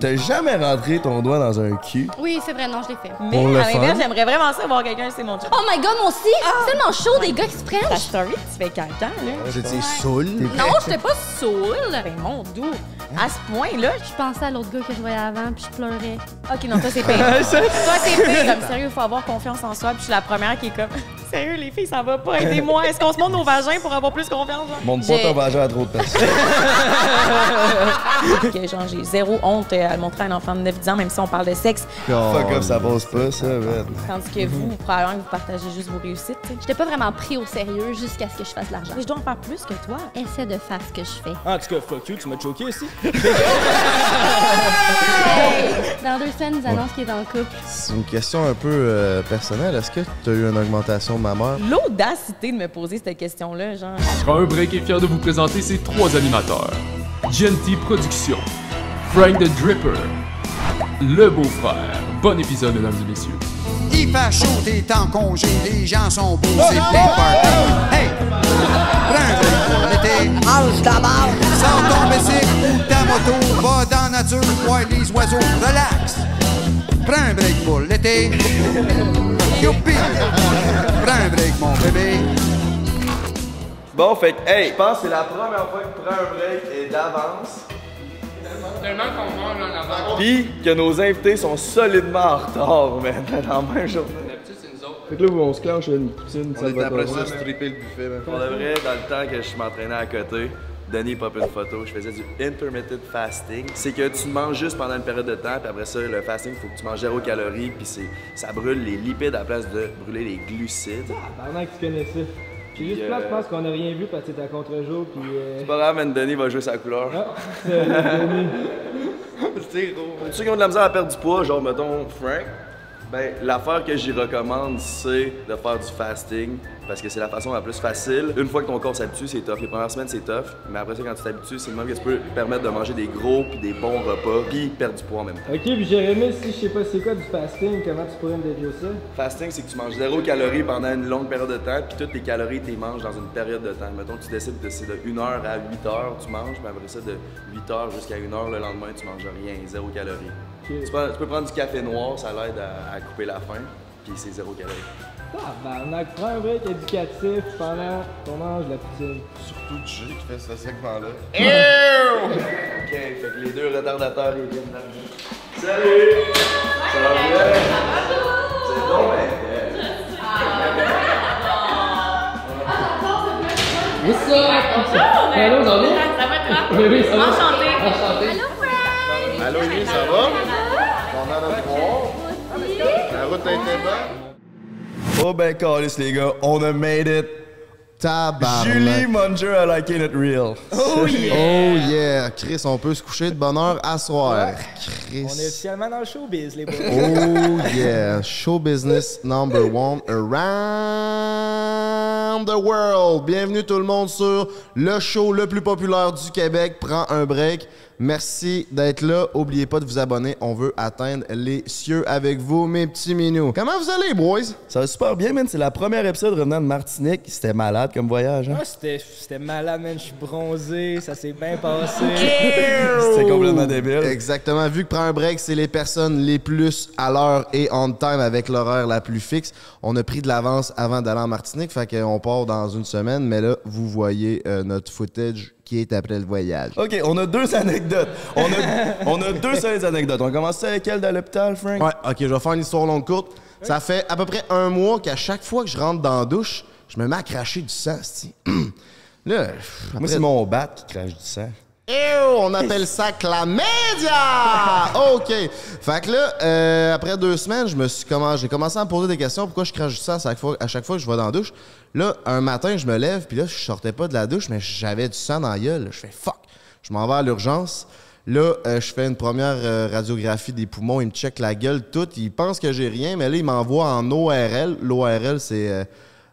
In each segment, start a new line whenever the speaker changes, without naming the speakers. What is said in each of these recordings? T'as jamais rentré ton doigt dans un cul.
Oui, c'est vrai, non, je l'ai fait.
Mais
Pour le
à l'inverse,
fun.
j'aimerais vraiment ça voir quelqu'un, c'est mon truc.
Oh my god, moi aussi! c'est tellement chaud, des gars qui se
Ta
prennent.
story, tu fais caca, là.
J'étais saoul.
Non, j'étais pas saoul.
Ben, mon doux. À ce point-là,
Je pensais à l'autre gars que je voyais avant, puis je pleurais.
je- OK, non, toi, c'est pire. toi, c'est pire. Comme, sérieux, faut avoir confiance en soi. Puis je suis la première qui est comme, sérieux, les filles, ça va pas. Aidez-moi. Est-ce qu'on se monte nos vagins pour avoir plus confiance? genre?
Montre pas
J'ai-
ton vagin à trop de personnes.
que genre j'ai zéro honte euh, à le montrer à un enfant de 9 ans, même si on parle de sexe.
Fuck off, ça passe pas, ça, man.
Tandis que vous, probablement que vous partagez juste vos réussites. tu sais.
J'étais pas vraiment pris au sérieux jusqu'à ce que je fasse de l'argent.
Mais je dois en faire plus que toi.
Essaie de faire ce que je fais.
Ah,
En tout cas, fuck you, tu m'as choqué aussi.
Dans deux semaines, ils annoncent qu'il est en couple.
C'est une question un peu euh, personnelle. Est-ce que tu as eu une augmentation mammaire?
L'audacité de me poser cette question-là, genre.
Grand Break est fier de vous présenter ses trois animateurs. GNT Productions, Frank the Dripper, Le Beau-Frère. Bon épisode, mesdames et messieurs.
Il fait chaud, t'es en congé, les gens sont beaux, c'est le party. Oh, Hey! Prends un break pour l'été. Mange ta balle. Sors ton bicycle ou ta moto, va dans la nature, vois les oiseaux, relax. Prends un break pour l'été. Youpi! Prends un break, mon bébé.
Bon, fait que, hey, je pense que c'est la première fois que je prends un break et d'avance. Tellement qu'on mange en avance. Puis que nos invités sont solidement en retard, man, dans la même journée. D'habitude, c'est nous autres. Fait que là, on se clenche une poutine,
On est après ça, stripper le buffet. man.
Pour de vrai, dans le temps que je m'entraînais à côté, Denis pop une photo, je faisais du intermittent fasting. C'est que tu manges juste pendant une période de temps, puis après ça, le fasting, il faut que tu manges zéro calorie, puis c'est- ça brûle les lipides à la place de brûler les glucides.
Pendant que tu connais ça. J'ai juste
euh,
plat, je pense qu'on a rien vu parce que t'es à contre-jour. Puis. euh,
Pas grave, man, Denis va jouer sa couleur. C'est gros. Pour ceux qui ont de la misère à perdre du poids, genre mettons Frank, ben l'affaire que j'y recommande, c'est de faire du fasting parce que c'est la façon la plus facile. Une fois que ton corps s'habitue, c'est tough. Les premières semaines, c'est tough, mais après ça, quand tu t'habitues, c'est le même que tu peux te permettre de manger des gros puis des bons repas puis perdre du poids en même temps.
Ok, puis Jérémy, si je sais pas c'est quoi du fasting, comment tu pourrais me décrire ça?
Fasting, c'est que tu manges zéro calorie pendant une longue période de temps, puis toutes tes calories, tu les manges dans une période de temps. Mettons, tu décides de, c'est de 1h à 8h, tu manges, puis après ça, de 8h jusqu'à 1h le lendemain, tu manges rien, zéro calorie. Tu, peux, tu peux prendre du café noir, ça l'aide à, à couper la faim, puis c'est zéro calorie.
Tabarnak, prends un break éducatif pendant qu'on mange la poutine.
Surtout Jay qui fait ce segment-là.
Ok, fait que les deux retardateurs, ils viennent d'arriver. Salut! Ça va bien?
Ah.
C'est bon, mais.
Hello, ça va? Oui, oui, ça va.
Allô, Émilie, ça va? On a notre voir. La route a été bonne.
Oh ben, Carlis, les gars, on a made it!
Tabarnak.
Julie Munger a liké notre reel.
Oh yeah! Oh yeah! Chris, on peut se coucher de bonne heure à soir. Chris.
On est officiellement dans le showbiz, les boys.
Oh yeah, show business number one around the world. Bienvenue tout le monde sur le show le plus populaire du Québec. Prends un break. Merci d'être là. Oubliez pas de vous abonner. On veut atteindre les cieux avec vous, mes petits minous. Comment vous allez, boys?
Ça va super bien, man. C'est la première épisode revenant de Martinique. C'était malade comme voyage, hein?
Ah, c'était, c'était malade, man. Je suis bronzé, ça s'est bien passé.
C'était complètement débile.
Exactement. Vu que Prends un break, c'est les personnes les plus à l'heure et on time avec l'horaire la plus fixe. On a pris de l'avance avant d'aller en Martinique, fait qu'on part dans une semaine, mais là, vous voyez euh, notre footage qui est après le voyage.
OK, on a deux anecdotes. On a, on a deux seules anecdotes. On commence avec elle de l'hôpital, Frank?
Ouais, ok, je vais faire une histoire longue courte. Ça fait à peu près un mois qu'à chaque fois que je rentre dans la douche, je me mets à cracher du sang, c'ti. Là, pff,
Moi,
après-
c'est mon bat qui crache du sang.
Ew, on appelle ça clamédia! OK. Fait que là, euh, après deux semaines, je me suis comment j'ai commencé à me poser des questions. Pourquoi je crache du sang à chaque fois, à chaque fois que je vais dans la douche? Là, un matin, je me lève, puis là, je sortais pas de la douche, mais j'avais du sang dans la gueule. Je fais fuck. Je m'en vais à l'urgence. Là, euh, je fais une première euh, radiographie des poumons. Il me check la gueule toute. Il pense que j'ai rien, mais là, il m'envoie en ORL. L'ORL, c'est. euh,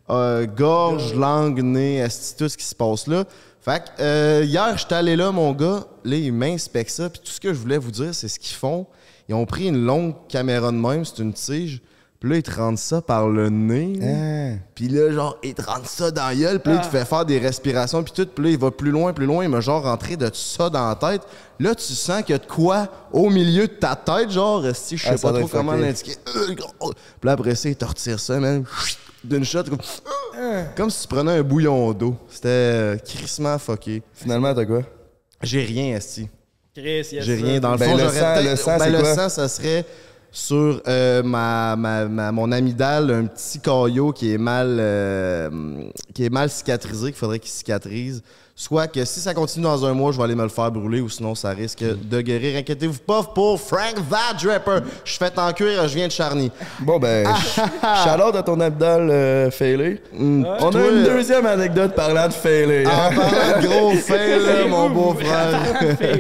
euh, gorge, langue, nez, esti, tout ce qui se passe là. Fait que euh, hier, j'étais allé là, mon gars, là, ils m'inspectent ça, puis tout ce que je voulais vous dire, c'est ce qu'ils font. Ils ont pris une longue caméra de même, c'est une tige. Puis là, il te rentre ça par le nez.
Hein?
Puis là, genre, il te rentre ça dans la gueule. Puis là, il
Ah.
te fait faire des respirations. Puis tout. Puis là, il va plus loin, plus loin. Il m'a genre rentré de ça dans la tête. Là, tu sens qu'il y a de quoi au milieu de ta tête. Genre, si je sais
Ah, ça
pas
doit
trop
être
comment
fucké.
l'indiquer. Puis là, après ça, il te retire ça, man. D'une shot, comme,
Ah.
comme si tu prenais un bouillon d'eau. C'était euh, crissement fucké.
Finalement, t'as quoi?
J'ai rien, Esti.
Chris, yes,
J'ai
sir.
rien dans le
Ben,
fond.
le
j'aurais
sang,
peut-être-
le sang,
ben,
c'est
le
quoi?
sang, ça serait sur euh, ma, ma- ma- mon amygdale, un petit caillot qui est mal, euh, qui est mal cicatrisé, qu'il faudrait qu'il cicatrise. Soit que si ça continue dans un mois, je vais aller me le faire brûler ou sinon ça risque de guérir. Inquiétez-vous pas pour Frank Vadrepper. Je suis fait en cuir, je viens de Charny.
Bon, ben,
Ah.
chaleur de ton abdominal euh, failé. On
Toi,
a une
euh, Ah.
deuxième anecdote parlant de failé.
hein.
En parlant de gros fail, là,
C'est
mon
où vous-
beau-frère.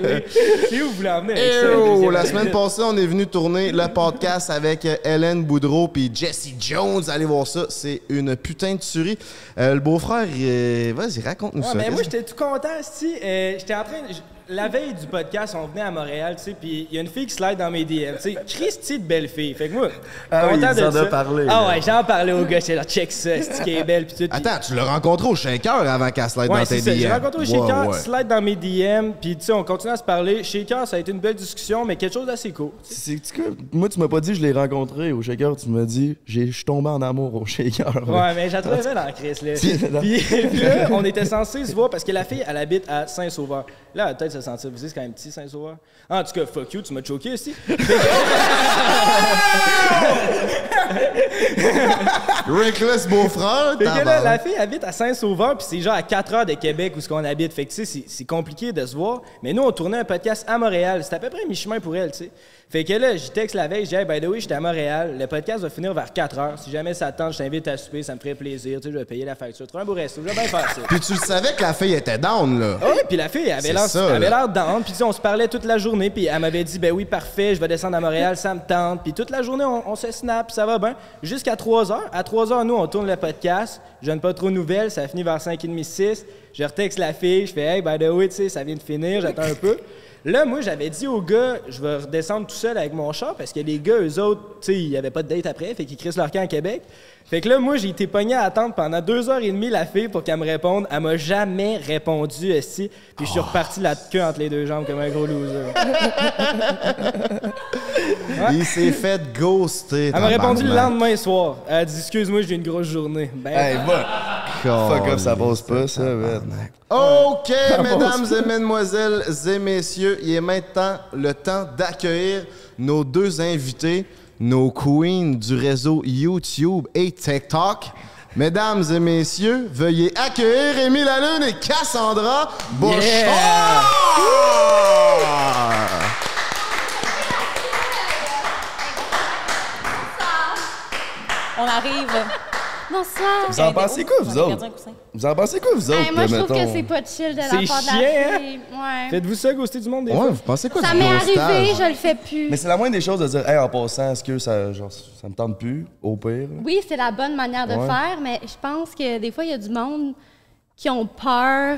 C'est où vous l'emmenez avec ça,
Eh
la
oh,
deuxième
la
minute?
semaine passée, on est venu tourner le podcast avec euh, Hélène Boudreau puis Jesse Jones. Allez voir ça, c'est une putain de tuerie. Euh, le beau-frère, euh, vas-y, raconte-nous
Ouais,
ça.
mais Ah, ben, moi,
Qu'est-ce-
j'étais tout content, si. euh, j'étais en train. j- La veille du podcast, on venait à Montréal, tu sais, puis il y a une fille qui slide dans mes DM, tu sais. Christy de belle fille. Fait que moi,
Ah oui,
content
il
de
nous en
ça.
a parlé,
Ah
là.
ouais, j'en parlais au gars, j'étais là, check ça, c'est qui est belle, puis tout. puis-
Attends, tu l'as rencontré au shaker avant qu'elle se l'aide
Ouais,
dans
c'est
tes
ça. J'ai
DM.
rencontré
Ouais,
Shaker,
ouais.
slide dans mes DM, puis tu sais, on continue à se parler. Shaker, ça a été une belle discussion, mais quelque chose d'assez cool.
C'est- tu sais, moi, tu m'as pas dit je l'ai rencontré au shaker, tu m'as dit j'ai- je suis tombé en amour au shaker.
Ouais, mais j'en trouvais dans la crise, là. puis, puis là, on était censé se voir parce que la fille, elle habite à Saint-Sauveur. Là, elle va peut-être se sentir visée, c'est quand même petit, Saint-Sauveur. En tout cas, fuck you, tu m'as choqué aussi.
Reckless beau-frère,
Fait que là, la
tabarnak.
fille habite à Saint-Sauveur, puis c'est genre à 4 heures de Québec où ce qu'on habite. Fait que, tu sais, c'est- c'est compliqué de se voir. Mais nous, on tournait un podcast à Montréal. C'était à peu près mi-chemin pour elle, tu sais. Fait que là, je texte la veille, je dis, hey, by the way, j'étais à Montréal. Le podcast va finir vers 4 heures. Si jamais ça te tente, je t'invite à souper, ça me ferait plaisir. Tu sais, je vais payer la facture. Tu un beau resto, je vais bien faire ça.
Puis tu le savais que la fille était down, là.
Ah Oui, puis la fille elle avait
C'est
l'air,
ça,
elle avait
là.
l'air down. Puis tu sais, on se parlait toute la journée. Puis elle m'avait dit, ben oui, parfait, je vais descendre à Montréal, ça me tente. Puis toute la journée, on, on se snap, ça va bien. Jusqu'à 3 heures. À 3 heures, nous, on tourne le podcast. Je donne pas trop de nouvelles. Ça finit vers 5h30, 6. Je retexte la fille. Je fais, hey, by the way, tu sais, ça vient de finir. J'attends un peu. Là, moi, j'avais dit aux gars, je vais redescendre tout seul avec mon char parce que les gars, eux autres, tu sais, il n'y avait pas de date après, fait qu'ils crissent leur camp à Québec. Fait que là, moi, j'ai été pogné à attendre pendant deux heures et demie la fille pour qu'elle me réponde. Elle m'a jamais répondu, esti. Puis je
Oh.
suis reparti la queue entre les deux jambes comme un gros loser.
Il s'est fait ghoster.
Elle m'a répondu le
tabarnak.
lendemain soir. Elle dit, excuse-moi, j'ai eu une grosse journée. Ben,
Hey, va.
Oh,
Fuck up, ça passe pas, ça, man.
OK, mesdames et mesdemoiselles et messieurs, il est maintenant le temps d'accueillir nos deux invités, nos queens du réseau YouTube et TikTok. Mesdames et messieurs, veuillez accueillir Rémi Lalune et Cassandra Bouchard!
On arrive.
Bonsoir.
Vous en pensez quoi,
On
vous
a
autres?
perdu un coussin.
Vous en pensez quoi, vous autres,
Hey, moi, je trouve
mettons?
que c'est pas chill de la part
C'est
de
chiant,
la
hein?
fille. Ouais.
Faites-vous ça, ghoster du monde des fois?
Ouais, vous pensez quoi
Ça
du
m'est
ghostage?
arrivé, je le fais plus.
Mais c'est la moindre des choses de dire, hey, en passant, est-ce que ça, genre, ça me tente plus, au pire? là?
Oui, c'est la bonne manière de faire, mais je pense que des fois, il y a du monde qui ont peur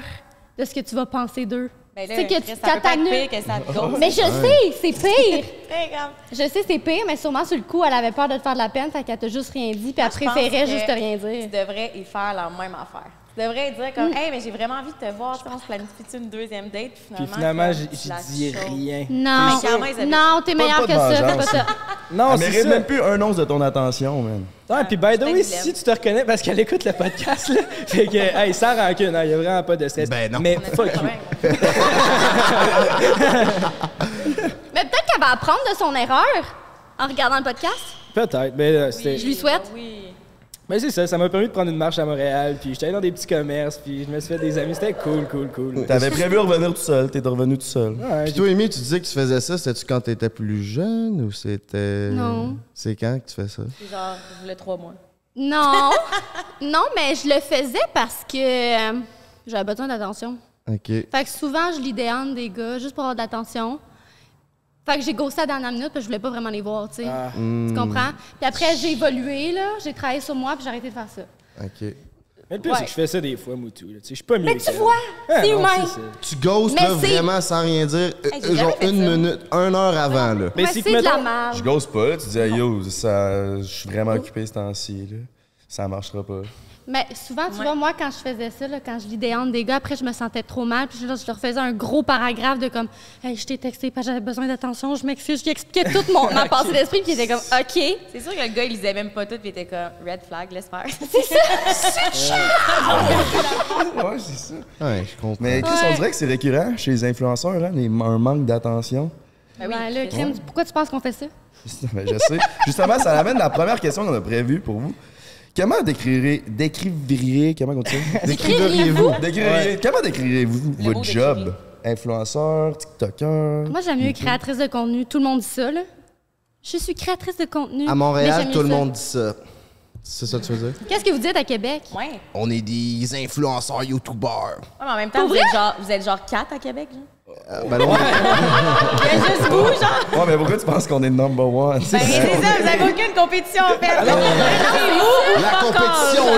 de ce que tu vas penser d'eux.
Ben là,
Tu sais que
Chris,
tu
ça peut pas être
t'attenais-
pire que ça te gosse.
Mais je sais, c'est pire.
Hey, comme-
Je sais, c'est pire, mais sûrement sur le coup, elle avait peur de te faire de la peine, fait qu'elle t'a juste rien dit, puis elle
Je pense
préférait
que
juste te rien
Tu
dire. Mm.
devrais y faire la même affaire. Tu devrais dire comme, hey, mais j'ai vraiment envie de te voir, tu sais, on se planifie une deuxième date, puis
Puis
finalement.
finalement,
comme,
j'ai
tu la
j'ai dit
chauffes.
rien.
Ah,
Non,
Mais quand même, ils avaient-
non, t'es meilleur
pas
que
de
ça, fais pas
vengeance.
ça.
Non,
Ah,
Elle
c'est
mérite
ça.
même plus un once de ton attention, man.
Ouais, puis by the
Peut-être
way,
qu'il l'aime.
si tu te reconnais, parce qu'elle écoute le podcast, là, fait que, hey, sans rancune, hein, il y a vraiment pas de stress.
Ben non.
Mais
On a
fuck
pas de
you.
problème.
Mais peut-être qu'elle va apprendre de son erreur en regardant le podcast.
Peut-être, mais euh, c'était.
Je lui souhaite.
Oui.
Mais c'est ça, ça m'a permis de prendre une marche à Montréal, puis j'étais allé dans des petits commerces, puis je me suis fait des amis, c'était cool, cool, cool.
T'avais prévu revenir tout seul, t'es revenu tout seul.
Ouais,
Puis toi, Amy, tu disais que tu faisais ça, c'était-tu quand t'étais plus jeune ou c'était...
Non.
C'est quand que tu fais ça?
Puis genre, je voulais trois mois.
Non, non, mais je le faisais parce que euh, j'avais besoin d'attention.
OK.
Fait que souvent, je l'idéante des gars juste pour avoir de l'attention. Fait que j'ai gossé à la dernière minute parce que je voulais pas vraiment les voir, tu sais.
Ah.
Hmm.
Tu comprends? Puis après, j'ai évolué, là. J'ai travaillé sur moi puis j'ai arrêté de faire ça.
OK.
Mais le pire, c'est que je fais ça des fois, Moutou. là. Tu sais, Je suis pas mieux.
Mais tu
qu'elle.
vois,
Ah,
c'est
non,
humain.
c'est- c'est-
Tu ghostes,
Mais
là,
c'est-
vraiment sans rien dire, euh,
Hey, j'ai
genre
jamais fait
une
ça.
minute, une heure avant, là.
Mais
Mais
c'est
c'est
que,
de la
mettons-
Je
merde.
gosse pas, tu dis, yo, ça, je suis vraiment occupé ce temps-ci, là. Ça marchera pas.
Mais souvent, tu
Ouais.
vois, moi, quand je faisais ça, là, quand je lidéante des gars, après, je me sentais trop mal. Puis là, je leur faisais un gros paragraphe de comme, hey, je t'ai texté parce que j'avais besoin d'attention, je m'excuse. J'y expliquais toute mon, ma pensée d'esprit. Puis ils étaient comme, OK.
C'est sûr que le gars, il lisait même pas tout, puis il était comme red flag, laisse faire.
Ah
Ouais, c'est ça.
Ouais, je comprends.
Mais Chris, on
Ouais.
dirait que c'est récurrent chez les influenceurs, hein, les- un manque d'attention.
Ben
Ben,
oui,
là, Crème, pourquoi tu penses qu'on fait ça?
Ben, je sais. Justement, ça amène la première question qu'on a prévue pour vous. Comment décrirez, décrivriez, comment on dit ça?
Décriveriez-vous?
Décririez- Comment décririez-vous
Le
votre
mot
job?
décrire.
Influenceur, TikToker?
Moi, j'aime mieux
Mhm.
créatrice de contenu. Tout le monde dit ça, là. Je suis créatrice de contenu.
À
mais
Montréal,
j'aime
tout le
mieux ça.
monde dit ça. C'est ça que tu veux dire?
Qu'est-ce que vous dites à Québec?
Ouais. Ouais,
On est des influenceurs youtubeurs.
mais en même temps, vous êtes, genre, vous êtes genre 4 à Québec, genre.
Ben non,
juste vous, genre.
Ouais, mais pourquoi tu penses qu'on est number one?
Ben, c'est ça, vous avez aucune compétition, en fait. Non, vous,
la compétition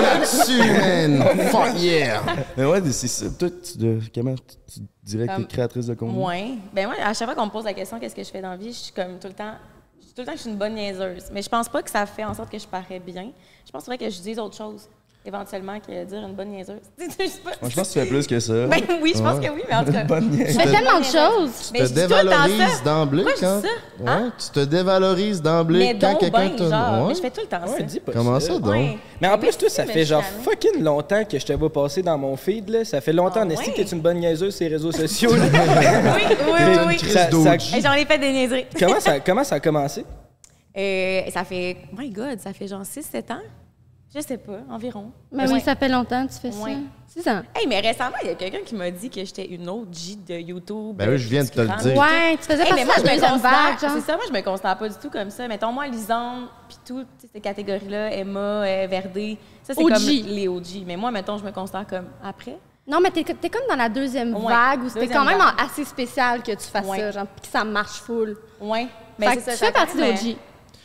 là-dessus, man! Fuck yeah!
Mais ouais, c'est ça. Toi, tu, de- comment tu, tu dirais que t'es
Comme-
créatrice de contenu?
Moins. Ben moi, à chaque fois qu'on me pose la question qu'est-ce que je fais dans la vie, je suis comme tout le temps. Je dis tout le temps que je suis une bonne niaiseuse. Mais je pense pas que ça fait en sorte que je parais bien. Je pense vrai que je dise autre chose, éventuellement, que dire une bonne niaiseuse. je sais pas.
Moi, je pense que tu fais plus que ça.
Ben oui, je pense que oui, mais en tout cas.
Bonne niaise.
Je fais tellement de choses.
Mais
Tu
je
te
dis tout le temps ça.
dévalorises d'emblée
Moi, je dis
quand.
ça.
Ouais,
Hein?
tu te dévalorises d'emblée
Mais
quand
donc,
quelqu'un
ben,
te.
genre.
Ouais?
Mais je fais tout le temps
Ouais,
ça.
dis pas
Comment ça, donc?
Ouais.
Mais en plus,
tu
toi,
sais,
ça
mais
fait
je
genre
suis
fucking longtemps que je te vois passer dans mon feed, là. Ça fait longtemps,
Ah
en esti,
ouais?
que t'es une bonne niaiseuse sur les réseaux sociaux, là.
tannée. Oui, oui, oui. oui.
crise
Ça- ça-
d'OG.
Et J'en ai fait des niaiseries.
comment, ça, comment ça a commencé?
Euh, ça fait, my God, ça fait genre 6-7 ans? Je sais pas, environ.
Mais Ben oui, ça fait longtemps que tu fais
Ouais.
ça. 6 ans.
Hey, mais récemment, il y a quelqu'un qui m'a dit que j'étais une autre J de YouTube.
Ben oui, je viens de te le dire.
Ouais, tu faisais
Hey, mais moi,
partie
je
de la
me
deuxième
considère,
vague, genre.
c'est ça, moi, je me considère pas du tout comme ça. Mettons, moi, Lisande, puis toutes ces catégories-là, Emma, euh, Verdé, ça, c'est
OG.
comme les OG. Mais moi, mettons, je me considère comme après.
Non, mais t'es t'es comme dans la deuxième
Ouais,
vague où c'était
deuxième
quand même
vague.
assez spécial que tu fasses
Ouais.
ça,
Ben,
genre, pis que ça marche full.
Ouais.
fait que tu fais partie de OG.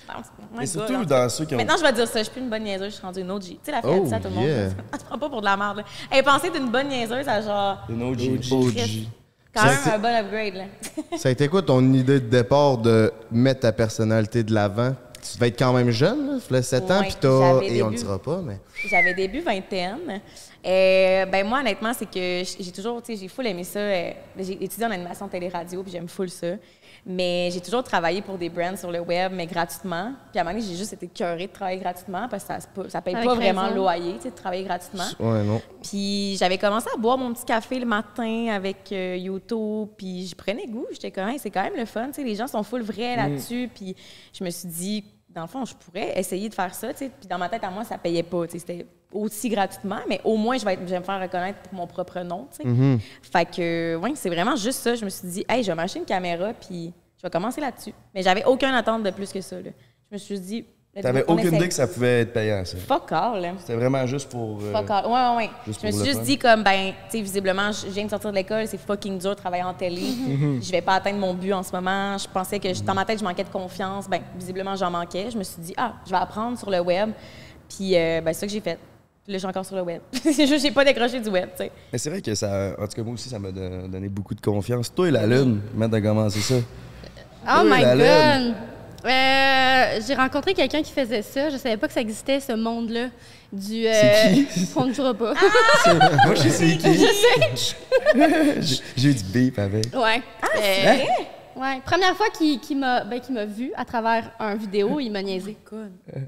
Oh
Et surtout dans ceux qui ont.
Maintenant, je vais dire ça, je suis plus une bonne niaiseuse, je suis rendue une OG. Tu sais, la fille a
Oh,
dit ça à tout le
yeah.
monde. Elle se prend pas pour de la merde. là. Elle pensait d'une bonne niaiseuse à genre.
Une OG.
Chris, Quand
Ça,
même
c'est-
un bon upgrade, là.
Ça a été quoi ton idée de départ de mettre ta personnalité de l'avant? Tu devais être quand même jeune, là. Fallait 7 ans,
Ouais,
puis t'as.
j'avais
Et on le
début.
dira pas, mais.
J'avais début vingtaine. Euh, ben moi, honnêtement, c'est que j- j'ai toujours, tu sais, j'ai full aimé ça. euh, j'ai étudié en animation télé-radio, puis j'aime full ça. Mais j'ai toujours travaillé pour des brands sur le web, mais gratuitement. Puis à un moment donné, j'ai juste été curée de travailler gratuitement parce que ça, se peut- ça paye
Avec
pas vraiment
raison.
le loyer, tu sais, de travailler gratuitement.
Ouais, non.
Puis j'avais commencé à boire mon petit café le matin avec euh, Yoto, puis je prenais goût. J'étais comme, Hey, c'est quand même le fun, tu sais, les gens sont full
Mm.
vrais là-dessus. Puis je me suis dit, dans le fond, je pourrais essayer de faire ça, tu sais. Puis dans ma tête, à moi, ça payait pas, tu sais, c'était aussi gratuitement, mais au moins, je vais, être- je vais me faire reconnaître pour mon propre nom, tu sais.
Mm-hmm.
Fait que, oui, c'est vraiment juste ça. Je me suis dit, hey, je vais m'acheter une caméra, puis je vais commencer là-dessus. Mais j'avais aucune attente de plus que ça, là. Je me suis dit...
T'avais
on
aucune
essaye.
idée que ça pouvait être payant, ça.
Fuck all, là.
C'était vraiment juste pour. euh,
Fuck all. Ouais, ouais, ouais.
Juste
Je me
pour
suis
le
juste
fun.
dit, comme, ben, tu sais, visiblement, je je viens de sortir de l'école, c'est fucking dur de travailler en télé.
Mhm.
je vais pas atteindre mon but en ce moment. Je pensais que, je- dans ma tête, je manquais de confiance. Ben, visiblement, j'en manquais. Je me suis dit, ah, je vais apprendre sur le web. Puis, euh, ben, c'est ça que j'ai fait. Puis Là, je suis encore sur le web. c'est juste, j'ai pas décroché du web, tu sais.
Mais c'est vrai que ça. En tout cas, moi aussi, ça m'a don- donné beaucoup de confiance. Toi et la lune, maintenant t'as commencé ça.
Oh
Oui,
my
la laine.
god! Euh, j'ai rencontré quelqu'un qui faisait ça. Je savais pas que ça existait, ce monde-là. Du. euh, On ne dira pas.
Ah,
moi, je sais qui. Je sais. J'ai- J'ai eu du bip avec.
Ouais. Ah, c'est Ouais. Première fois qu'il qu'il m'a ben, qu'il m'a vu à travers un
Hein?
vidéo, il m'a niaisé.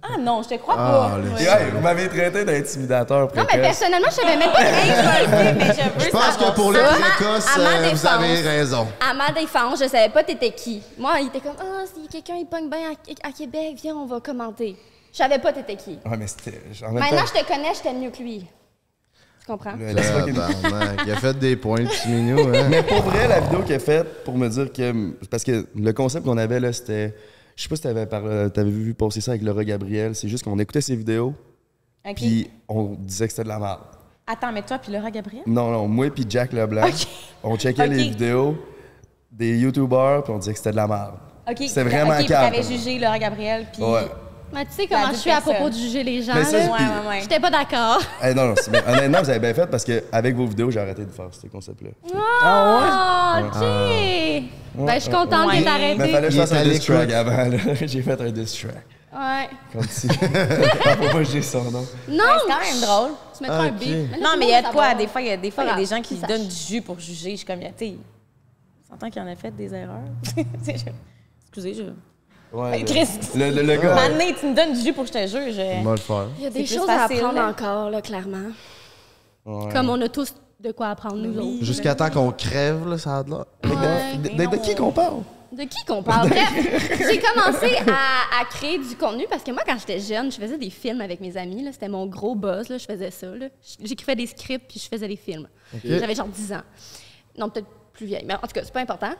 Ah non, je te crois pas.
Et hey, vous m'avez traité d'intimidateur
Non, mais
précoce.
personnellement, je savais même pas.
Hey, je vais le dire, mais je veux
Je pense que
savoir
pour
ça.
les précoces,
à ma
euh, vous
défense.
avez raison.
À ma défense, je savais pas t'étais qui. Moi, il était comme Ah, si quelqu'un il pogne bien à, à Québec, viens, on va commenter. Je savais pas t'étais qui.
Ouais, Ah, mais c'était. En même
Maintenant,
temps,
je te connais, je t'aime mieux que lui. Tu comprends?
le- le fucking-
Tabarnak, il a fait des points, le petit minou, hein?
Mais pour vrai, la vidéo qu'il a faite pour me dire que. Parce que le concept qu'on avait là, c'était. Je sais pas si t'avais, parlé- t'avais vu passer ça avec Laura Gabriel. C'est juste qu'on écoutait ses vidéos,
Ok.
puis on disait que c'était de la merde.
Attends, mais toi, puis Laura Gabriel?
Non, non, moi puis Jack Leblanc,
Ok.
on checkait
Ok.
les vidéos des YouTubers, puis on disait que c'était de la merde.
OK.
C'était vraiment
OK, puis
calme.
t'avais jugé Laura Gabriel, puis...
Ouais.
Mais tu sais comment
La
je suis à
personne.
propos de juger les gens.
Mais ça,
là.
c'est-
Ouais, ouais, ouais.
J'étais pas d'accord.
Eh non, non, c'est bien. Honnêtement, vous avez bien fait parce que avec vos vidéos, j'ai arrêté de faire ce concept-là.
Ah ouais? Ben, je suis contente
Ouais.
d'être
Mais
arrêtée.
fallait que je
Il
fasse
est
un
allé
diss track
quick.
avant, là. J'ai fait un diss track.
Ouais.
Comme si. Faut pas que j'ai son nom.
Non,
C'est quand même drôle.
tu mettras un
Ok.
beat. Mais là,
Non,
tout le
mais il
monde
y a de
va
quoi?
savoir.
Des fois, il y a des, fois, il y a
Pas
des
grave,
gens qui
qu'ils
se donnent
sachent.
du jus pour juger. Je suis comme, tu sais, on s'entend qu'il en a fait des erreurs. Tu sais, je- Excusez, je.
Ouais.
Ben,
le-
Chris.
Le, le, le gars. euh,
Mané, tu me donnes du jus pour que je te juge.
On va le faire.
Il y a des
plus
choses à
facile,
apprendre
là.
encore, là, clairement.
Ouais.
Comme on a tous de quoi apprendre, nous autres.
Jusqu'à temps qu'on crève, là, ça a de l'air.
Ouais.
De, de- de qui qu'on parle?
De qui qu'on parle? Bref, j'ai commencé à, à créer du contenu parce que moi, quand j'étais jeune, je faisais des films avec mes amis. là. C'était mon gros buzz, là, je faisais ça. là. J- J'écrivais des scripts puis je faisais des films. J'avais genre 10 ans. Non, peut-être plus vieille, mais en tout cas, c'est pas important.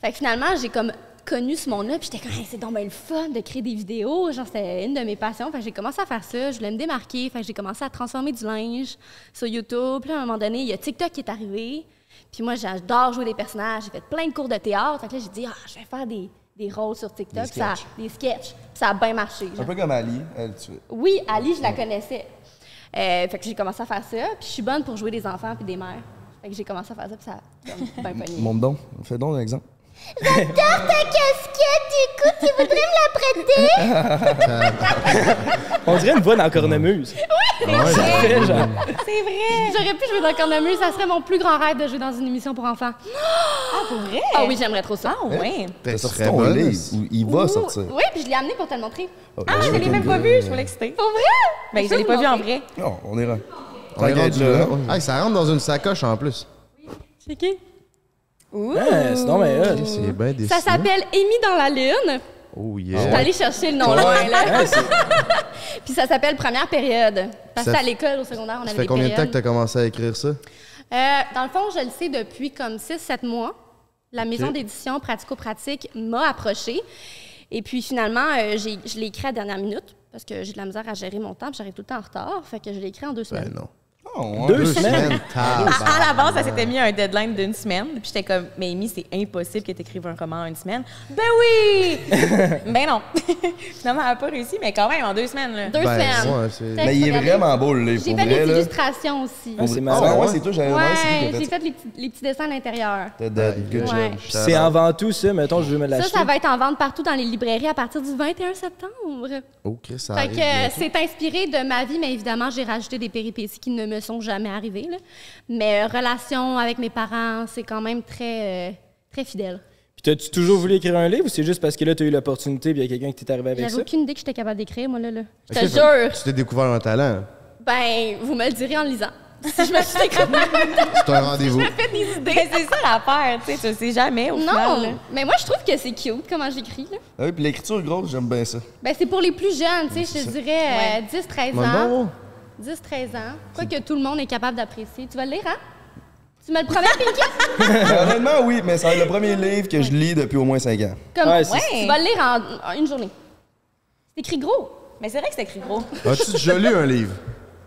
Fait que finalement, j'ai comme connu ce monde-là, puis j'étais comme, Hey, c'est donc bien le fun de créer des vidéos. Genre, c'était une de mes passions. Fait que j'ai commencé à faire ça. Je voulais me démarquer. Fait que j'ai commencé à transformer du linge sur YouTube. Puis là, à un moment donné, il y a TikTok qui est arrivé. Puis moi, j'adore jouer des personnages. J'ai fait plein de cours de théâtre. Fait que là, j'ai dit, ah, je vais faire des, des rôles sur TikTok.
Des
Puis ça-
sketchs.
des sketchs. Puis ça a bien marché.
Un
genre.
peu comme Ali, elle tu
Oui, Ali, je la connaissais. Euh, fait que j'ai commencé à faire ça. Puis je suis bonne pour jouer des enfants puis des mères. Fait que j'ai commencé à faire ça, puis ça a comme bien pogné.
Mon don, fais donc un exemple.
On dirait une voix dans Cornemuse.
C'est
Hein?
vrai!
J'aurais pu jouer dans Cornemuse, ça serait mon plus grand rêve de jouer dans une émission pour enfants.
Ah, pour vrai?
Ah oui, j'aimerais trop ça.
Ah, ouais.
T'as
T'es
sorti
Ben, très
ton
bonne.
livre, ou il va
Ouh,
sortir.
Oui, puis je l'ai amené pour te le montrer.
Ah, je l'ai même pas vu, je suis excitée.
Pour vrai?
Ben, je l'ai pas vu en vrai.
Non, on ira.
On
On ira
regarde
là.
là. Hey, ça rentre dans une sacoche en plus.
C'est qui?
Ouais, sinon, mais euh,
C'est bien dessiné.
Ça s'appelle Émis dans la lune.
Oh
Je
yeah.
suis allée chercher le nom loin, là. Puis ça s'appelle Première période. Parce que
Ça
à l'école, au secondaire, on avait
Ça
des
fait combien de temps que
périodes.
t'as commencé à écrire ça?
Euh, dans le fond, je le sais depuis comme 6-7 mois. La maison
Ok.
d'édition Pratico-Pratique m'a approchée. Et puis finalement, euh, j'ai- je l'ai écrit à la dernière minute parce que j'ai de la misère à gérer mon temps, puis j'arrive tout le temps en retard. Fait que je l'ai écrit en deux semaines.
Ben non. Ah,
Non,
deux semaines.
tabarnak.
Ah.
À l'avance, ça s'était mis un deadline d'une semaine. Puis j'étais comme, mais Amy, c'est impossible que tu écrives un roman en une semaine. Ben oui! ben non. Finalement, elle n'a pas réussi, mais quand même, en deux semaines. Là.
Deux
Ben,
semaines.
ouais, c'est-
Fait
Mais
que
il est
regardez,
vraiment beau, le livre,
J'ai
pour
fait des
vrai, là.
illustrations aussi.
Ah, c'est
Ah
marrant.
ouais, ouais, c'est toi, j'avais demandé c'est qui
Ah, Ouais,
qui a
j'ai
fait ça.
fait les petits, les petits dessins à l'intérieur.
T'as- t'as- Good
Ouais.
job.
Puis
C'est avant tout ça, mettons, je veux me
Ça,
l'acheter.
ça va être en vente partout dans les librairies à partir du 21 septembre.
Oh, Chris, ça
Fait
arrive.
que euh, c'est inspiré de ma vie, mais évidemment, j'ai rajouté des péripéties qui ne me sont jamais arrivées. là. Mais euh, relation avec mes parents, c'est quand même très, euh, très fidèle.
Puis t'as-tu toujours voulu écrire un livre ou c'est juste parce que là, t'as eu l'opportunité puis il y a quelqu'un qui t'est arrivé avec
J'avais
ça?
aucune idée que j'étais capable d'écrire, moi, là. là. Je te
Ok, fait-
jure!
Tu t'es découvert un talent.
Ben, vous me le direz en lisant. Si je me suis écrite-
C'est un rendez-vous.
Fais des idées. Mais c'est ça l'affaire, tu sais, tu le sais jamais au final. là.
Non! Mais moi, je trouve que c'est cute comment j'écris, là.
Ah oui, puis l'écriture grosse, j'aime bien ça.
Ben, c'est pour les plus jeunes, tu sais, je te dirais euh, 10-13
Mon
ans.
bon.
10-13 ans. Quoique tout le monde est capable d'apprécier. Tu vas le lire, hein? Tu me le promets, Pinky?
Mais Honnêtement, oui, mais c'est le premier livre que je lis depuis au moins 5 ans.
Comme,
Ouais, c'est-
Ouais.
Tu vas le lire en, en une journée. C'est écrit gros.
Mais c'est vrai que c'est écrit gros.
As-tu déjà lu un livre?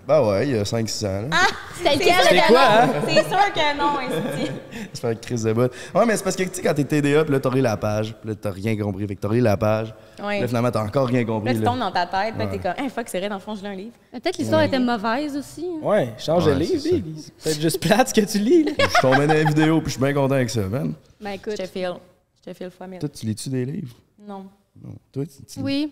Ben ouais, il y a 5-6
Ah!
ans. là.
C'était lequel? le dernier?
Quoi, hein?
C'est sûr que non, esti.
Ça fait une crise de botte. Ouais, mais c'est parce que, tu sais, quand t'es TDA, puis là, t'as lu la page, puis là, t'as rien compris. Fait que t'as lu la page.
Ouais.
Là, finalement, t'as encore rien compris.
Là, tu
là.
tombes dans ta tête, là, t'es comme, hey, fuck, c'est vrai, dans le fond, je lis un livre.
Mais Peut-être l'histoire était mauvaise aussi. hein.
Ouais, change de
Ouais,
livre,
c'est ça.
Big. C'est peut-être juste plate ce que tu lis. là.
Je suis tombé dans la vidéo, puis je suis bien content avec ça, man.
Ben
Je
écoute.
te file. Je te file fois mille.
Toi, tu lis-tu des livres?
Non.
Non. Toi, tu, tu-
Oui.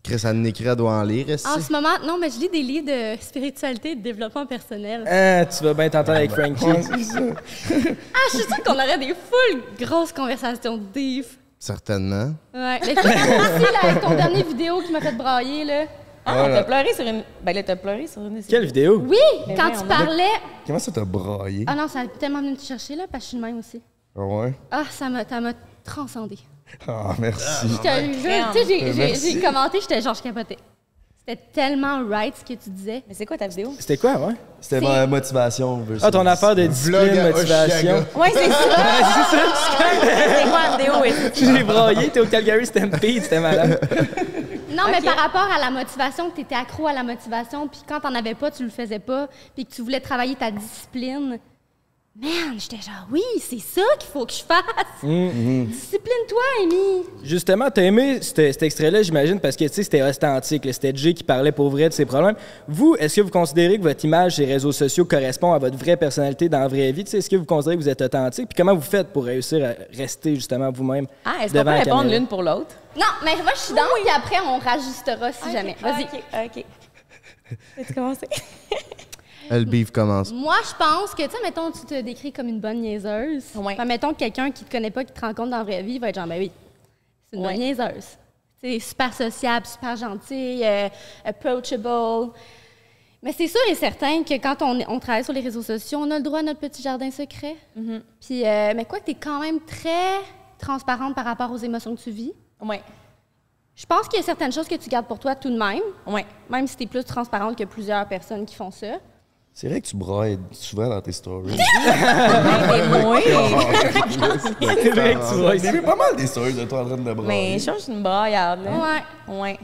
Chris, Anne Nécra doit en lire. est-ce
En
que-
ce moment, non, mais je lis des livres de spiritualité et de développement personnel.
Hein, tu vas bien t'entendre avec
Ouais,
Frankie.
c'est ça.
Ah, je suis sûre qu'on aurait des full grosses conversations deep.
Certainement.
Ouais. Mais finalement aussi, là, avec ton dernier vidéo qui m'a fait brailler, là.
Ah,
Voilà.
t'as pleuré sur une. Ben là, t'as pleuré sur une.
Quelle vidéo?
Oui,
Mais
quand
voyons
tu
donc.
parlais.
Comment ça t'a braillé?
Ah non, ça a tellement venu te chercher, là, parce que je suis de même aussi.
Ah ouais?
Ah, ça m'a, ça m'a transcendée.
Ah, merci.
Je te jure,
Crème.
tu sais, j'ai- j'ai,
Merci.
j'ai commenté, j'étais genre, je capotais. C'était tellement right ce que tu disais.
Mais c'est quoi ta vidéo?
C'était quoi, ouais?
C'était ma motivation. versus-
Ah, ton affaire de discipline,
à
motivation.
Oshiaga.
Ouais, c'est ça! c'est quoi la vidéo? esti?
J'ai braillé, t'es au Calgary Stampede, c'était malade.
Non, mais par rapport à la motivation, que tu étais accro à la motivation, puis quand t'en avais pas, tu le faisais pas, puis que tu voulais travailler ta discipline. Man, j'étais genre, oui, c'est ça qu'il faut que je fasse. Discipline-toi, Amy.
Justement, t'as aimé cet, cet extrait-là, j'imagine, parce que tu sais, c'était authentique. là. C'était Jay qui parlait pour vrai de ses problèmes. Vous, est-ce que vous considérez que votre image sur les réseaux sociaux correspond à votre vraie personnalité dans la vraie vie? Tu sais, Est-ce que vous considérez que vous êtes authentique? Puis comment vous faites pour réussir à rester justement vous-même?
Ah, est-ce qu'on peut
devant la
répondre
caméra?
l'une pour l'autre?
Non, mais moi, je suis dans, puis après, on rajustera si jamais. Vas-y.
OK, Ah, OK. Peux-tu commencer?
Le beef commence.
Moi, je pense que, tu sais, mettons, tu te décris comme une bonne niaiseuse.
Ouais.
Enfin, mettons que quelqu'un qui te connaît pas, qui te rencontre dans la vraie vie, va être genre, ben oui, c'est une
Ouais.
bonne niaiseuse. C'est super sociable, super gentil, euh, approachable. Mais c'est sûr et certain que quand on, on travaille sur les réseaux sociaux, on a le droit à notre petit jardin secret.
Mhm.
Puis, euh, mais quoi que tu es quand même très transparente par rapport aux émotions que tu vis,
Oui,
je pense qu'il y a certaines choses que tu gardes pour toi tout de même,
oui.
même si tu es plus transparente que plusieurs personnes qui font ça.
C'est vrai que tu brailles souvent dans tes stories.
Ben, Oui,
C'est vrai que tu vois
J'ai vu pas mal des stories de toi en train de brailler.
mais je change une braillarde, là.
Ouais.
Ouais.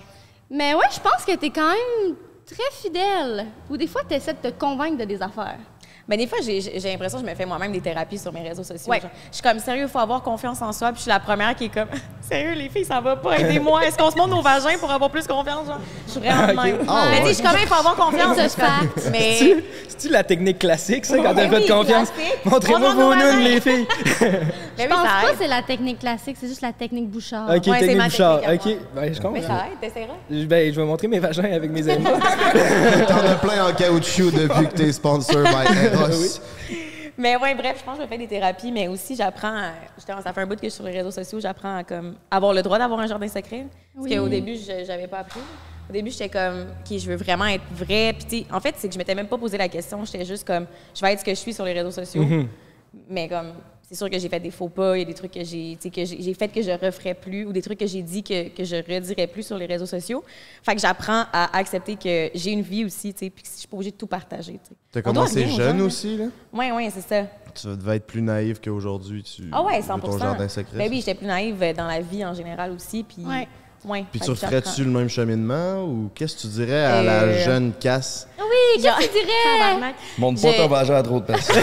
Mais ouais, je pense que t'es quand même très fidèle. Ou des fois, t'essaies de te convaincre de des affaires.
Ben, des fois, j'ai- j'ai j'ai l'impression que je me fais moi-même des thérapies sur mes réseaux sociaux.
Ouais.
Genre, je suis comme, sérieux, faut avoir confiance en soi. Puis je suis la première qui est comme, sérieux, les filles, ça va pas, aidez-moi. Est-ce qu'on se monte nos vagins pour avoir plus confiance? Genre, je suis vraiment de même.
Ah,
Mais tu
ouais.
sais, je suis comme, il faut avoir confiance.
Ça se
Je suis comme,
fait.
Mais.
C'est- C'est-tu la technique classique, ça, quand
Ben
t'as pas
Eh. oui,
de confiance?
classique.
Montrez-moi
Bonjour,
vos
nos
nunes,
voisins.
les filles!
Mais
Je
oui,
pense
ça
pas que
aide.
c'est la technique classique, c'est juste la technique Bouchard.
Ok,
c'est
technique
ma
Bouchard.
technique à
Ok, ben, je
Mais
comprends.
ça aide, t'essaieras.
Ben, je vais montrer mes vagins avec mes amis.
T'en as plein en caoutchouc depuis que t'es sponsor by Eros.
Mais ouais, bref, je pense que je fais des thérapies, mais aussi j'apprends. à- Justement, ça fait un bout que je suis sur les réseaux sociaux, j'apprends à comme avoir le droit d'avoir un jardin secret. Parce qu'au début, je j'avais pas appris. Au début, j'étais comme, OK, je veux vraiment être vraie. Puis, tu sais, en fait, c'est que je m'étais même pas posé la question. J'étais juste comme, je vais être ce que je suis sur les réseaux sociaux.
Mm-hmm.
Mais comme, c'est sûr que j'ai fait des faux pas. Il y a des trucs que j'ai, tu sais, que j'ai j'ai fait que je referais plus ou des trucs que j'ai dit que, que je redirais plus sur les réseaux sociaux. Fait que j'apprends à accepter que j'ai une vie aussi, tu sais, puis que je suis pas obligée de tout partager, tu sais.
T'as
On doit
commencé
rien aux
jeune
gens, là.
aussi, là?
Ouais, ouais, c'est ça.
Tu devais être plus naïf qu'aujourd'hui. Tu,
Ah ouais,
de
100
Ton jardin secret.
Ben oui, j'étais plus naïve euh, dans la vie en général aussi. Puis,
Ouais.
ouais,
Puis
fait
tu
que
referais-tu le même cheminement ou qu'est-ce que tu dirais à Ah, la
Euh,
jeune casse?
Ah Oui, qu'est-ce que tu
j'apprends.
dirais?
Tabarnak.
Montre pas
J'ai-
ton vagin à trop de personnes.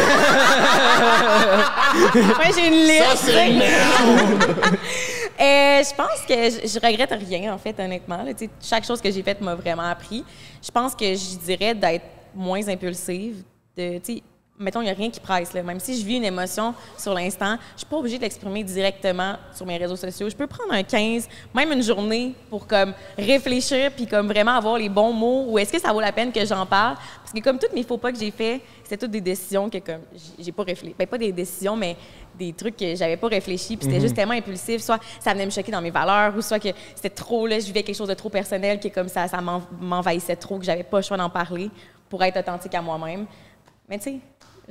Ouais, j'ai une liste. Euh, je pense que je, je regrette rien, en fait, honnêtement. là. Tu sais, chaque chose que j'ai faite m'a vraiment appris. Je pense que je dirais d'être moins impulsive. De, tu sais, mettons, il n'y a rien qui presse. là. Même si je vis une émotion sur l'instant, je suis pas obligée de l'exprimer directement sur mes réseaux sociaux. Je peux prendre un 15, même une journée, pour comme réfléchir puis comme vraiment avoir les bons mots ou est-ce que ça vaut la peine que j'en parle? Parce que comme toutes mes faux pas que j'ai fait, c'est toutes des décisions que comme j'ai- j'ai pas réfléchi. Ben, pas des décisions, mais des trucs que j'avais pas réfléchi, puis c'était juste tellement impulsif. Soit ça venait me choquer dans mes valeurs, ou soit que c'était trop, là, je vivais quelque chose de trop personnel, qui est comme ça, ça m'en- m'envahissait trop, que j'avais pas le choix d'en parler pour être authentique à moi-même. Mais tu sais,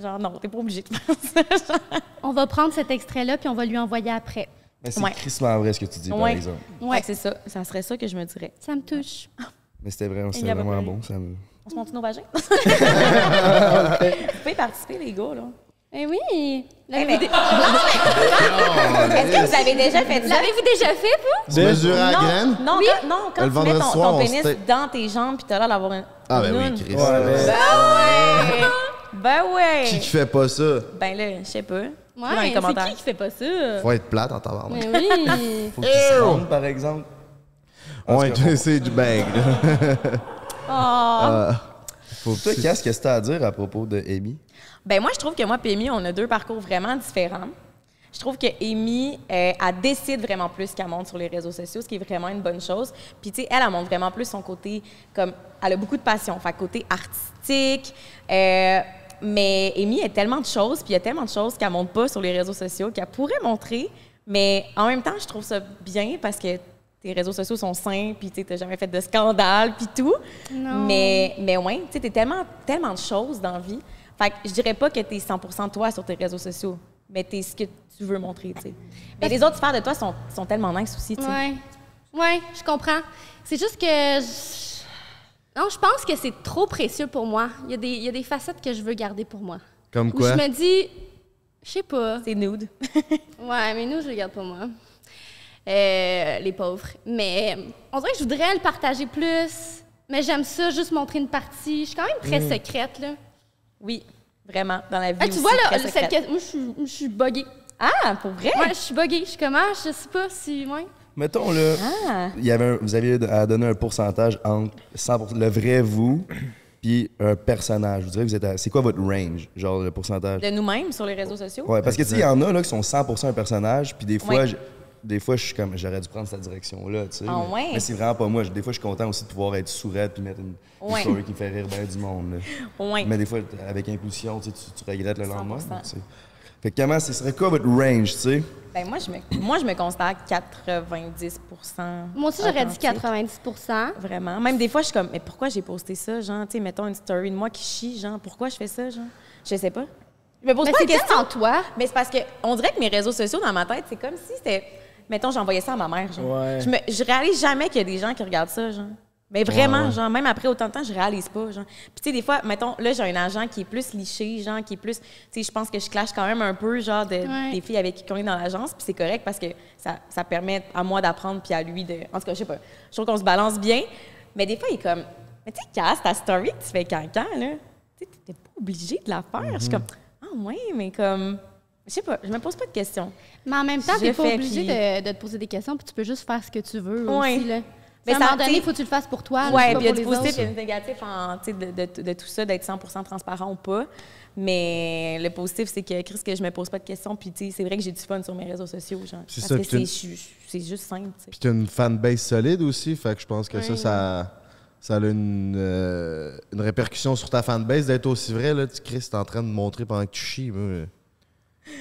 genre, non, t'es pas obligé de faire ça. genre.
On va prendre cet extrait-là, puis on va lui envoyer après.
Mais c'est
Ouais.
crissement vrai ce que tu dis, par
Ouais.
exemple.
Fait que c'est ça. Ça serait ça que je me dirais.
Ça me touche.
Mais c'était vraiment, c'était
y a pas
vraiment
de-
bon. Ça me...
On se monte nos vagins? Vous pouvez participer, les gars, là.
Eh oui!
Eh,
L'avez-vous
mais- Est-ce que vous avez déjà fait ça?
l'avez-vous déjà fait, vous?
Tu mesurais à la graine?
Non,
Oui.
quand- non, quand tu
Le
mets
vendredi
ton,
soir,
ton
on se
pénis
tait-
dans tes jambes, puis t'as l'air d'avoir un.
Ah ben
une
oui,
noune.
Chris.
Ben
Qui
ouais.
qui fait pas ça?
Ben là, je sais pas.
Ouais,
dans les
c'est qui
commentaires.
qui fait pas ça?
Faut être plate en tabarnak.
Mais oui!
Faut que tu se rendes, par exemple.
Ouais, c'est du bang. là.
Oh.
Faut que tu qu'est-ce que c'était à dire à propos de Amy?
Ben moi, je trouve que moi et Amy, on a deux parcours vraiment différents. Je trouve que Amy, euh, elle décide vraiment plus qu'elle montre sur les réseaux sociaux, ce qui est vraiment une bonne chose. Puis, tu sais, elle, elle montre vraiment plus son côté, comme, elle a beaucoup de passion, fait côté artistique. euh, mais Amy a tellement de choses, puis il y a tellement de choses qu'elle montre pas sur les réseaux sociaux, qu'elle pourrait montrer. Mais en même temps, je trouve ça bien parce que tes réseaux sociaux sont sains, puis tu n'as jamais fait de scandale, puis tout. Mais, mais ouais, tu sais, t'es tellement, tellement de choses dans la vie. Fait que je dirais pas que t'es 100% toi sur tes réseaux sociaux, mais t'es ce que tu veux montrer, tu sais. Mais les autres sphères de toi sont, sont tellement nice aussi, tu sais.
Ouais. Ouais, je comprends. C'est juste que. je- Non, je pense que c'est trop précieux pour moi. Il y, a des- il y a des facettes que je veux garder pour moi.
Comme
Où
quoi?
je me dis, je sais pas.
C'est nude.
Ouais, mais nous, je le garde pour moi. Euh, les pauvres. Mais euh, on dirait que je voudrais le partager Mm. plus. Mais j'aime ça, juste montrer une partie. Je suis quand même très secrète, là.
oui, Vraiment, dans la vie.
Ah, tu
aussi,
vois, là,
très
cette
secrète.
question, moi, je suis- je suis buggée.
Ah, pour vrai?
Ouais, je suis buggée. Je suis comment? Je sais pas si. Ouais.
Mettons, là,
Ah.
il y avait un- vous aviez à donner un pourcentage entre 100%, le vrai vous puis un personnage. Je vous dirais que vous êtes à- C'est quoi votre range, genre le pourcentage?
De nous-mêmes sur les réseaux sociaux?
Ouais, parce que tu sais, il y en a là, qui sont 100% un personnage, puis des fois,
Ouais.
je- des fois, je suis comme, j'aurais dû prendre cette direction-là, tu sais.
Ah
mais-
ouais?
Mais c'est vraiment pas moi. Je- Des fois, je suis content aussi de pouvoir être sourette puis mettre une, une
Ouais.
story qui fait rire bien du monde. là.
Ouais.
Mais des fois, t- avec impulsion, tu, sais, tu- tu regrettes le lendemain.
100%.
tu sais. Fait que comment, ce serait quoi votre range, tu sais?
Ben, moi, je me, moi, je me considère 90
Moi aussi, j'aurais dit
authentique.
90
Vraiment. Même des fois, je suis comme, mais pourquoi j'ai posté ça, genre, tu sais, mettons une story de moi qui chie, genre, pourquoi je fais ça, genre? Je sais pas. Je me pose
Mais
pas
c'est
la question.
tellement toi.
Mais c'est parce que on dirait que mes réseaux sociaux dans ma tête, c'est comme si c'était. Mettons, j'envoyais ça à ma mère. Genre.
Ouais.
Je, me, je réalise jamais qu'il y a des gens qui regardent ça, genre. Mais vraiment, genre, même après autant de temps, je réalise pas, genre. Puis tu sais, des fois, mettons, là, j'ai un agent qui est plus liché, genre, qui est plus. Tu sais, je pense que je clash quand même un peu, genre, de-
Ouais.
des filles avec qui on est dans l'agence, puis c'est correct parce que ça, ça permet à moi d'apprendre, puis à lui de. En tout cas, je sais pas. Je trouve qu'on se balance bien, mais des fois, il est comme. Mais tu sais, Cass, ta story que tu fais cancan, là, tu sais, t'étais pas obligé de la faire. Je suis
Mhm.
comme, ah ouais, mais comme. Je sais pas, je me pose pas de questions.
Mais en même temps,
Je
t'es pas
fais,
obligé
puis-
de, de te poser des questions, puis tu peux juste faire ce que tu veux
Ouais.
aussi. Là. Mais
Mais
à un
ça,
moment donné,
t'sais-
il faut que tu le fasses pour toi. là,
Ouais,
Ah, pas
puis il y
pour
a du
les
positif
autres.
et du négatif en, tu sais, de, de- de tout ça, d'être 100 transparent ou pas. Mais le positif, c'est que, Chris, que je me pose pas de questions. Puis, tu sais, c'est vrai que j'ai du fun sur mes réseaux sociaux. Genre,
C'est
parce
ça,
que
puis t'as
c'est
une-
je- je- c'est juste simple. tu sais.
Puis t'as une fanbase solide aussi, fait que je pense que ça, ça, ça a une, euh, une répercussion sur ta fanbase d'être aussi vrai. Là, tu Chris, t'es en train de montrer pendant que tu chies. moi.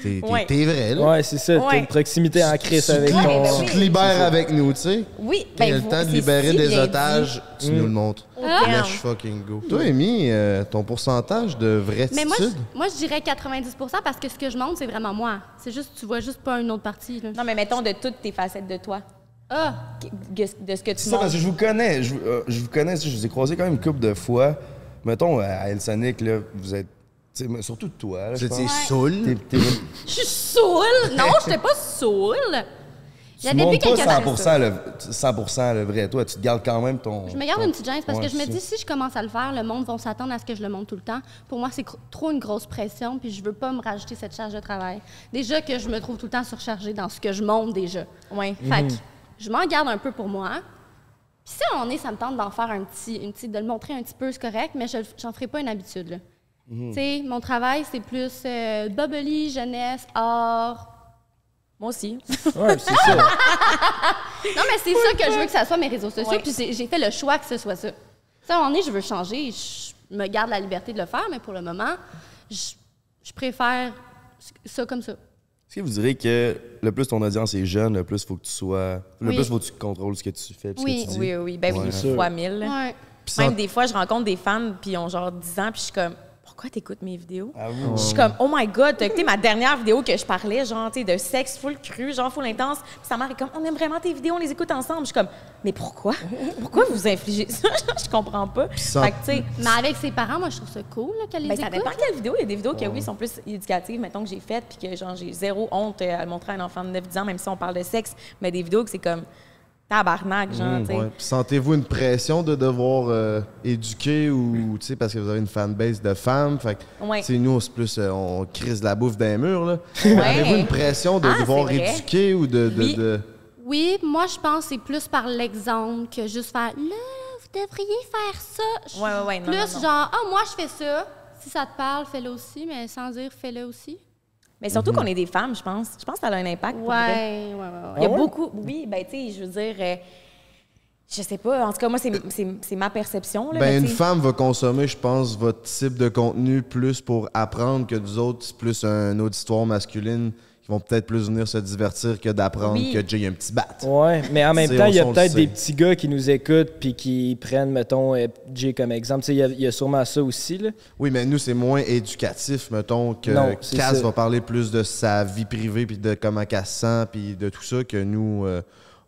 T'es, t'es-
Ouais.
t'es vrai, là.
Ouais, c'est ça. T'as
Ouais.
une proximité en crise avec
Ouais,
ton.
ben
Tu te libères avec nous, tu sais.
Oui,
Quand il
ben,
y a le
vous-
temps de
c'est
libérer
si
des
bien
otages, tu nous le montres.
dit. Oh, damn.
Let's fucking go. Toi, Amy, Mm. euh, ton pourcentage de vraie
Mais moi, je, moi, je dirais 90 parce que ce que je montre, c'est vraiment moi. C'est juste, tu vois juste pas une autre partie. Là.
Non, mais mettons de toutes tes facettes de toi.
Ah!
Que- que- De ce que tu
C'est ça, parce
montres.
que je vous connais. Je, vous- euh, je vous connais, tu sais, je vous ai croisé quand même une couple de fois. Mettons, euh, à Elsonic, là, vous êtes. tu sais, mais Surtout toi, là. je
Vous étiez
pense.
saoul.
T'es- t'es-
Je suis saoule! Non, j'étais pas saoule!
Tu
J'avais vu
montes
quelqu'un
pas
d'autre.
100%, le, 100 le vrai. Toi, tu te gardes quand même ton.
Je me garde
ton-
une petite gêne parce
Ouais,
que je me
c'est
dis,
ça.
si je commence à le faire, le monde va s'attendre à ce que je le montre tout le temps. Pour moi, c'est cro- trop une grosse pression, puis je veux pas me rajouter cette charge de travail. Déjà que je me trouve tout le temps surchargée dans ce que je montre déjà.
Ouais.
Fait
Mhm.
que je m'en garde un peu pour moi. Puis si on est, ça me tente d'en faire un petit, une petite, de le montrer un petit peu, c'est correct, mais je j'en ferai pas une habitude. là.
Mhm.
Tu sais, mon travail, c'est plus euh, bubbly, jeunesse, art.
Moi aussi.
Ouais, c'est ça.
Non, mais c'est ça que je veux que ça soit mes réseaux sociaux,
Ouais.
puis j'ai j'ai fait le choix que ce soit ça. Ça, à un moment donné, je veux changer, je me garde la liberté de le faire, mais pour le moment, je je préfère ça comme ça.
Est-ce que vous direz que le plus ton audience est jeune, le plus faut que tu sois. Le
Oui.
plus faut que tu contrôles ce que tu fais. puis
Oui.
ce que tu dis.
Oui, oui, ben oui,
sûr.
fois mille.
Ouais.
Même des fois, je rencontre des fans, puis ils ont genre 10 ans, puis je suis comme, pourquoi t'écoutes mes vidéos?
Ah oui.
Je suis comme, oh my god, t'as écouté ma dernière vidéo que je parlais, genre, tu sais, de sexe full cru, genre full intense. Puis sa mère est comme, on aime vraiment tes vidéos, on les écoute ensemble. Je suis comme, mais pourquoi? Pourquoi vous infligez ça? je comprends pas.
ça-
Fait que, tu sais,
Mais avec ses parents, moi, je trouve ça cool là, qu'elle les
ben, ça
écoute.
dépend quelle vidéo. Il y a des vidéos qui, oui, sont plus éducatives, mettons, que j'ai faites, puis que, genre, j'ai zéro honte euh, à le montrer à un enfant de 9-10 ans, même si on parle de sexe, mais des vidéos que c'est comme, tabarnak, genre, tu sais.
Mm, Ouais. Puis Sentez-vous une pression de devoir euh, éduquer ou, tu sais, parce que vous avez une fanbase de femmes. Fait que,
Ouais.
tu sais, nous, on se plus, euh, on crise la bouffe d'un mur, là.
Ouais.
Avez-vous une pression de
Ah,
devoir
c'est vrai.
éduquer ou de. de,
Oui.
de-
Oui, moi, je pense que c'est plus par l'exemple que juste faire là, vous devriez faire ça. Je suis
Ouais, ouais, ouais, non,
plus
non, non.
genre, ah, moi, je fais ça. Si ça te parle, fais-le aussi, mais sans dire fais-le aussi.
Mais
Mm-hmm.
surtout qu'on est des femmes, je pense. Je pense que ça a un impact. pour vrai.
Ouais, ouais, ouais.
Ah
Il y a beaucoup. Oui, ben tu sais, je veux dire, euh, je sais pas. En tout cas, moi, c'est, c'est, c'est ma perception. Là, mais,
Ben, une
tu sais,
femme va consommer, je pense, votre type de contenu plus pour apprendre que nous autres, c'est plus un auditoire masculine qui vont peut-être plus venir se divertir que d'apprendre
Oui.
que Jay a un petit bat.
Ouais, mais en même
C'est-
temps,
on-
il y a
on le
peut-être
sait.
des petits gars qui nous écoutent puis qui prennent, mettons, euh, Jay comme exemple. Tu sais, Il y, a- il y a sûrement ça aussi. Là.
Oui, mais nous, c'est moins éducatif, mettons, que
Non, c'est
Cass
ça.
va parler plus de sa vie privée, puis de comment qu'elle se sent, puis de tout ça, que nous, euh,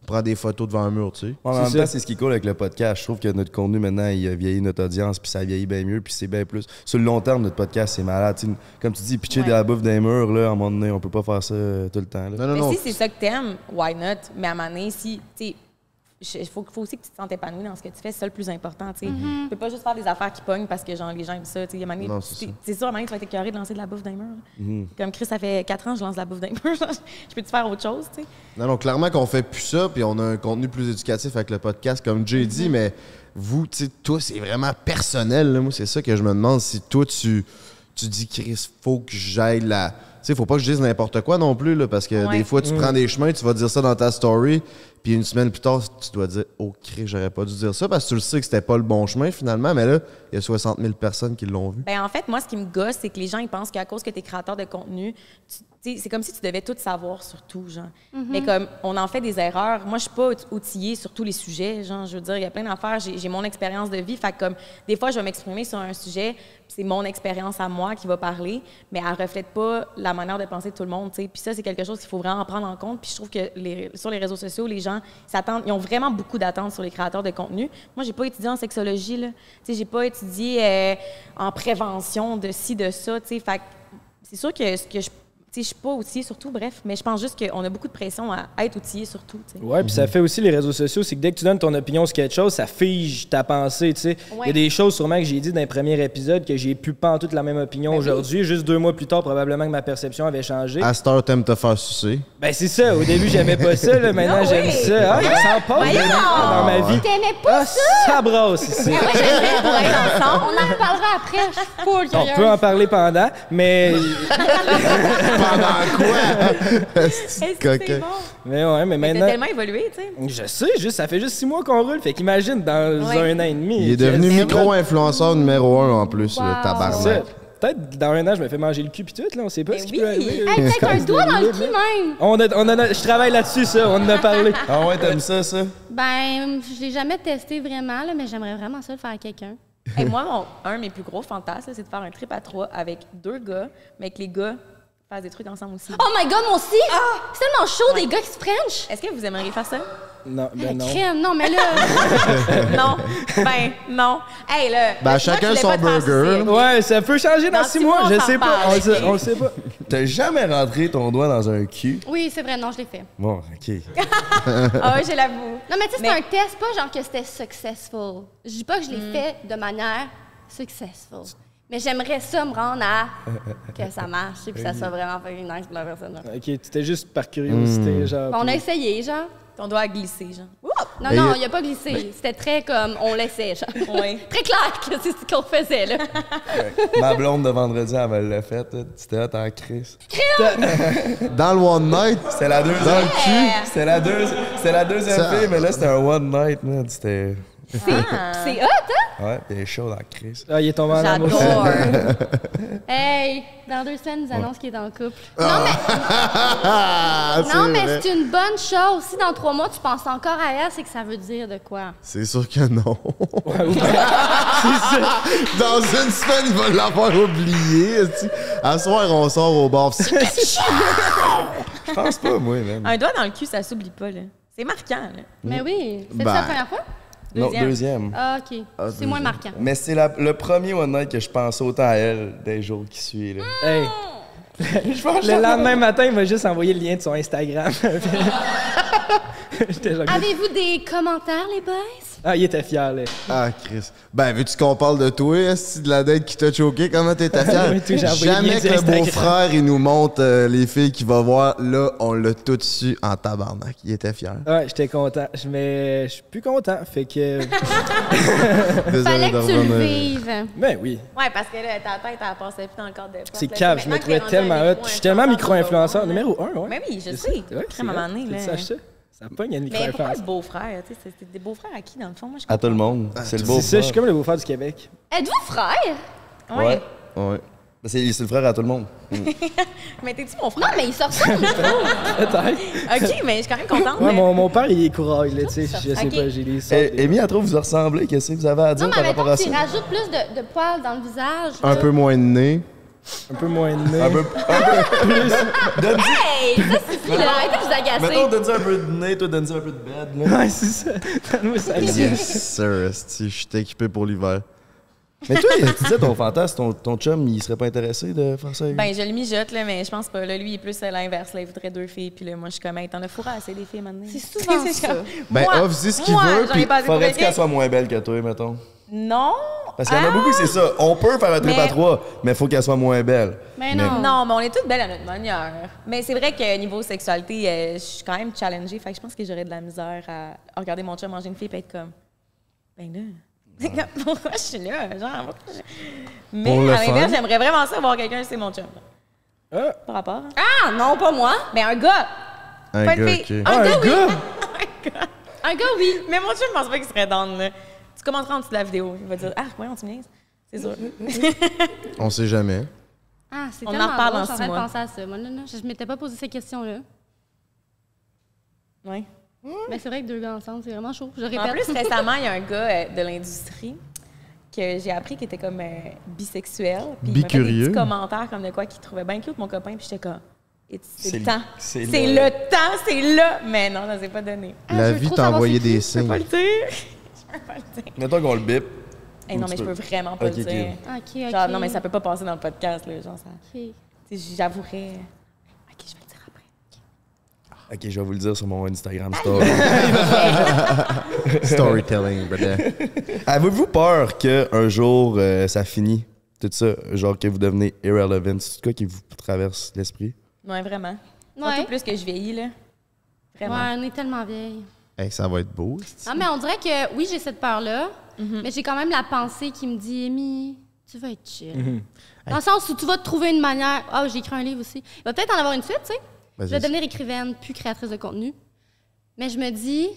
on prend des photos devant un mur, tu sais.
Ouais, mais en
C'est
même
ça.
temps, c'est ce qui est cool avec le podcast. Je trouve que notre contenu maintenant, il a vieilli notre audience, puis ça vieillit bien mieux, puis c'est bien plus. Sur le long terme, notre podcast, c'est malade. Tu sais, comme tu dis, pitcher de la bouffe d'un mur, là, à un moment donné, on peut pas faire ça euh, tout le temps. là.
Non, non,
mais
non.
si c'est ça que t'aimes, why not? Mais à un moment donné, si, tu sais, il faut, faut aussi que tu te sentes épanoui dans ce que tu fais. C'est ça le plus important. Tu sais. Tu peux pas juste faire des affaires qui pognent parce que genre, les gens aiment ça. tu sais. Il y a un moment donné,
Non, c'est
tu-
ça. Mm-hmm.
C'est sûr, à un moment donné, tu vas être écœuré de lancer de la bouffe d'un mur. Comme Chris, ça fait quatre ans que je lance de la bouffe d'un mur. je peux-tu faire autre chose? tu sais?
Non, non, clairement qu'on fait plus ça, puis on a un contenu plus éducatif avec le podcast, comme Jay dit,
Mhm.
mais vous, tu sais, toi, c'est vraiment personnel. là. Moi, c'est ça que je me demande. Si toi, tu, tu dis, Chris, faut que j'aille là. Tu sais, faut pas que je dise n'importe quoi non plus, là, parce que
Ouais.
Euh, des fois, tu
Mm.
prends des chemins, tu vas dire ça dans ta story, puis une semaine plus tard, tu dois dire, oh, Chris, j'aurais pas dû dire ça, parce que tu le sais que c'était pas le bon chemin, finalement, mais là, il y a 60 000 personnes qui l'ont vu.
Ben, en fait, moi, ce qui me gosse, c'est que les gens, ils pensent qu'à cause que tu es créateur de contenu, tu- tu sais, c'est comme si tu devais tout savoir sur tout, genre. Mais comme, on en fait des erreurs. Moi, je suis pas out- outillée sur tous les sujets, genre. Je veux dire, il y a plein d'affaires. J'ai j'ai mon expérience de vie. Fait que comme, des fois, je vais m'exprimer sur un sujet, puis c'est mon expérience à moi qui va parler, mais elle reflète pas la manière de penser de tout le monde, tu sais. Puis ça, c'est quelque chose qu'il faut vraiment prendre en compte. Puis je trouve que les- sur les réseaux sociaux, les gens s'attendent, ils ont vraiment beaucoup d'attentes sur les créateurs de contenu. Moi, j'ai pas étudié en sexologie, là. Tu sais, j'ai pas étudié euh, en prévention de ci, de ça, tu sais. Fait que c'est sûr que ce que je tu sais, je suis pas outillée sur tout, bref, mais je pense juste qu'on a beaucoup de pression à être outillée sur tout. tu sais.
Ouais,
Mhm.
puis ça fait aussi les réseaux sociaux, c'est que dès que tu donnes ton opinion sur quelque chose, ça fige ta pensée, tu sais. Il y
Ouais.
a des choses sûrement que j'ai dit dans les premiers épisodes que j'ai pu pas en toute la même
Ben
opinion aujourd'hui. Juste deux mois plus tard, probablement que ma perception avait changé.
Ah.
À cette heure, t'aimes te faire sucer.
Ben c'est ça, au début j'aimais pas ça, là, maintenant
Non,
j'aime
oui.
ça. Ah, il s'en passe des affaires dans ma vie.
T'aimais pas
Ah,
ça?
ça brasse ici.
Ouais, j'aimerais pour être ensemble. On en reparlera après. Je suis full
Ben
On
curieuse.
peut en parler pendant, mais,
Pendant quoi? Est-ce
Est-ce
que
que
c'est
c'est
coquin.
bon?
mais ouais, mais
T'as
maintenant.
tellement évolué, tu sais.
Je sais, juste, ça fait juste six mois qu'on roule. Fait qu'imagine, dans
Ouais.
un an et demi.
Il est
qu'est-ce
devenu
que-
micro-influenceur numéro un en plus,
Wow.
le
C'est
tabarnak.
ça. Peut-être dans un an, je me fais manger le cul pis tout, là. On sait pas
Mais
ce qui
oui.
peut arriver.
Hey, peut-être un doigt dans le cul même.
On a, on en a- je travaille là-dessus, ça. On en a parlé.
Ah ouais, t'aimes ça, ça?
Ben, je l'ai jamais testé vraiment, là, mais j'aimerais vraiment ça le faire à quelqu'un.
Et moi, mon- un de mes plus gros fantasmes, là, c'est de faire un trip à trois avec deux gars, mais que les gars fassent des trucs ensemble aussi.
Oh my god, moi aussi! C'est tellement chaud des gars qui se French!
Est-ce que vous aimeriez faire ça?
Non, ben non.
Crème, non, mais là,
non. Ben, non. Hey, là.
Ben,
moi,
chacun
je voulais
son
pas te faire
burger.
sucer, ok?
Ouais, ça peut changer dans, six mois.
on
je
s'en
sais pas.
parle,
On, le sait-
ok?
on le sait pas.
T'as jamais rentré ton doigt dans un cul?
oui, c'est vrai, non, je l'ai fait.
Bon, OK.
Ah ouais, je l'avoue.
Non, mais tu sais, c'est
Mais-
un test, pas genre que c'était successful. Je dis pas que je l'ai fait de manière successful. Mais j'aimerais ça me rendre à que ça marche et que ça soit vraiment fucking nice pour la personne. là.
Ok, c'était juste par curiosité,
Hmm.
genre.
On a essayé, genre.
Ton doigt a glissé, genre.
Non,
Mais
non,
il-
il a pas glissé. C'était très comme on laissait, genre.
Ouais.
très clair que c'est ce qu'on faisait, là.
Ma blonde de vendredi, elle me l'a fait. là. C'était hot en crise.
Dans le One Night,
C'était la deuxième. Dans
cul?
C'était la, deux- c'était la deuxième
Ça-
fille, mais là, c'était un one night, man. C'était.
Ah.
C'est hot, hein?
Ouais, c'était chaud en crise.
Ah, il est tombé en amour.
J'adore.
Hey, dans deux semaines, il nous annonce qu'il est en couple. Non, mais
Ah,
Non,
c'est
mais
vrai.
c'est une bonne chose. Si dans trois mois, tu penses encore à elle, c'est que ça veut dire de quoi.
C'est sûr que non. Dans une semaine, il va l'avoir oublié. esti. À soir, on sort au bar.
Je pense pas, moi, man.
Un doigt dans le cul, ça s'oublie pas, là. C'est marquant, là.
Mais oui, c'est
Ben.
ça la première fois?
Non,
Deuxième.
deuxième.
Ah, OK. c'est moins marquant.
Mais c'est la- le premier one night que je pense autant à elle des jours qui suivent. là.
Hey. Le lendemain matin, il va juste envoyer le lien de son Instagram. J'étais genre.
Avez-vous des commentaires, les boys?
Ah, il était fier, là.
Ah, Chris. Ben, veux-tu qu'on parle de toi, esti, de la date qui t'a choqué? Comment t'es ta fière?
Oui, tu sais, j'ai envoyé le lien
Jamais que
sur
le
Instagram.
beau-frère, il nous montre euh, les filles qu'il va voir. Là, on l'a tout dessus en tabarnak. Il était fier.
Ouais, j'étais content. Je- Mais je suis plus content. Fait que.
Désolé
Fallait
de
que tu le
revenir.
vives.
Ben oui.
Ouais, parce que là, ta tête, elle passait plus dans le cadre de porte,
C'est
là.
cave,
Puis
je me
maintenant que
trouvais
t'es
tellement
rendu un
hot. Je suis tellement micro-influenceur. Numéro un, ouais.
Mais Ben oui, je
Je
sais.
Ouais,
Crème à un moment donné,
Tu
là. Ben,
saches ça? Ça pogne, il y a une
Mais pourquoi le
micro-influenceur.
beau-frère? tu sais, C'est c'est des beaux-frères à qui, dans le fond? Moi, je
À tout le monde. C'est le beau.
C'est ça, je suis
frère.
comme le beau-frère du Québec.
Êtes-vous frère?
comprends. Ouais.
Ouais. ouais. C'est c'est le frère à tout le monde.
Mais t'es-tu mon
Non,
frère?
mais ils sortent ça.
Peut-être.
OK, mais je suis quand même contente.
Ouais,
mais-
mon, mon père, il est courage, là, tu sais. Je sais
Ok.
pas, j'ai des sortes.
Eh, Amy, elle trouve que vous ressemblez. Qu'est-ce que vous avez à dire
Non, mais
par rapport à
mettons,
ça?
tu rajoutes plus de, de poils dans le visage.
Un
là.
peu moins de nez.
Un peu moins de nez.
Un peu, un peu plus. Donne-
Hey, ça suffit, là. Arrêtez de vous
Ah, Mettons,
agacer.
donne un peu de nez, toi, donne un peu de bed.
Ouais, c'est ça. Donne-moi ça.
Yes, sir, esti. Je suis équipé pour l'hiver.
Mais toi, tu disais ton fantasme, ton, ton chum, il serait pas intéressé de faire ça? avec-
Ben, je le mijote, là, mais je pense pas. Là, lui, il est plus à l'inverse. Là, il voudrait deux filles, puis là, moi, je suis comme, hey, t'en as fourré assez des filles maintenant.
C'est souvent ça.
Ben,
Moi,
off, dis ce qu'il
moi,
veut,
j'en ai
puis
pas assez pour
Faudrait-tu qu'elle
rien.
soit moins belle que toi, mettons?
Non!
Parce qu'il y en a
Ah!
beaucoup, c'est ça. On peut faire un trip
Mais-
à trois, mais faut qu'elle soit moins belle.
Mais non.
Non, mais on est toutes belles à notre manière. Ah. Mais c'est vrai que niveau sexualité, euh, je suis quand même challengée. Fait que je pense que j'aurais de la misère à regarder mon chum manger une fille et être comme, ben là. c'est comme, Pourquoi je suis là? Genre, pourquoi je- Mais
Pour le
à l'inverse,
fun.
j'aimerais vraiment ça voir quelqu'un, c'est mon chum.
Ah.
Par rapport. hein.
Ah, non, pas moi.
Mais un gars!
Un
pas une
gars,
fille.
ok.
Un
Ah,
gars,
un
oui!
gars?
un gars!
Un gars, oui.
Oh Mais mon chum, je pense pas qu'il serait down, là. Tu commenteras en dessous de la vidéo. Il va dire, ah, ouais, on te niaise. C'est sûr.
On sait jamais.
Ah, c'est
On en
tellement
reparle
drôle,
en
je suis
six
train de
mois.
penser à ça. Moi, non, non, je ne m'étais pas posé ces questions-là.
Ouais.
Mais c'est vrai que deux gars ensemble, c'est vraiment chaud. Je répète. Ah,
En plus, récemment, il y a un gars euh, de l'industrie que j'ai appris qui était comme euh, bisexuel. Puis il m'a fait des
Bicurieux.
petits commentaires comme de quoi qu'il trouvait bien cute, mon copain. Puis j'étais comme, It's- c'est le
le-
temps.
c'est
C'est
le-
le temps, c'est là. Mais non, ça s'est pas donné.
Ah,
La
je veux
vie
trop
t'a
savoir
envoyé
c'est qui,
des
je peux
signes.
Je peux pas le dire. Je peux pas le dire.
Mettons qu'on le bip.
Hey, non, mais je peux vraiment pas
Ok,
le
ok.
dire.
OK, OK.
Genre, non, mais ça peut pas passer dans le podcast, là. Genre, ça.
OK.
tu sais, J'avouerais. Ok, je vais le dire après.
Ok, je vais vous le dire sur mon Instagram story.
Storytelling, brother.
Avez-vous peur qu'un jour euh, ça finit? Tout ça, genre que vous devenez irrelevant. C'est quoi qui vous traverse l'esprit?
Non, vraiment.
Ouais.
Surtout plus que je vieillis, là. Vraiment.
Ouais, on est tellement vieille.
Hey, ça va être beau. c'est-
Ah, mais on dirait que oui, j'ai cette peur-là,
Mm-hmm.
mais j'ai quand même la pensée qui me dit Amy, tu vas être chill. Dans le sens où tu vas te trouver une manière. Ah, j'ai écrit un livre aussi. Il va peut-être en avoir une suite, tu sais.
Vas-y.
Je vais devenir écrivaine, puis créatrice de contenu. Mais je me dis,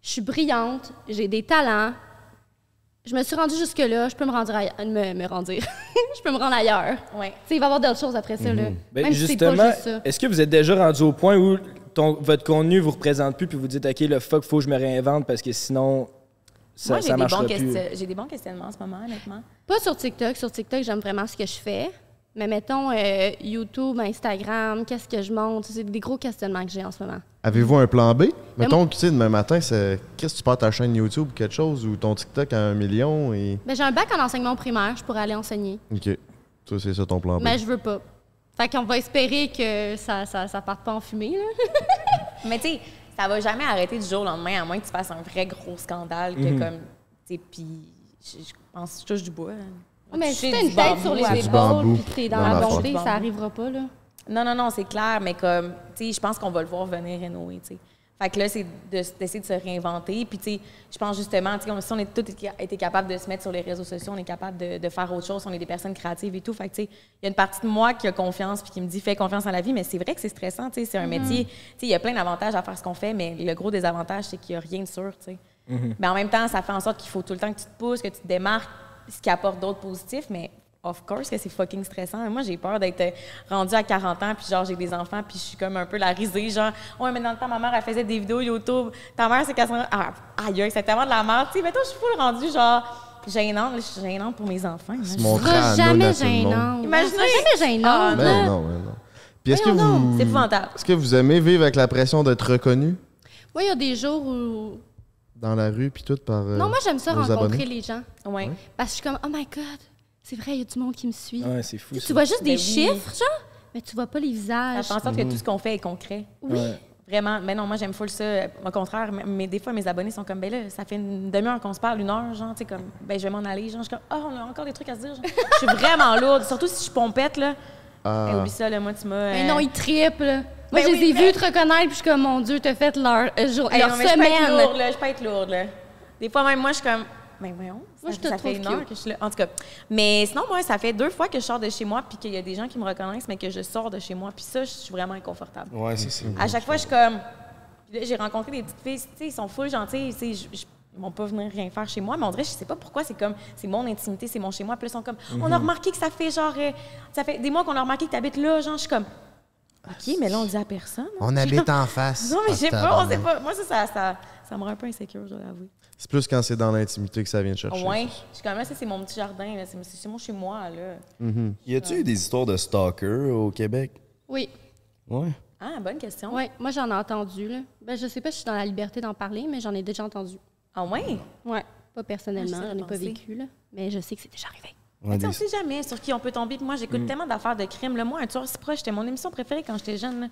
je suis brillante, j'ai des talents. Je me suis rendue jusque-là, je peux me rendre ailleurs. Me, me rendre. je peux me rendre ailleurs.
Ouais.
Tu sais, il va y avoir d'autres choses après ça, là.
Ben,
Même si c'est pas
justement,
juste ça.
est-ce que vous êtes déjà rendu au point où ton, votre contenu vous représente plus puis vous dites OK, le fuck, faut que je me réinvente parce que sinon ça,
Moi, j'ai
ça
des,
marchera
bons
plus.
question- j'ai des bons questionnements en ce moment, honnêtement.
Pas sur TikTok. Sur TikTok, j'aime vraiment ce que je fais. Mais mettons euh, YouTube, Instagram, qu'est-ce que je monte? C'est des gros questionnements que j'ai en ce moment.
Avez-vous un plan B? Mettons que tu sais, demain matin, c'est qu'est-ce que tu pars ta chaîne YouTube ou quelque chose ou ton TikTok à un million et.
Ben, j'ai un bac en enseignement primaire, je pourrais aller enseigner.
Ok. Toi, c'est ça ton plan B.
Mais je veux pas. Fait qu'on va espérer que ça, ça, ça parte pas en fumée, là.
Mais tu sais, ça va jamais arrêter du jour au lendemain, à moins que tu fasses un vrai gros scandale, que
Mhm.
comme, tu sais, puis je je pense, je touche du bois. hein.
mais
Toucher
si t'as
du
une tête
bambou
sur les
à-
du bambou
épaules puis t'es dans,
dans
la
la
bonté,
face.
ça arrivera pas, là.
Non, non, non, c'est clair, mais comme, tu sais, je pense qu'on va le voir venir anyway, tu sais. Fait que là, c'est de- d'essayer de, se réinventer. Puis, tu sais, je pense justement, tu sais, on- si on a tous été capable de se mettre sur les réseaux sociaux, on est capable de, de faire autre chose, on est des personnes créatives et tout. Fait que, tu sais, il y a une partie de moi qui a confiance puis qui me dit, fais confiance en la vie, mais c'est vrai que c'est stressant, tu sais, c'est un métier. Tu sais, il y a plein d'avantages à faire ce qu'on fait, mais le gros désavantage, c'est qu'il n'y a rien de sûr, tu sais. Mais en même temps, ça fait en sorte qu'il faut tout le temps que tu te pousses, que tu te démarques, ce qui apporte d'autres positifs, mais Of course que c'est fucking stressant. Moi, j'ai peur d'être rendue à 40 ans, puis genre, j'ai des enfants, puis je suis comme un peu la risée, genre, ouais, mais dans le temps, ma mère, elle faisait des vidéos YouTube. Ta mère, c'est qu'elle s'en- Ah, aïe, c'est tellement de la merde. Tu sais, mettons, je suis full rendue, genre, gênante. là, Je suis gênante pour mes enfants. hein. là.
Mon
Ça sera jamais
gênant.
gênant.
Imaginez-
Ça sera jamais gênant.
Ah,
là.
Ben non, ben non. Puis est-ce que
Voyons donc,
vous.
C'est épouvantable.
Est-ce que vous aimez vivre avec la pression d'être reconnu
Moi, il y a des jours où.
dans la rue puis tout par. euh,
Non, moi, j'aime ça
vos
rencontrer
abonnés?
les gens.
Ouais.
Parce que je suis comme, oh my God, c'est vrai, il y a du monde qui me suit.
Ouais, c'est fou.
Tu
Ça.
vois juste
Ben
des
oui.
chiffres, genre, mais tu vois pas les
Ça
visages.
fait en sorte que tout ce qu'on fait est concret.
Oui.
Vraiment. Mais non, moi, j'aime full ça. Au contraire, mais- mais des fois, mes abonnés sont comme, ben là, ça fait une demi-heure qu'on se parle, une heure, genre, tu sais, comme, ben, je vais m'en aller. Genre, je suis comme, oh, on a encore des trucs à se dire. genre. Je suis vraiment lourde. Surtout si je pompette, là. Eh, oublie ça, là, moi, tu m'as.
Mais
euh,
non, ils triplent. Moi,
Ben
je
oui,
les ai
mais-
vus te reconnaître, puis je suis comme, mon Dieu, t'as fait leur, euh, jour,
Hey,
leur
non, mais Je peux être lourde,
semaine.
là. Je peux être lourde, là. Des fois, même moi, je suis comme. Ben voyons.
Moi,
ça-
je te
ça fait
trouve
une heure
cute.
que je suis là. En tout cas. Mais sinon, moi, ça fait deux fois que je sors de chez moi puis qu'il y a des gens qui me reconnaissent, mais que je sors de chez moi. Puis ça, je suis vraiment inconfortable.
Ouais, c'est ça.
À chaque fois, je suis comme. Puis là, j'ai rencontré des petites filles, tu sais, ils sont full gentilles, tu sais, je- je- ils vont pas venir rien faire chez moi, mais on dirait, je sais pas pourquoi, c'est comme, c'est mon intimité, c'est mon chez moi. Puis là, ils sont comme, on a remarqué que ça fait genre, euh, ça fait des mois qu'on a remarqué que tu habites là, genre, je suis comme, OK, mais là, on le dit à personne. hein.
On habite en face.
Non, mais
Ah,
je sais pas, on
tabarnak.
sait pas. Moi, ça, ça, ça, ça me rend un peu insécure, je dois l'avouer.
C'est plus quand c'est dans l'intimité que ça vient te chercher.
Ah Ouais. Je suis comme là, ça, c'est mon petit jardin, là. C'est c'est mon chez moi, là.
Y a-tu eu des histoires de stalkers au Québec?
Oui,
Ouais.
Ah, bonne question.
ouais, moi, j'en ai entendu. Là. Ben, je sais pas si je suis dans la liberté d'en parler, mais j'en ai déjà entendu.
Ah, ouais?
Ouais. Pas personnellement,
Ah, j'essaie de
j'en ai pas
penser.
vécu, là. Mais je sais que c'est déjà arrivé.
Ouais,
Tu sais,
des-
on sait jamais sur qui on peut tomber. Puis moi, j'écoute tellement d'affaires de crimes. Là, moi, un tueur si proche, c'était mon émission préférée quand j'étais jeune. là.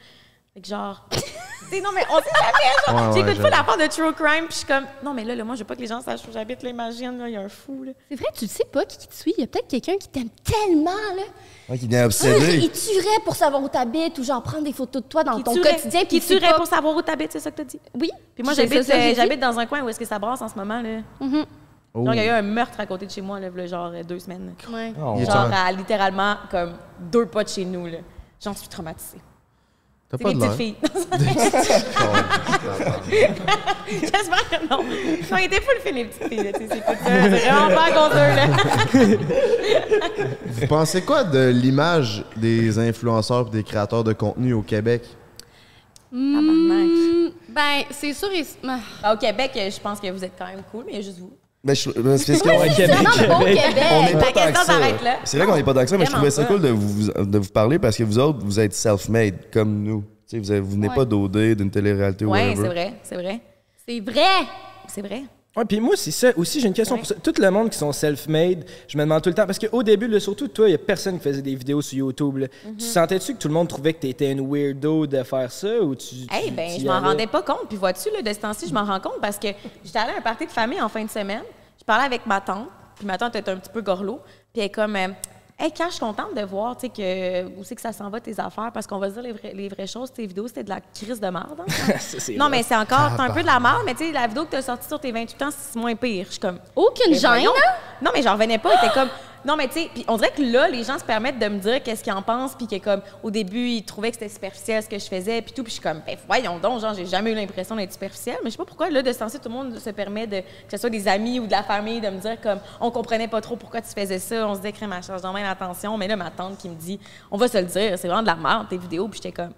Fait que genre. tu sais, non, mais on sait jamais.
Ouais,
genre.
ouais,
J'écoute pas
j'avoue.
l'affaire de True Crime. Puis je suis comme. Non, mais là, là, moi, je veux pas que les gens sachent où j'habite. Là, imagine, là, il y a un fou. Là.
C'est vrai, tu le sais pas qui qui te suit. Il y a peut-être quelqu'un qui t'aime tellement, là.
Ouais, qui devient
Il
obsédé.
tuerait pour savoir où t'habites ou genre prendre des photos de toi dans
Qui
ton
tuerait-
quotidien.
Qui
puis tu sais
tuerait
pas-
pour savoir où t'habites, c'est ça que t'as dit?
Oui.
Puis moi,
C'est
j'habite
ça, ça,
euh,
j'ai dit.
j'habite dans un coin où est-ce que ça brasse en ce moment. Là.
Oh.
Genre, il y a eu un meurtre à côté de chez moi, là, v'là genre euh, deux semaines.
Ouais.
Il est
Genre,
en-
à littéralement, comme deux pas de chez nous. là. J'en suis traumatisée.
T'as
C'est
pas
des
de l'air.
petites filles. J'espère que non. Non, il était full fin, les petites filles. là, tu sais, C'est pas ça, c'est vraiment pas contre eux. Là.
Vous pensez quoi de l'image des influenceurs et des créateurs de contenu au Québec?
Hmm, ben, c'est sûr et... ah.
Ah, Au Québec, euh, je pense que vous êtes quand même cool, mais il y a juste vous.
Ben, je- ben, c'est parce qu'on-
Non,
Ah,
mais pas au Québec.
On n'est
Ta
pas tant
question
que ça.
s'arrête là.
C'est vrai qu'on n'est pas tant que ça, mais je
Vraiment
trouvais ça
pas.
cool de vous, de vous parler parce que vous autres, vous êtes self-made comme nous. Tu sais, vous, avez- vous venez pas d'OD, d'une télé-réalité ou
Oui,
whatever.
c'est vrai, c'est vrai.
C'est vrai.
C'est vrai.
Ouais, puis moi, c'est ça. Aussi, j'ai une question pour ça. Tout le monde qui sont self-made, je me demande tout le temps, parce qu'au début, là, surtout toi, il n'y a personne qui faisait des vidéos sur YouTube. là. Tu sentais-tu que tout le monde trouvait que tu étais une weirdo de faire ça ou tu.
Eh
tu-
ben,
tu y
je m'en
allais?
rendais pas compte. Puis vois-tu, là, de ce temps-ci, je m'en rends compte parce que j'étais allée à un party de famille en fin de semaine. Je parlais avec ma tante. Puis ma tante était un petit peu gorlot. Puis elle est comme, euh, hey, Cash, je suis contente de voir, tu sais, que, euh, où c'est que ça s'en va tes affaires. Parce qu'on va se dire les, vrais- les vraies choses. Tes vidéos, c'était de la crise de merde. hein.
Ça, c'est
non,
vrai.
mais c'est encore, t'as un peu de la merde. Mais tu sais, la vidéo que t'as sortie sur tes 28 ans, c'est moins pire. Je suis comme,
Aucune
mais
gêne,
voyons.
hein?
Non, mais j'en revenais pas. Elle était comme. Non, mais tu sais, puis on dirait que là, les gens se permettent de me dire qu'est-ce qu'ils en pensent, puis que comme au début, ils trouvaient que c'était superficiel ce que je faisais, puis tout, puis je suis comme, ben voyons donc, genre, j'ai jamais eu l'impression d'être superficielle, mais je sais pas pourquoi, là, de ce temps-ci, tout le monde se permet, de, que ce soit des amis ou de la famille, de me dire comme, on comprenait pas trop pourquoi tu faisais ça, on se disait, crème, ma charge dans main, attention, mais là, ma tante qui me dit, on va se le dire, c'est vraiment de la merde, tes vidéos, puis j'étais comme,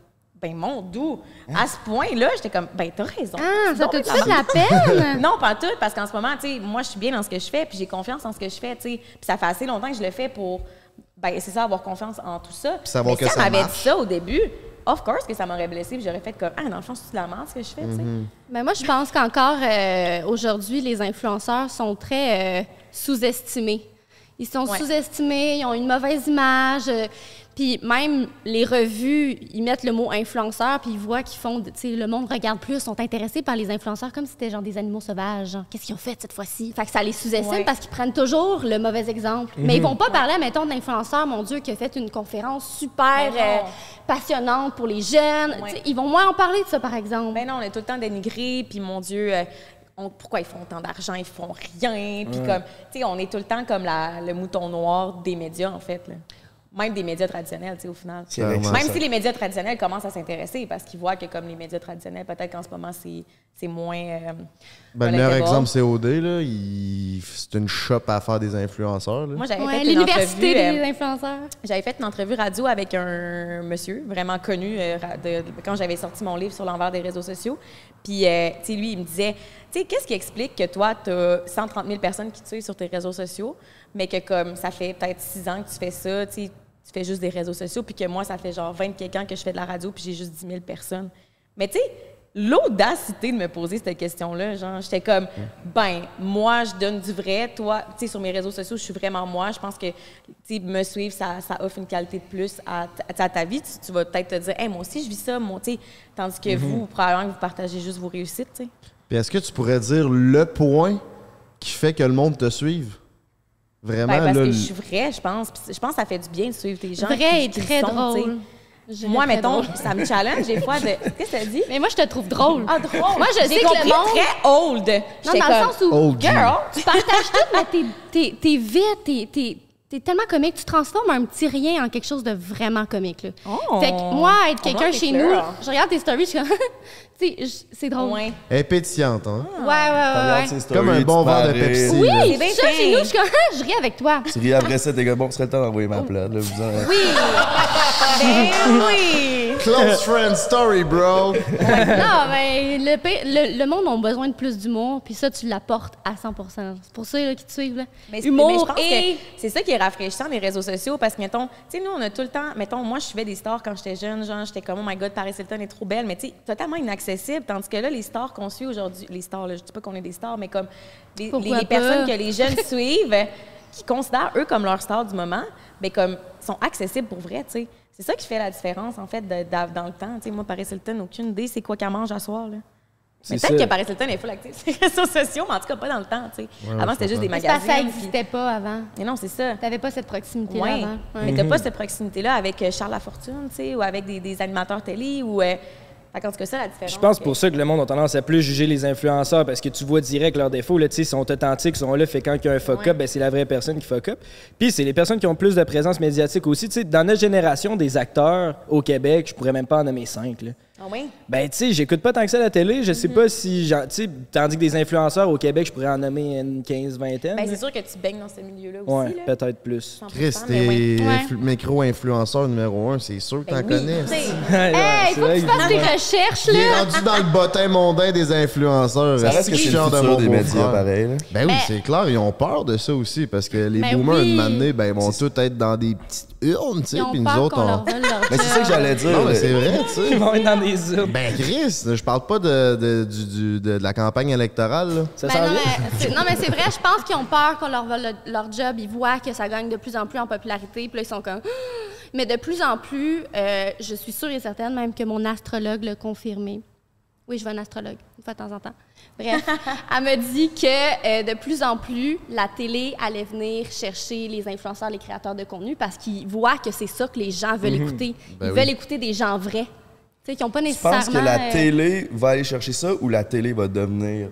ben mon doux, à ce point-là, j'étais comme, ben t'as raison.
Ah,
C'est
ça
donc
t'a-tu
bien de
fait de la peine?
non, pas en tout, parce qu'en ce moment, tu sais, moi, je suis bien dans ce que je fais, puis j'ai confiance en ce que je fais, tu sais. Puis ça fait assez longtemps que je le fais pour, ben, c'est ça, avoir confiance en tout ça. Puis
savoir que
si
ça
elle m'avait dit
marche.
ça au début, of course que ça m'aurait blessée, puis j'aurais fait comme, ah, dans le fond, c'est de la merde ce que je fais, tu sais.
Mm-hmm.
Ben moi, je pense qu'encore euh, aujourd'hui, les influenceurs sont très euh, sous-estimés. Ils sont
Ouais.
sous-estimés, ils ont une mauvaise image. euh, puis même les revues, ils mettent le mot influenceur, puis ils voient qu'ils font, tu sais, le monde regarde plus, sont intéressés par les influenceurs comme si c'était genre des animaux sauvages. genre, Qu'est-ce qu'ils ont fait cette fois-ci? Fait que ça les sous-estime
Ouais.
parce qu'ils prennent toujours le mauvais exemple. Mais ils vont pas parler, mettons, d'influenceurs, mon Dieu, qui a fait une conférence super
Ben non.
euh, passionnante pour les jeunes.
Ouais.
Tu sais, Ils vont moins en parler de ça, par exemple.
Ben non, on est tout le temps dénigré, puis mon Dieu, euh, on- pourquoi ils font tant d'argent, ils font rien, puis comme, tu sais, on est tout le temps comme la- le mouton noir des médias, en fait, là. Même des médias traditionnels, tu sais, au final.
C'est vrai que c'est
Même
ça.
si les médias traditionnels commencent à s'intéresser parce qu'ils voient que comme les médias traditionnels, peut-être qu'en ce moment, c'est, c'est moins... euh,
Ben, le
relatable.
meilleur exemple, c'est OD. Là. Il- C'est une shop à faire des influenceurs. Là.
Moi, j'avais
Ouais,
fait une
l'université
entrevue, euh,
des influenceurs.
J'avais fait une entrevue radio avec un monsieur vraiment connu euh, ra- de- de- quand j'avais sorti mon livre sur l'envers des réseaux sociaux. Puis, euh, tu sais, lui, il me disait, tu sais, qu'est-ce qui explique que toi, tu as 130 000 personnes qui te suivent sur tes réseaux sociaux, mais que comme ça fait peut-être six ans que tu fais ça, tu sais, tu fais juste des réseaux sociaux, puis que moi, ça fait genre 20 quelques ans que je fais de la radio, puis j'ai juste 10 000 personnes. Mais tu sais, l'audacité de me poser cette question-là, genre, j'étais comme, ben, moi, je donne du vrai, toi, tu sais, sur mes réseaux sociaux, je suis vraiment moi, je pense que, tu sais, me suivre, ça, ça offre une qualité de plus à, ta- à ta vie, tu, tu vas peut-être te dire, hey, moi aussi, je vis ça, moi, tu sais, tandis
Mhm.
que vous, probablement que vous partagez juste vos réussites, tu sais.
Puis est-ce que tu pourrais dire le point qui fait que le monde te suive? Vraiment,
Ben, parce
là,
que
le-
je suis vraie, je pense, puis je pense que ça fait du bien de suivre les gens.
Vrai
qui-
et
qui le
très
sont, tu sais.
drôle. Je dirais
Moi,
très
mettons,
drôle.
ça me challenge des fois de. Qu'est-ce que ça dit?
Mais moi, je te trouve drôle.
Ah, drôle!
Moi, je
J'ai
sais que
compris,
le monde.
très old!
Non,
J'étais
dans le
comme,
sens où.
Old Jew.
Girl!
Tu partages tout, mais t'es- t'es- t'es vite, t'es- t'es. T'es tellement comique, tu transformes un petit rien en quelque chose de vraiment comique. Là.
Oh!
fait que moi, être
On
quelqu'un
voit des
chez nous,
fleurs.
je regarde tes stories, je suis comme, tu sais, je- c'est drôle. Ouais,
Ouais.
Elle est pétillante. Hein?
ouais, ouais. ouais.
Comme un bon verre de Pepsi.
Oui,
là.
C'est bien
je suis chez
fin.
nous, je suis comme, je ris avec toi.
Tu ris après ça, t'es comme bon, ce serait le temps d'envoyer ma plate. Là, vous en-
Ben oui!
Close friend story, bro.
Non, mais le, pire- le, le monde a besoin de plus d'humour, puis ça, tu l'apportes à 100 C'est pour ça là, qu'ils te suivent. Là.
Mais c'est- mais je
Humour
pense
et.
que c'est ça qui est rafraîchissant les réseaux sociaux parce que mettons, tu sais nous on a tout le temps, mettons moi je suivais des stars quand j'étais jeune, genre j'étais comme oh my god Paris Hilton est trop belle mais tu sais totalement inaccessible tandis que là les stars qu'on suit aujourd'hui, les stars là, je dis pas qu'on est des stars mais comme les, les-
Pourquoi
les personnes
pas?
que les jeunes suivent euh, qui considèrent eux comme leur star du moment, ben comme sont accessibles pour vrai, tu sais. C'est ça qui fait la différence en fait de- d'a- dans le temps, tu sais moi Paris Hilton aucune idée c'est quoi qu'elle mange à soir là. Mais
C'est
peut-être
ça.
que Paris Hilton est full active sur les réseaux sociaux, mais en tout cas pas dans le temps, tu sais. Avant c'était juste des
Mais c'est
magazines.
parce que ça
puis-
n'existait pas avant.
mais non, c'est ça.
T'avais pas cette proximité-là
Ouais.
avant. Ouais.
Mhm.
Mais t'as pas cette proximité-là avec euh, Charles Lafortune, tu sais, ou avec des, des animateurs télé, ou... Euh... Fait qu'en tout cas, ça, la différence.
Je pense
que-
pour ça que le monde a tendance à plus juger les influenceurs parce que tu vois direct leurs défauts. Là, tu sais, ils sont authentiques, ils sont là. Fait quand il y a un fuck-up, ben, c'est la vraie personne qui fuck-up. Puis c'est les personnes qui ont plus de présence médiatique aussi. Tu sais, dans notre génération des acteurs au Québec, je pourrais même pas en nommer cinq. là.
Ah oui?
Ben, tu sais, j'écoute pas tant que ça la télé. Je
Mhm.
sais pas si. j'en- Tu sais, tandis que des influenceurs au Québec, je pourrais en nommer une 15, vingtaine.
Ben,
là.
c'est sûr que tu baignes dans ce milieu-là
ouais,
aussi, là.
peut-être plus.
100%,
Chris,
mais
t'es
ouais.
ben Ouais.
influ- micro-influenceur numéro un, c'est sûr que t'en
Ben oui,
connais.
tu sais.
Hey,
euh, c'est
faut que
vrai
tu fasses des recherches,
Il
là.
est rendu dans le bottin mondain des influenceurs.
Ça reste que c'est le
Chiant de
futur
mon
des
beau-frère.
médias, pareil. là.
Ben oui,
Mais-
c'est clair, ils ont peur de ça aussi, parce que les
Ben
boomers,
oui.
une manée, ben, ils vont tous être dans des petites urnes, tu sais,
Ils ont
puis nous
peur
autres,
qu'on
on...
leur vole leur
Mais c'est ça que
job.
j'allais dire.
Non, mais
là.
c'est vrai, tu sais.
Ils vont être dans des urnes.
Ben Chris, je parle pas de, de- du- du- de- de la campagne électorale, là.
ça
Ben
s'en
non,
vient.
mais c'est- non, mais c'est vrai, je pense qu'ils ont peur qu'on leur vole le- leur job. Ils voient que ça gagne de plus en plus en popularité. Puis là, ils sont comme. Ah! Mais de plus en plus, euh, je suis sûre et certaine, même que mon astrologue l'a confirmé. Oui, je vois un astrologue, une fois de temps en temps. Bref, elle me dit que euh, de plus en plus, la télé allait venir chercher les influenceurs, les créateurs de contenu, parce qu'ils voient que c'est ça que les gens veulent écouter.
Ben
Ils
oui.
veulent écouter des gens vrais. Tu sais, qui n'ont pas
Tu penses
nécessairement.
que la
euh,
télé va aller chercher ça ou la télé va devenir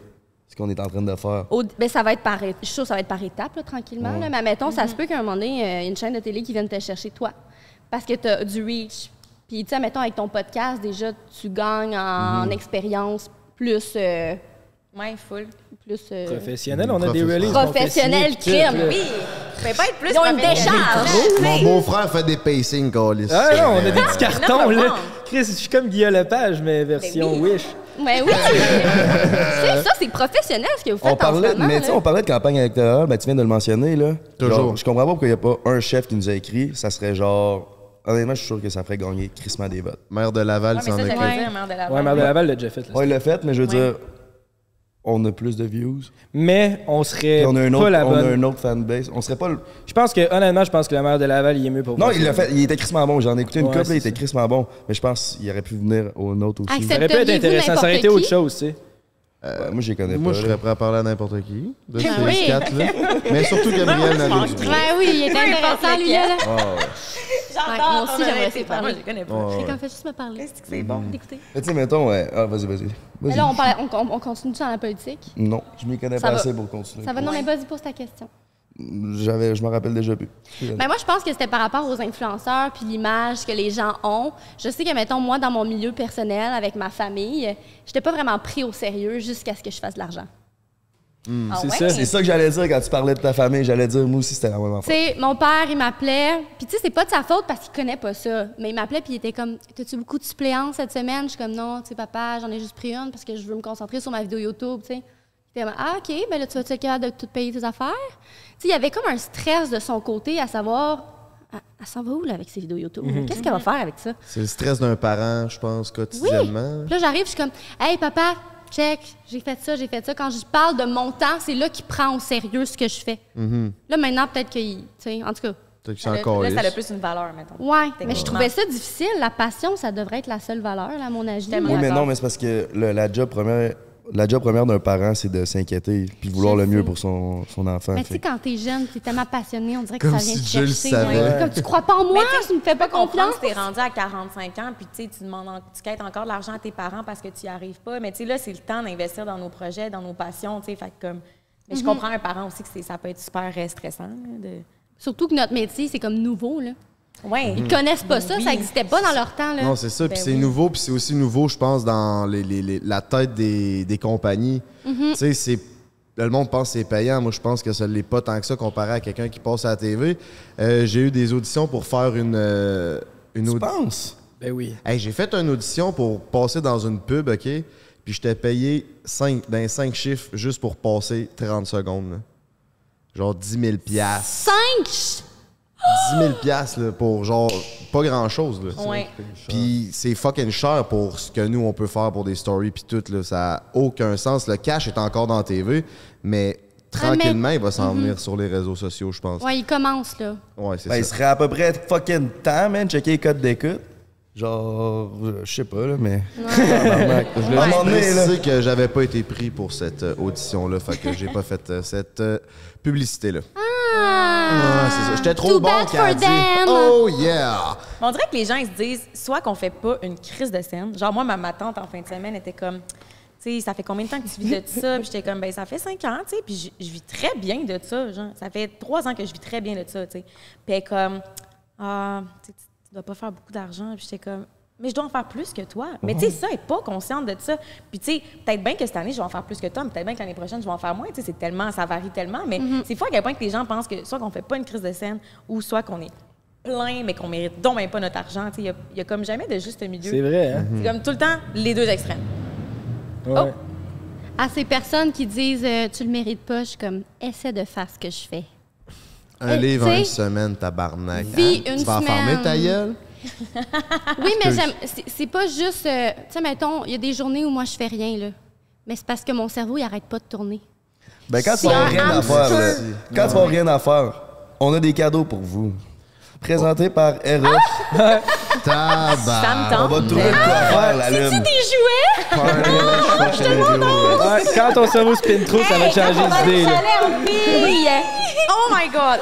ce qu'on est en train de faire?
Au- ben, ça va être par, é- je suis sûre que ça va être par étapes, là, tranquillement. là. Mais mettons, ça se peut qu'à un moment donné, euh, une chaîne de télé qui vienne te chercher toi. Parce que tu as du reach. Puis, tu sais, mettons, avec ton podcast, déjà, tu gagnes en expérience plus. euh,
Ouais, full.
plus euh,
Professionnel, on a des
Professionnel.
releases. qu'on fait
Professionnel
signer, puis tout,
crime.
là.
Oui! Tu peux pas être plus...
Ils ont une
professionnel.
décharge.
Mon beau-frère fait des pacing, Callis.
Hein?
Ah non, on a des petits cartons,
mais
là.
non.
Chris, je suis comme Guillaume Lepage, mais version
Ben
Wish.
Mais oui! c'est ça, c'est professionnel ce que vous faites
On parlait,
en ce moment.
mais tu sais,
là.
on parlait de campagne électorale, ben, tu viens de le mentionner, là.
Toujours.
Genre, je comprends pas pourquoi il n'y a pas un chef qui nous a écrit. Ça serait genre. Honnêtement, je suis sûr que ça ferait gagner crissement des votes.
Maire de Laval
Ouais, mais
s'en
ça,
occupe.
j'allais dire, Mère de la
Ah,
Ouais, Mère de Laval l'a déjà fait. là.
On l'a fait, mais je veux dire, on a plus de views.
Mais on serait
Puis on a un
pas
autre,
la
on a
bonne.
un autre fanbase. On serait pas le-
Je pense que, honnêtement, je pense que la mère de Laval, il est mieux pour
Non,
faire
il
ça.
l'a fait. Il était crissement bon. J'en ai écouté une
Ouais,
couple, là, il
c'est
était crissement bon. Mais je pense qu'il aurait pu venir au nôtre aussi.
Ça
Accepte-
aurait pu être
Accepteriez-vous
intéressant. Ça aurait été
n'importe
autre
qui?
chose, tu sais.
Euh, moi, je les connais
Moi,
pas.
je
là.
serais prêt à parler à n'importe qui de ces
Ben oui.
quatre-là. Mais surtout Gabriel Nadeau-Dubois.
Ben oui, il est intéressant, lui, là. Ouais,
J'adore
moi aussi,
ton
j'aimerais
honnêteté,
ça parler.
Moi, je les connais pas.
C'est comme, fais juste me parler.
Est-ce que c'est bon?
D'écouter.
Mais tu sais, mettons, ouais. Ah, vas-y, vas-y.
Mais
Vas-y.
là, on, parlait- on- on- on continue sur la politique.
Non, je m'y connais
Ça
pas
va.
assez pour continuer.
Ça va, non, mais vas-y, pose ta question.
J'avais, je m'en rappelle déjà plus.
Ben moi, je pense que c'était par rapport aux influenceurs puis l'image que les gens ont. Je sais que, mettons, moi, dans mon milieu personnel, avec ma famille, j'étais pas vraiment pris au sérieux jusqu'à ce que je fasse de l'argent.
Ah
Mm, C'est
ouais?
ça,
C'est ça que j'allais dire quand tu parlais de ta famille. J'allais dire, moi aussi, c'était la même
Tu
enfant.
sais, mon père, il m'appelait. Puis, tu sais, c'est pas de sa faute parce qu'il connaît pas ça. Mais il m'appelait puis il était comme T'as-tu beaucoup de suppléances cette semaine Je suis comme Non, tu sais, papa, j'en ai juste pris une parce que je veux me concentrer sur ma vidéo YouTube, tu sais. Il était comme Ah, OK, ben là, tu vas être capable de tout payer tes affaires. Tu sais, il y avait comme un stress de son côté à savoir Elle elle s'en va où, là, avec ses vidéos YouTube Qu'est-ce qu'elle va faire avec ça
C'est le stress d'un parent, je pense,
Oui.
quotidiennement.
Puis là, j'arrive, je suis comme, hey, papa, check, j'ai fait ça, j'ai fait ça. Quand je parle de mon temps, c'est là qu'il prend au sérieux ce que je fais.
Mhm.
Là, maintenant, peut-être qu'il. Tu sais, en tout cas.
Peut-être que c'est
Ça
encore
a- Là, ça a plus une valeur, mettons.
Ouais, mais je
Techniquement.
trouvais ça difficile. La passion, ça devrait être la seule valeur, là, à mon avis.
Tellement.
Oui, mais
d'accord.
non, mais c'est parce que le- la job première. La job première d'un parent, c'est de s'inquiéter puis de vouloir
Je
le mieux
sais.
pour son, son enfant.
Mais tu
fait
sais,
que-
quand t'es jeune, t'es tellement passionné, on dirait que
Comme
ça vient
si
te
je le
chercher.
savais.
hein. Comme tu crois pas en moi, tu me fais pas confiance.
confiance, t'es rendu à 45 ans, puis tu sais, tu demandes, en- tu quêtes encore de l'argent à tes parents parce que tu y arrives pas. Mais tu sais, là, c'est le temps d'investir dans nos projets, dans nos passions, tu sais. Fait que comme, mais je comprends un parent aussi que c'est- ça peut être super euh, stressant. là, de...
Surtout que notre métier, c'est comme nouveau, là.
Ouais.
Ils connaissent pas ça,
Oui.
ça n'existait pas dans leur temps, là.
Mhm. Non, c'est ça. Puis
Ben
c'est
oui.
nouveau, puis c'est aussi nouveau, je pense, dans les, les- les- la tête des, des compagnies.
Mm-hmm.
Tu sais, c'est. Le monde pense que c'est payant. Moi, je pense que ça ne l'est pas tant que ça comparé à quelqu'un qui passe à la TV. Euh, J'ai eu des auditions pour faire une. euh, une
Tu
audi-
penses?
Ben oui.
Hey, j'ai fait une audition pour passer dans une pub, OK? Puis j'étais payé 5, dans 5 chiffres juste pour passer 30 secondes. là. Genre 10 000 piastres.
Cinq! ch-
10 000 piastres, là, pour genre pas grand-chose. là.
Ouais.
Puis c'est fucking cher pour ce que nous, on peut faire pour des stories puis tout. Là, ça a aucun sens. Le cash est encore dans TV,
Ah,
mais
mais-
tranquillement, il va s'en venir sur les réseaux sociaux, je pense. Ouais,
Ouais, il commence, là.
c'est
Ben, il
ça.
serait à peu près fucking temps, man, checker les codes d'écoute. Genre, euh, je sais pas, là, mais. Tabarnak. Je voulais
À un moment donné,
préciser
préciser que j'avais pas été pris pour cette euh, audition-là, fait que j'ai pas fait euh, cette euh, publicité-là. Ah, c'est ça. J'étais trop
Too
bon
bad
qu'elle a
for
dit.
them.
Oh yeah!
Mais on dirait que les gens, ils se disent soit qu'on fait pas une crise de scène. Genre, moi, ma, ma tante, en fin de semaine, était comme, tu sais, ça fait combien de temps que tu vis de ça? Puis j'étais comme, ben, ça fait cinq ans, tu sais. Puis je- je vis très bien de ça. Genre, ça fait trois ans que je vis très bien de ça, tu sais. Puis elle est comme, ah, tu sais, tu dois pas faire beaucoup d'argent. Puis j'étais comme, mais je dois en faire plus que toi. Mais tu sais, ça, elle est pas consciente de ça. Puis tu sais, peut-être bien que cette année, je vais en faire plus que toi, mais peut-être bien que l'année prochaine, je vais en faire moins. Tu sais, c'est tellement, ça varie tellement. Mais c'est fou à quel point que les gens pensent que soit qu'on fait pas une crise de scène ou soit qu'on est plein, mais qu'on mérite donc même pas notre argent. Tu sais, Il y a- il y, a comme jamais de juste milieu.
C'est vrai, hein?
C'est comme tout le temps les deux extrêmes.
Mhm.
Oh.
Ouais.
À ces personnes qui disent euh, tu le mérites pas, je suis comme essaie de faire ce que je fais.
Un
Eh,
livre
tu
en
sais,
une semaine, tabarnak. hein?
vis une
tu vas enfermer
semaine.
ta gueule?
Oui, mais j'aime. c'est- C'est pas juste. euh, tu sais, mettons, il y a des journées où moi je fais rien, là. Mais c'est parce que mon cerveau, il arrête pas de tourner.
Ben, quand tu
C'est
vas
un
rien à
hamster.
faire, là, quand tu vas rien à faire, on a des cadeaux pour vous.
Oh.
Présenté par Eros.
Ah!
Tabarnak.
Ça me
On va
tente.
te trouver de quoi faire, la lune.
jouets?
Ouais, Quand ton cerveau spin trop, ça va te changer d'idée, là.
Oui! Oh my God!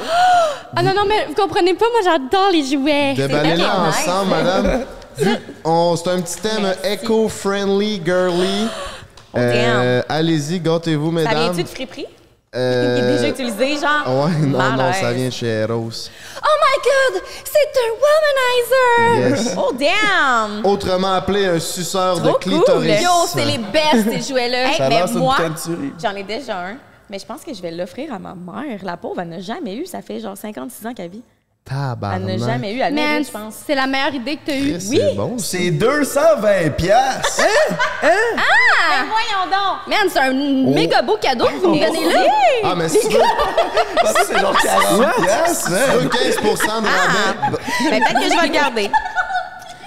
Ah non, non, mais vous comprenez pas, moi j'adore les jouets. C'est
Déballez-la
bien.
ensemble, madame. Vu- on- C'est un petit thème éco-friendly, girly. Euh, Allez-y, gâtez-vous,
Oh, Ça
mesdames.
vient-tu de friperie?
Euh,
Déjà utilisé, genre.
Ouais, non, non, ça
malaise.
vient de chez Eros.
Oh my god, c'est un womanizer!
Yes.
Oh damn!
Autrement appelé un suceur de
Trop
clitoris.
cool.
Yo, c'est les best, ces jouets-là.
Hey,
Ça
mais
lance une
moi,
teinture.
j'en ai déjà un. Mais je pense que je vais l'offrir à ma mère. La pauvre, elle n'a jamais eu. Ça fait genre 56 ans qu'elle vit. Elle
Tabarnak.
n'a jamais eu. Elle
Man,
mérite, je pense.
c'est la meilleure idée que t'as eue.
C'est
Oui.
bon, ça.
C'est 220 piastres.
Mais voyons donc!
Man, c'est un méga beau cadeau que vous me donnez là.
Ah, mais si tu veux,
Ça, c'est genre 40 piastres.
Ah.
si tu veux 15 de rabais,
Ben, peut-être que je vais le garder.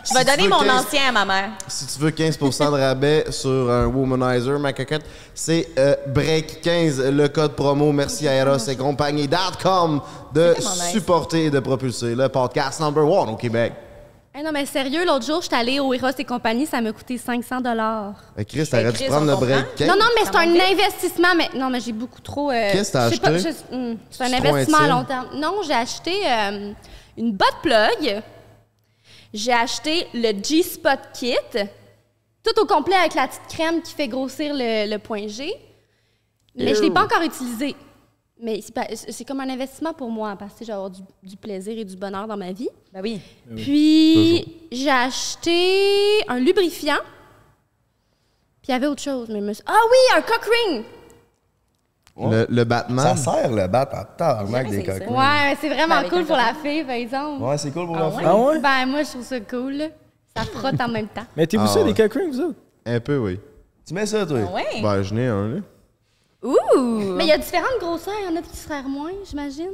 Je vais
Si tu
donner
veux
mon
15
ancien à ma mère.
si tu veux 15 de rabais sur un womanizer, ma cocotte, c'est euh, break15, le code promo. Merci à Eros et compagnie.com de
tellement nice.
supporter et de propulser le podcast number one au Québec.
Hey, non, mais sérieux, l'autre jour, j'étais allée au Eros et compagnie, ça m'a coûté 500 dollars.
Mais Euh, Chris, t'aurais dû
Chris,
prendre
on
le
comprend.
break 15.
Non, non, mais c'est
Ça monte
un investissement. Mais, non, mais j'ai beaucoup trop. euh,
Qu'est-ce que t'as
je sais pas,
acheté?
je- hum, c'est un
C'est trop
investissement à
intime.
long terme. Non, j'ai acheté euh, une botte plug. J'ai acheté le G-Spot Kit, tout au complet avec la petite crème qui fait grossir le, le point G. Mais je ne l'ai pas encore utilisé. Mais c'est pas- c'est comme un investissement pour moi parce que tu sais, je vais avoir du, du plaisir et du bonheur dans ma vie.
Ben oui.
Puis j'ai acheté un lubrifiant. Puis il y avait autre chose. Mais je me suis- Ah oui, un cock ring!
Le, le Batman.
Ça sert le bat en tabarnak
J'ai
des
jamais essayé
coques.
Ouais, c'est vraiment
Avec un
cool pour
coton.
la fille, par exemple.
Ouais, c'est cool pour l'enfant.
Ah ouais?
Ben, moi, je trouve ça cool. là. Ça frotte en même temps.
Mettez-vous
Ah
ça,
ouais.
des cock rings, vous autres?
Un peu, oui.
Tu mets ça, toi.
Ah Ouais.
Ben, je n'ai un, là.
Ouh!
Mais il y a différentes grosseurs. Il y en a qui se serrent moins, j'imagine.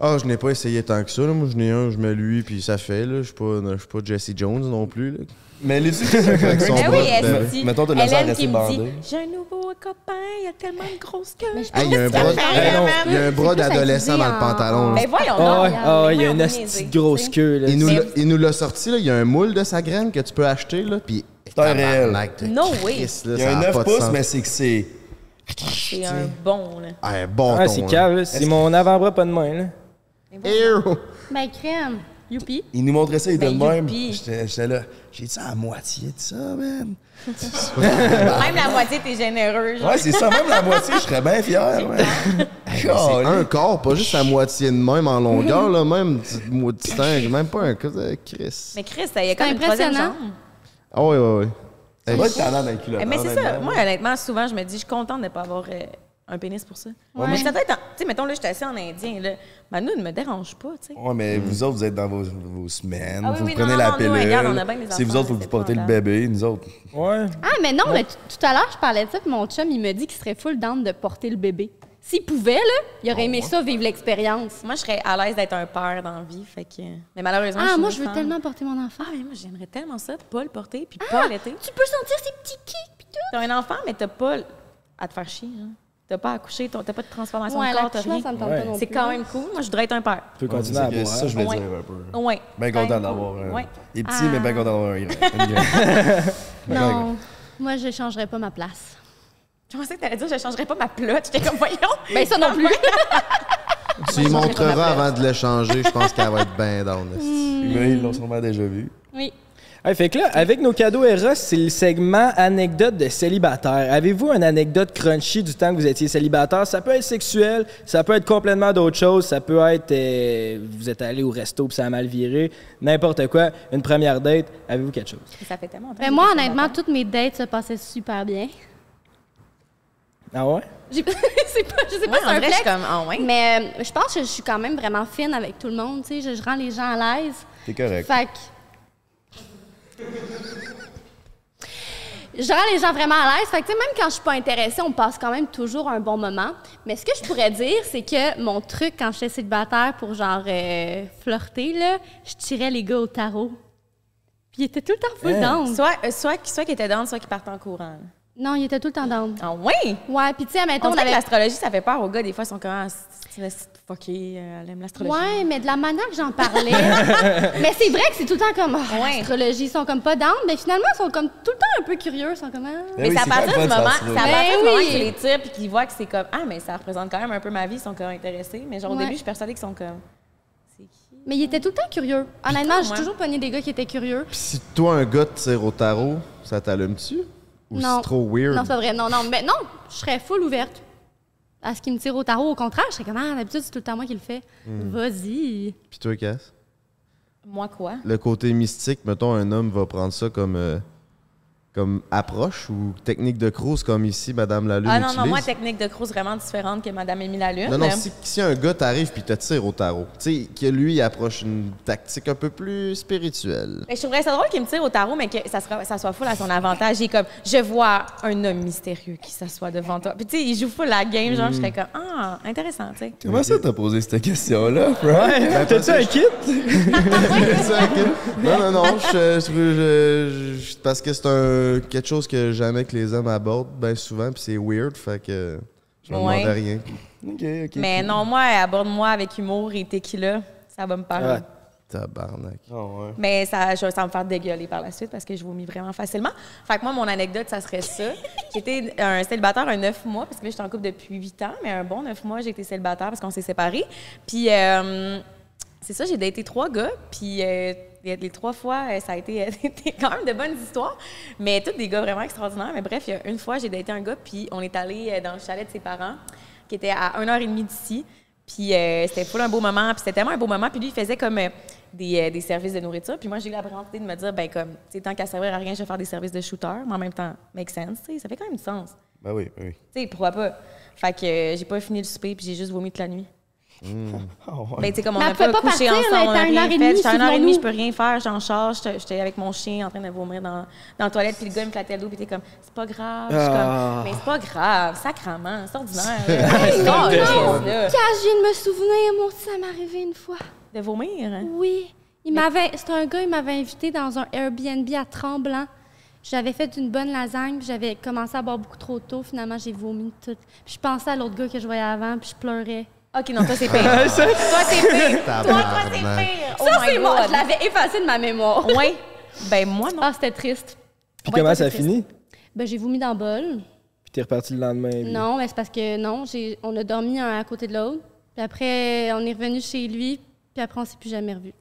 Ah, je n'ai pas essayé tant que ça. Là. Moi, je n'ai un, je mets lui, puis ça fait. Là. Je ne suis, pas- je suis pas Jesse Jones non plus. Là.
Mais les Avec
son
Ben
bras,
oui,
ben
elle
oui.
se dit.
Mettons, t'as de la misère à
Hélène
rester
qui me dit
bandée.
J'ai un nouveau copain, il a tellement une grosse queue. Mais
Hey, il y a un bras,
Ben non.
il y a un bras
C'est plus
d'adolescent dans
habillé
le
en-
pantalon. là.
Ben voyons
Ah
donc. Ben
ouais, ah ouais, il y a
voyons
une
donc,
astuce
niaiser,
grosse
tu sais.
queue, là.
Il nous
C'est-
l'a- il nous l'a sorti, là. il y a un moule de sa graine que tu peux acheter, là, puis...
C'est un réel.
Tabarnak de
No
Christ,
way.
là,
Il y a
ça
un
pas
9
de
pouces,
sens.
mais c'est que c'est.
C'est un bon, là.
Un bon
Ah,
ton,
c'est
là.
cave, là. C'est mon avant-bras, pas de main, là.
hein. Ew.
Ben, crème. Youpi.
Il nous montrait ça, il était le
Mais
même.
Ben, youpi.
J'étais j'étais là. J'ai dit ça à moitié de ça, man.
Même la moitié, t'es généreux. genre.
Ouais, c'est ça, même la moitié, je serais bien fier, ouais.
C'est
Calé.
un corps, pas juste à moitié de même en longueur,
Mhm.
là, même du mot distinct, même pas un cas de Chris.
Mais Chris, il y a comme
C'est
une troisième
impressionnant.
jambe. Eh,
Ah oui, oui, oui.
C'est vrai que t'en as dans le culot.
Mais c'est
hein, honnêtement.
ça. Moi, honnêtement, souvent, je me dis, je suis contente de ne pas avoir euh, un pénis pour ça.
Ouais.
Mais ça doit être. en- Tu sais, mettons, là, je suis assis en indien. Là. Manu ne me dérange pas, tu sais.
Ouais, mais
Hmm.
vous autres, vous êtes dans vos, vos semaines,
Ah oui,
vous
oui,
prenez
non,
la
non, nous,
pilule.
regarde, on a bien des
c'est vous
enfants,
autres, faut que
c'est
vous portez le
épouvantable.
bébé, nous autres.
Ouais.
Ah, mais non, mais t- tout à l'heure, je parlais de ça, puis mon chum, il me dit qu'il serait full down de porter le bébé. S'il pouvait, là, il aurait aimé ça, vivre l'expérience.
Moi, je serais à l'aise d'être un père dans la vie. Fait que... Mais malheureusement,
Ah,
suis
moi,
une
je veux
femme.
tellement porter mon enfant.
Ah, mais moi, j'aimerais tellement ça, de pas le porter,
Ah!
puis pas l'été.
Tu peux sentir ses petits kicks, puis tout.
T'as un enfant, mais t'as pas l- à te faire chier. Genre. T'as pas à coucher, t'as t'as pas de transformation
Ouais,
de Ah, corps, t'as
l'accouchement,
rien.
ça me tente
Ouais.
pas non
C'est
plus.
quand même cool. Moi, je voudrais être un père.
Tu peux
Ouais,
continuer
c'est
à
que-
boire.
ça, je vais
Ouais.
dire un peu.
Ouais.
Bien content d'avoir un.
Ouais.
Il est petit, mais bien content d'avoir un. grand. Une grande.
Non, moi, je changerais pas ma place.
Je pensais que t'allais dire, je changerais pas ma plotte. J'étais comme, voyons.
Ben, ça non plus.
Tu y montreras avant de le changer, je pense qu'elle va être bien down. esti.
Mmh.
Mais Ils l'ont sûrement déjà vu. Eh
Oui.
Ouais, fait que là, avec nos cadeaux Eros, c'est le segment anecdote de célibataire. Avez-vous une anecdote crunchy du temps que vous étiez célibataire? Ça peut être sexuel, ça peut être complètement d'autres choses, ça peut être euh, vous êtes allé au resto puis ça a mal viré, n'importe quoi, une première date, avez-vous quelque chose?
Ça fait tellement longtemps.
Ben,
que
moi,
j'ai pas
honnêtement,
d'enfant.
toutes mes dates se passaient super bien.
Ah ouais?
J'ai- c'est pas, je sais pas
Ouais,
si c'est
en
un
vrai, je
flex,
suis comme, ah ouais.
mais euh, je pense que je suis quand même vraiment fine avec tout le monde, tu sais, je, je rends les gens à l'aise.
T'es correct.
Fait que... Je rends les gens vraiment à l'aise. Fait que, tu sais, même quand je suis pas intéressée, on passe quand même toujours un bon moment. Mais ce que je pourrais dire, c'est que mon truc quand j'étais célibataire pour genre euh, flirter, là, je tirais les gars au tarot. Puis ils étaient tout le temps full down.
Soit, euh, soit, qui- soit qui était down, soit qui partait en courant.
Non, ils étaient tout le temps down.
Ah ouais.
Ouais, puis tu sais, admettons, on
On dirait que
avait...
l'astrologie, ça fait peur aux gars. Des fois, ils sont comme, ah, c'est c'est une petite fuckée, euh, elle aime l'astrologie.
Ouais, mais de la manière que j'en parlais. mais c'est vrai que c'est tout le temps comme Ah,
Ouais.
l'astrologie, ils sont comme pas down, mais finalement ils sont comme tout le temps un peu curieux, ils sont comme Ah.
Eh
Mais
oui,
ça
c'est
c'est à partir
pas
du
le fun,
moment,
ça,
ça
ça.
à partir
Ben
du moment
oui.
qu'ils les tirent puis qu'ils voient que c'est comme ah mais ça représente quand même un peu ma vie, ils sont comme intéressés, mais genre au
Ouais.
début je suis persuadée qu'ils sont comme c'est qui
Mais ils étaient tout le temps curieux. Honnêtement, j'ai
ouais.
toujours pogné des gars qui étaient curieux.
Pis si toi, un gars te tire au tarot, ça t'allume-tu? Ou
Non.
c'est trop weird?
Non, c'est pas vrai. Non, non, mais non, je serais full ouverte à ce qu'ils me tirent au tarot. Au contraire, je serais comme Ah, d'habitude, c'est tout le temps moi qui le fais. Vas-y.
Pis toi, Cass?
moi quoi
Le côté mystique, mettons, un homme va prendre ça comme, euh, comme approche ou technique de cruise, comme ici, Madame Lalune
Ah non non,
utilise?
moi technique de cross vraiment différente que madame Émilie Lalune.
Non, non, si, si un gars t'arrive puis te tire au tarot, tu sais, que lui, il approche une tactique un peu plus spirituelle.
Mais je trouverais ça drôle qu'il me tire au tarot, mais que ça, sera- ça soit full à son avantage. Il est comme, je vois un homme mystérieux qui s'assoit devant toi. Puis tu sais, il joue full la game, genre, je serais
Hmm.
comme, ah, intéressant, tu sais.
Comment ça t'as posé cette question-là, Frank?
Ouais, t'as-tu un kit?
non, non, non, je, je- je- je- parce que c'est un quelque chose que jamais que les hommes abordent, bien souvent, puis c'est weird, fait que je ne
Ouais.
demandais rien.
Ok, ok.
Mais non, moi, aborde-moi avec humour et tequila, ça va me parler.
Ah.
Tabarnak.
Mais ça, je- ça va me faire dégueuler par la suite parce que je vomis vraiment facilement. Fait que moi, mon anecdote, ça serait ça. J'étais un célibataire un neuf mois, parce que là, j'étais en couple depuis huit ans, mais un bon neuf mois, j'ai été célibataire parce qu'on s'est séparés. Puis, euh, c'est ça, j'ai daté trois gars, puis euh, les les trois fois, euh, ça a été c'était quand même de bonnes histoires, mais tous des gars vraiment extraordinaires. Mais bref, il y a une fois, j'ai daté un gars, puis on est allé euh, dans le chalet de ses parents, qui était à 1h30 d'ici. Puis euh, c'était full un beau moment, puis c'était tellement un beau moment. Puis lui, il faisait comme euh, des, euh, des services de nourriture. Puis moi, j'ai eu la brillante idée de me dire, ben comme, tu sais, tant qu'à servir à rien, je vais faire des services de shooter, mais en même temps, make sense, tu sais, ça fait quand même du sens.
Ben oui, ben oui.
Tu sais, pourquoi pas? Fait que euh, j'ai pas fini le souper, puis j'ai juste vomi toute la nuit. Ben, tu sais, comme on
Mais
n'a
elle pouvait
pas,
pas
couché
partir,
ensemble, on
elle
a
était à une
rien
heure et
fait.
demie,
J'étais à une heure et demie, je
souvenons-nous.
peux rien faire, j'en charge. J'étais- J'étais avec mon chien en train de vomir dans, dans la toilette, puis le gars me flattait le dos, puis t'es comme, c'est pas grave. Je suis
Ah.
comme, mais c'est pas grave, sacrement, c'est ordinaire. là. Hey, non,
non.
Chris, là.
Cash, je viens de me souvenir, moi aussi, ça m'est arrivé une fois.
De vomir? hein?
Oui. Il m'avait. C'était un gars, il m'avait invité dans un Airbnb à Tremblant. J'avais fait une bonne lasagne, puis j'avais commencé à boire beaucoup trop tôt. Finalement, j'ai vomi tout. Puis je pensais à l'autre gars que je voyais avant, puis je pleurais.
Ok, non, toi, c'est pire. toi, c'est pire. Toi, toi, c'est
Tabarnak.
pire. Oh
ça, c'est moi. Je l'avais effacé de ma mémoire.
Oui. Ben, moi, non.
Ah, c'était triste.
Puis
Ouais,
comment
toi,
ça
t'es triste.
finit?
Ben, j'ai vomi dans le bol.
Puis t'es reparti le lendemain. puis-
Non, mais c'est parce que non, j'ai- on a dormi un à côté de l'autre. Puis après, on est revenu chez lui, puis après, on s'est plus jamais revu.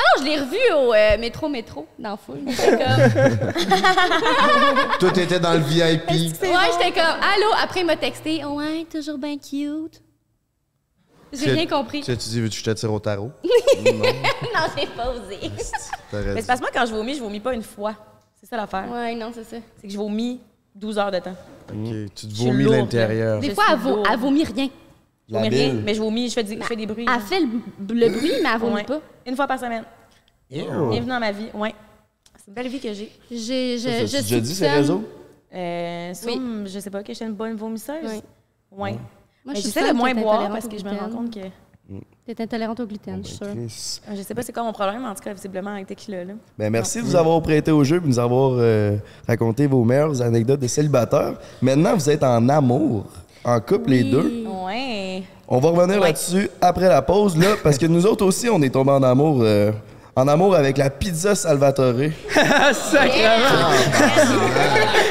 Ah non, je l'ai revu au euh, métro métro dans la foule. J'étais comme,
Toi, t'étais dans le VIP.
ouais, j'étais comme allô. Après, il m'a texté, ouais, toujours bien cute. J'ai
Tu-
rien compris.
Tu as-tu dit, veux-tu que je te tire au tarot?
non, j'ai pas osé.
T'aurais
Mais
dit.
c'est parce que moi, quand je vomis, je vomis pas une fois. C'est ça l'affaire.
ouais, non, c'est ça.
C'est que je vomis 12 heures de temps.
Ok, Tu te
Je suis
vomis
lourde, là.
l'intérieur.
Je
Des fois,
suis
elle, vaut-
lourde.
elle vomit rien.
La
mais rien,
bile.
mais je vomis, je fais, du- je fais des bruits.
Elle fait le, le bruit, mais elle vomit
Ouais.
pas.
Une fois par semaine.
Ew.
Bienvenue dans ma vie, ouais. C'est une belle vie que j'ai.
J'ai, je,
Ça,
je
tu déjà dit ces
soupçonne-
réseaux?
Euh, ça,
Oui.
hum, je sais pas que j'étais une bonne vomisseuse.
Oui. Moi,
Ouais. mais
je
j'essaie
soupçonne
de moins
que t'es
boire
intolérante
parce
au
que je me rends
gluten.
compte que
T'es intolérante au gluten,
ben,
je suis sûre.
Chris.
je sais pas c'est quoi mon problème en tout cas visiblement avec tequila là.
Ben, merci de nous avoir prêté au jeu et de nous avoir euh, raconté vos meilleures anecdotes de célibataire. Maintenant, vous êtes en amour, en couple les deux.
Ouais.
On va revenir là-dessus après la pause, là, parce que nous autres aussi, on est tombés en amour. euh, en amour avec la pizza Salvatore.
Ah, sacrément!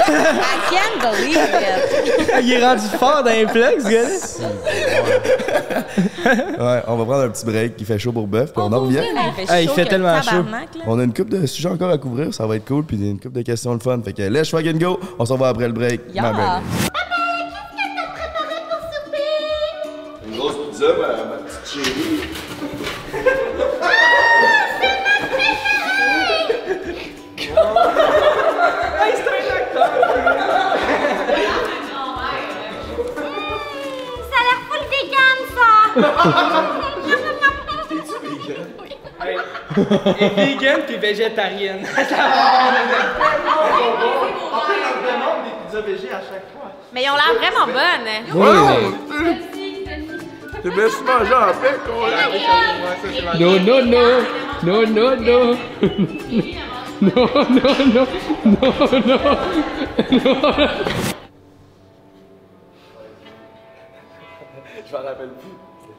I can't believe it.
Il est rendu fort dans les plugs, ce gars-là.
Ouais, on va prendre un petit break qui fait chaud pour bœuf, puis on, en revient.
Hey, il fait,
Ah, il
chaud
fait
que
tellement chaud.
tabarnak, là.
On a une coupe de sujets encore à couvrir, ça va être cool, puis une coupe de questions le fun. Fait que let's fucking go, on se revoit après le break.
Yeah.
Ma belle.
Une grosse pizza, ma, ma petite chérie.
Ça a l'air full vegan, ça!
Et vegan puis végétarienne.
Mais ils ont l'air vraiment bonnes.
Tu me laisses manger en paix, con.
Non, non, non. Non, non, non. Non, non, non. Non, non.
Je m'en rappelle plus.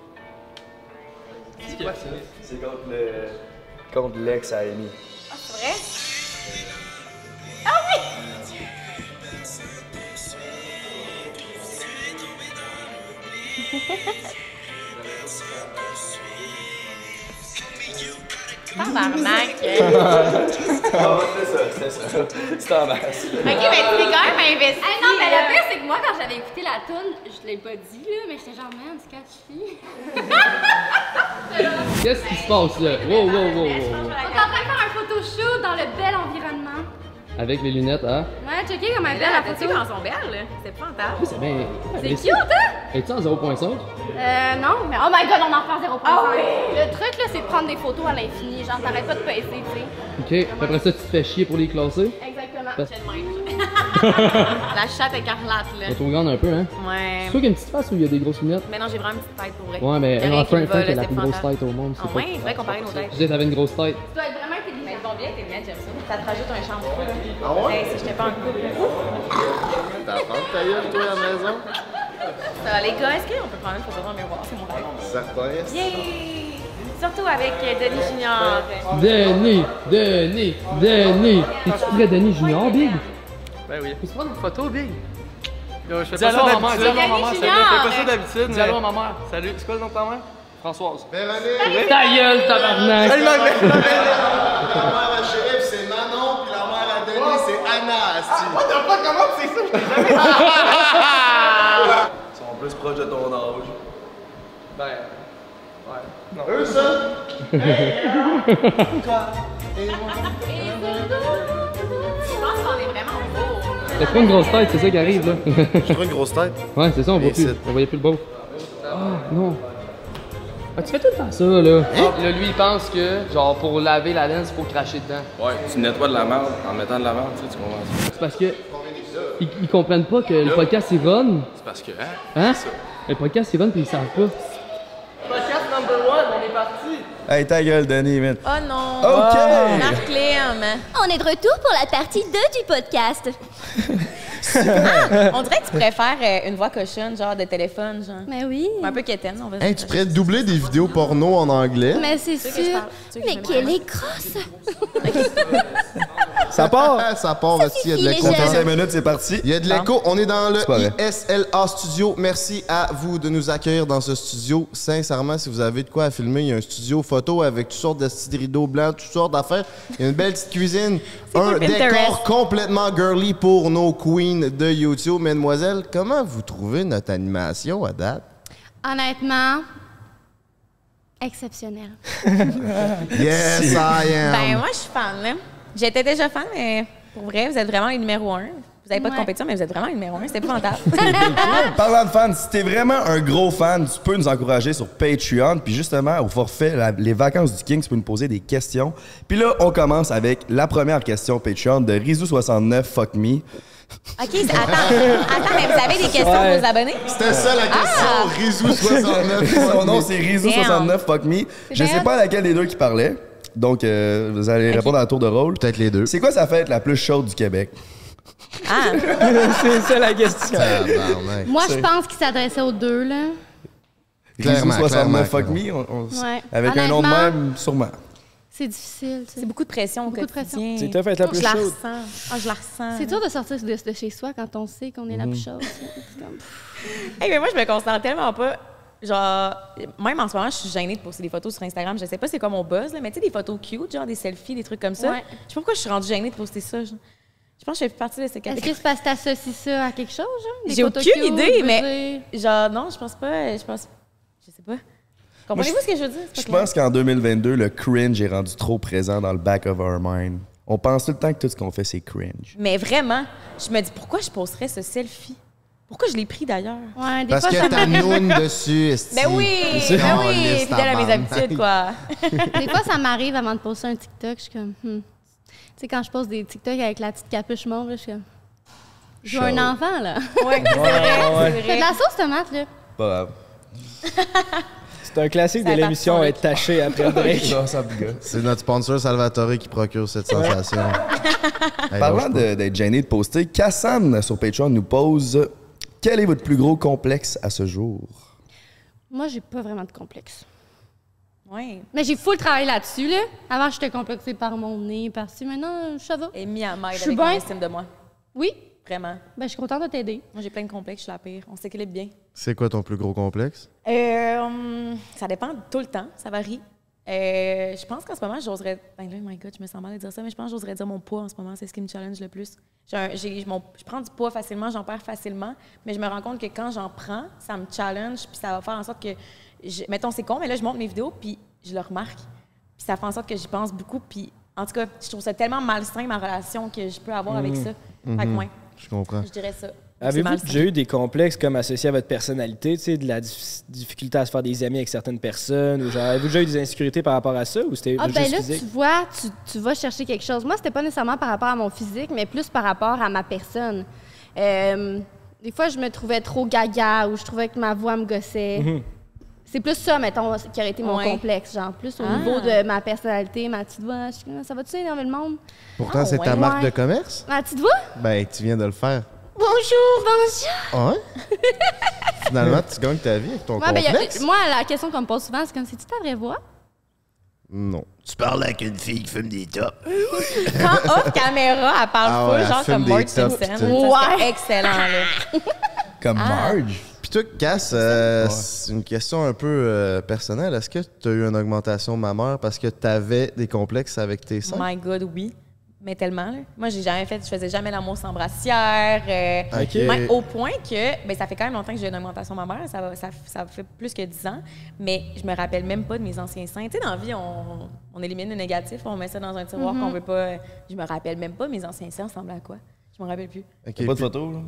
C'est quoi ça? C'est contre le. Contre l'ex à Amy.
Tabarnak.
Ah, ouais, c'est ça, c'est ça. C'est en masse.
ok, mais t'es quand même investi.
Ah non, mais
euh,
le pire, c'est que moi, quand j'avais écouté la tune, je l'ai pas dit, là, mais j'étais genre, man, c'est catchy.
Qu'est-ce qui se passe là? Wow, wow, wow, wow, wow.
On est en train de faire un photoshoot dans le bel environnement.
Avec les lunettes, hein?
Ouais, checker comment elle est belle
Là,
la
la
photo.
photo quand sont belles, là. C'est épouvantable.
C'est bien.
C'est cute, hein?
Es-tu en 0.5?
Euh, non, mais oh my god, on en fait 0.5.
Ah
Le truc, là, c'est de prendre des photos à l'infini. Genre, t'arrêtes pas de passer, tu sais.
Ok. Puis Après ça, tu te fais chier pour les classer.
Exactement.
Parce-
La chatte écarlate, là.
On te regarde un peu, hein?
Ouais.
Tu crois qu'il y a une petite face où il y a des grosses lunettes?
Mais non, j'ai vraiment une petite tête pour vrai.
Ouais, mais
Y'a rien
non,
qui me
Frank,
va, là,
Frank a la
c'est
plus grosse
épouvantable.
tête au monde. c'est
Ah
pas-
ouais, vrai comparer nos têtes.
Je disais, t'avais une grosse tête.
Tu dois être vraiment intelligent.
Mais elles vont bien tes lunettes, j'aime ça. Ça te rajoute un charme. Ah ouais? si j'étais pas en couple.
T'as pas de ta gueule, toi, à la maison?
Ça va, les gars, est-ce qu'on peut prendre une photo dans le miroir? C'est mon rêve.
Certain.
Yay! Surtout avec euh, Denis Junior.
Denis! Denis! Denis! T'es-tu prêt, Denis Junior, Big?
Ben oui.
Peux-tu prendre une photo, Big?
Yo, je fais
Dis
pas ça
allô à
à
ma
maman,
petite.
dis allô à
Denis
maman,
Junior,
Je fais pas
euh,
ça d'habitude,
Dis
mais...
allô à ma mère.
Salut, c'est quoi le nom de ta mère? Françoise.
Véronique!
Ta gueule, tabarnak!
Elle m'a fait-
La mère à Chérif, c'est Manon, puis la mère à Denis, c'est Anna, asti.
Ils sont plus proches de ton âge.
Ben... Ouais.
Eux, ça?
Je pense qu'on est vraiment beau.
T'as pas une grosse tête, c'est ça qui arrive, là.
J'ai trop une grosse tête.
ouais, c'est ça, on voit plus.
c'est-
On voyait plus le beau. Ah, non. Ah, tu fais tout le temps ça, là.
Là, lui, il pense que, genre, pour laver la laine, il faut cracher dedans.
Ouais, tu me nettoies de la merde en mettant de la merde, tu sais, tu comprends ça.
C'est parce que. Ils, ils comprennent pas que le podcast est run.
C'est parce que, hein?
Hein? Le podcast est run, puis ils savent pas.
Hey, ta gueule, Denis, man.
Oh non.
OK!
Marc Clem.
On est de retour pour la partie 2 du podcast.
On dirait que tu préfères euh, une voix cochonne genre de téléphone genre.
Mais oui.
Un peu quétaine, on va
Hey, tu pourrais doubler des vidéos porno en anglais?
Mais c'est
que je
sûr.
parle? Tu veux que je
Mais
me
qu'elle est grosse.
Ça part!
Ah, ça part, asti, il y a de
suffit,
l'écho.
les jeunes.
35 minutes, c'est parti.
Il y a de l'écho. On est dans le
pas vrai.
ISLA Studio. Merci à vous de nous accueillir dans ce studio. Sincèrement, si vous avez de quoi à filmer, il y a un studio photo avec toutes sortes de petits rideaux blancs, toutes sortes d'affaires. Il y a une belle petite cuisine. un
pour Pinterest.
décor complètement girly pour nos queens de YouTube. Mesdemoiselles, comment vous trouvez notre animation à date?
Honnêtement, exceptionnel.
Yes, I am.
Um.
Ben moi je suis fan là. J'étais déjà fan mais pour vrai, vous êtes vraiment les numéro un. Vous n'avez pas de compétition, mais vous êtes vraiment numéro un. C'est épouvantable.
Parlant de fans, si t'es vraiment un gros fan, tu peux nous encourager sur Patreon. Puis justement, au forfait, la- les vacances du King, tu peux nous poser des questions. Puis là, on commence avec la première question Patreon de Rizou69 Fuck Me.
OK, c'est- attends, attends, mais vous avez des questions
Ouais.
pour vos abonnés?
C'était ça la
Ah!
question, Rizou69.
Son nom, c'est Rizou69 Fuck Me. Je
bien
sais
hot.
pas laquelle des deux qui parlait. Donc, euh, vous allez répondre à la tour de rôle.
Peut-être les deux.
C'est quoi sa fête la plus chaude du Québec?
Ah!
C'est ça la question.
Tabarnak.
Moi, je pense qu'il s'adressait aux deux, là.
Clairement, clairement,
Rizou69 Fuck Me, on- on-
Ouais.
avec un nom de
Honnêtement-
même, sûrement.
C'est difficile, tu sais.
C'est beaucoup de pression au
Beaucoup de
quotidien.
C'est tough à être la plus
Je la
chaude.
ressens. Ah, je la ressens.
C'est dur de sortir de, de chez soi quand on sait qu'on est la plus chose. C'est comme-
Hey, mais moi, je me concentre tellement pas. Genre, même en ce moment, je suis gênée de poster des photos sur Instagram. Je sais pas c'est quoi mon buzz, là, mais tu sais, des photos cute, genre des selfies, des trucs comme ça.
Ouais.
Je sais pas pourquoi je suis rendue gênée de poster ça. genre. Je pense que je fais partie de
Est-ce
ces
que
catégories.
c'est parce que t'associes ça à quelque chose, genre? Des
J'ai
photos
aucune
cute, brisées?
idée, mais genre, non, je pense pas. Je pense. Je sais pas. Comprenez-vous ce que je veux dire? C'est
Je
pas clair.
pense qu'en 2022, le cringe est rendu trop présent dans le back of our mind. On pense tout le temps que tout ce qu'on fait, c'est cringe.
Mais vraiment, je me dis pourquoi je posterais ce selfie? Pourquoi je l'ai pris d'ailleurs?
Ouais, des
Parce
fois,
que
ça
t'as
m'arrive-
noun dessus, esti.
Ben oui!
C'est
Ben
drôle,
oui!
c'est
Fidèle à mes
tabarnak.
habitudes, quoi.
des fois, ça m'arrive avant de poster un TikTok, je suis comme... hmm. Tu sais, quand je poste des TikTok avec la petite capuche mauve, là, je suis comme... Je veux
Chaud.
un enfant, là.
Ouais, c'est vrai, c'est
C'est de
vrai.
la sauce tomate, là.
Pas grave.
C'est un classique
Ça
de
part
l'émission
sur le
être taché après le break.
Ça, ça me gosse.
C'est notre sponsor Salvatore qui procure cette sensation. Hey,
Parlant
lâche
de- d'être gêné de poster, Kassan sur Patreon nous pose Quel est votre plus gros complexe à ce jour
Moi, j'ai pas vraiment de complexe.
Ouais.
Mais j'ai full travail là-dessus, là. Avant, j'étais complexée par mon nez, par-ci. Maintenant, ça va.
Et mis à mal
Je
avec
suis
mon
bien.
estime de moi.
Oui,
Vraiment.
ben, je suis contente de t'aider.
Moi, j'ai plein de complexes, je suis la pire. On s'équilibre bien.
C'est quoi ton plus gros complexe?
Euh, hum, ça dépend tout le temps, ça varie. Euh, je pense qu'en ce moment, j'oserais. Ben là, my God, je me sens mal de dire ça, mais je pense que j'oserais dire mon poids en ce moment. C'est ce qui me challenge le plus. J'ai un- j'ai- mon- je prends du poids facilement, j'en perds facilement, mais je me rends compte que quand j'en prends, ça me challenge, puis ça va faire en sorte que. je- mettons, c'est con, mais là, je monte mes vidéos, puis je le remarque. Puis ça fait en sorte que j'y pense beaucoup, puis en tout cas, je trouve ça tellement malsain, ma relation, que je peux avoir avec ça. Fait que, ouais,
Je comprends.
je dirais ça. C'est
Avez-vous
malsain.
déjà eu des complexes comme associés à votre personnalité, tu sais, de la dif- difficulté à se faire des amis avec certaines personnes, ou genre, avez-vous déjà eu des insécurités par rapport à ça, ou c'était
Ah,
juste
ben là,
physique?
tu vois, tu, tu vas chercher quelque chose. Moi, c'était pas nécessairement par rapport à mon physique, mais plus par rapport à ma personne. Euh, des fois, je me trouvais trop gaga ou je trouvais que ma voix me gossait.
Mhm.
C'est plus ça, mettons, qui aurait été mon
Ouais.
complexe, genre, plus au
Ah.
niveau de ma personnalité, ma petite voix. Je suis comme, ça va-tu énerver le monde?
Pourtant,
Ah,
c'est ta
ouais.
marque de commerce?
Ma petite voix?
Ben, tu viens de le faire.
Bonjour, bonjour!
Ah ouais? Finalement, tu gagnes ta vie avec ton
Ouais, ben, y a-
complexe?
moi, la question qu'on me pose souvent, c'est comme, c'est-tu ta vraie voix?
Non.
Tu parles avec une fille qui fume des tops.
Quand off caméra, elle parle
Ah
full,
ouais, elle
genre
fume
comme
des
Bart
tops,
Simpson.
pis
Ça,
tout.
c'était excellent, là.
Comme Marge.
Puis toi, Cass, euh, c'est une question un peu euh, personnelle. Est-ce que tu as eu une augmentation mammaire parce que tu avais des complexes avec tes seins?
Oh My God, oui. Mais tellement, là. Moi, j'ai jamais fait, je faisais jamais l'amour sans brassière. euh,
Ok.
même au point que, ben, ça fait quand même longtemps que j'ai une augmentation mammaire. Ça, va- ça, ça fait plus que 10 ans. Mais je me rappelle même pas de mes anciens seins. Tu sais, dans la vie, on, on élimine le négatif, on met ça dans un tiroir qu'on veut pas. Je me rappelle même pas mes anciens seins ressemblaient à quoi. Je me rappelle plus.
Ok,
Pas de
puis-
photo, là?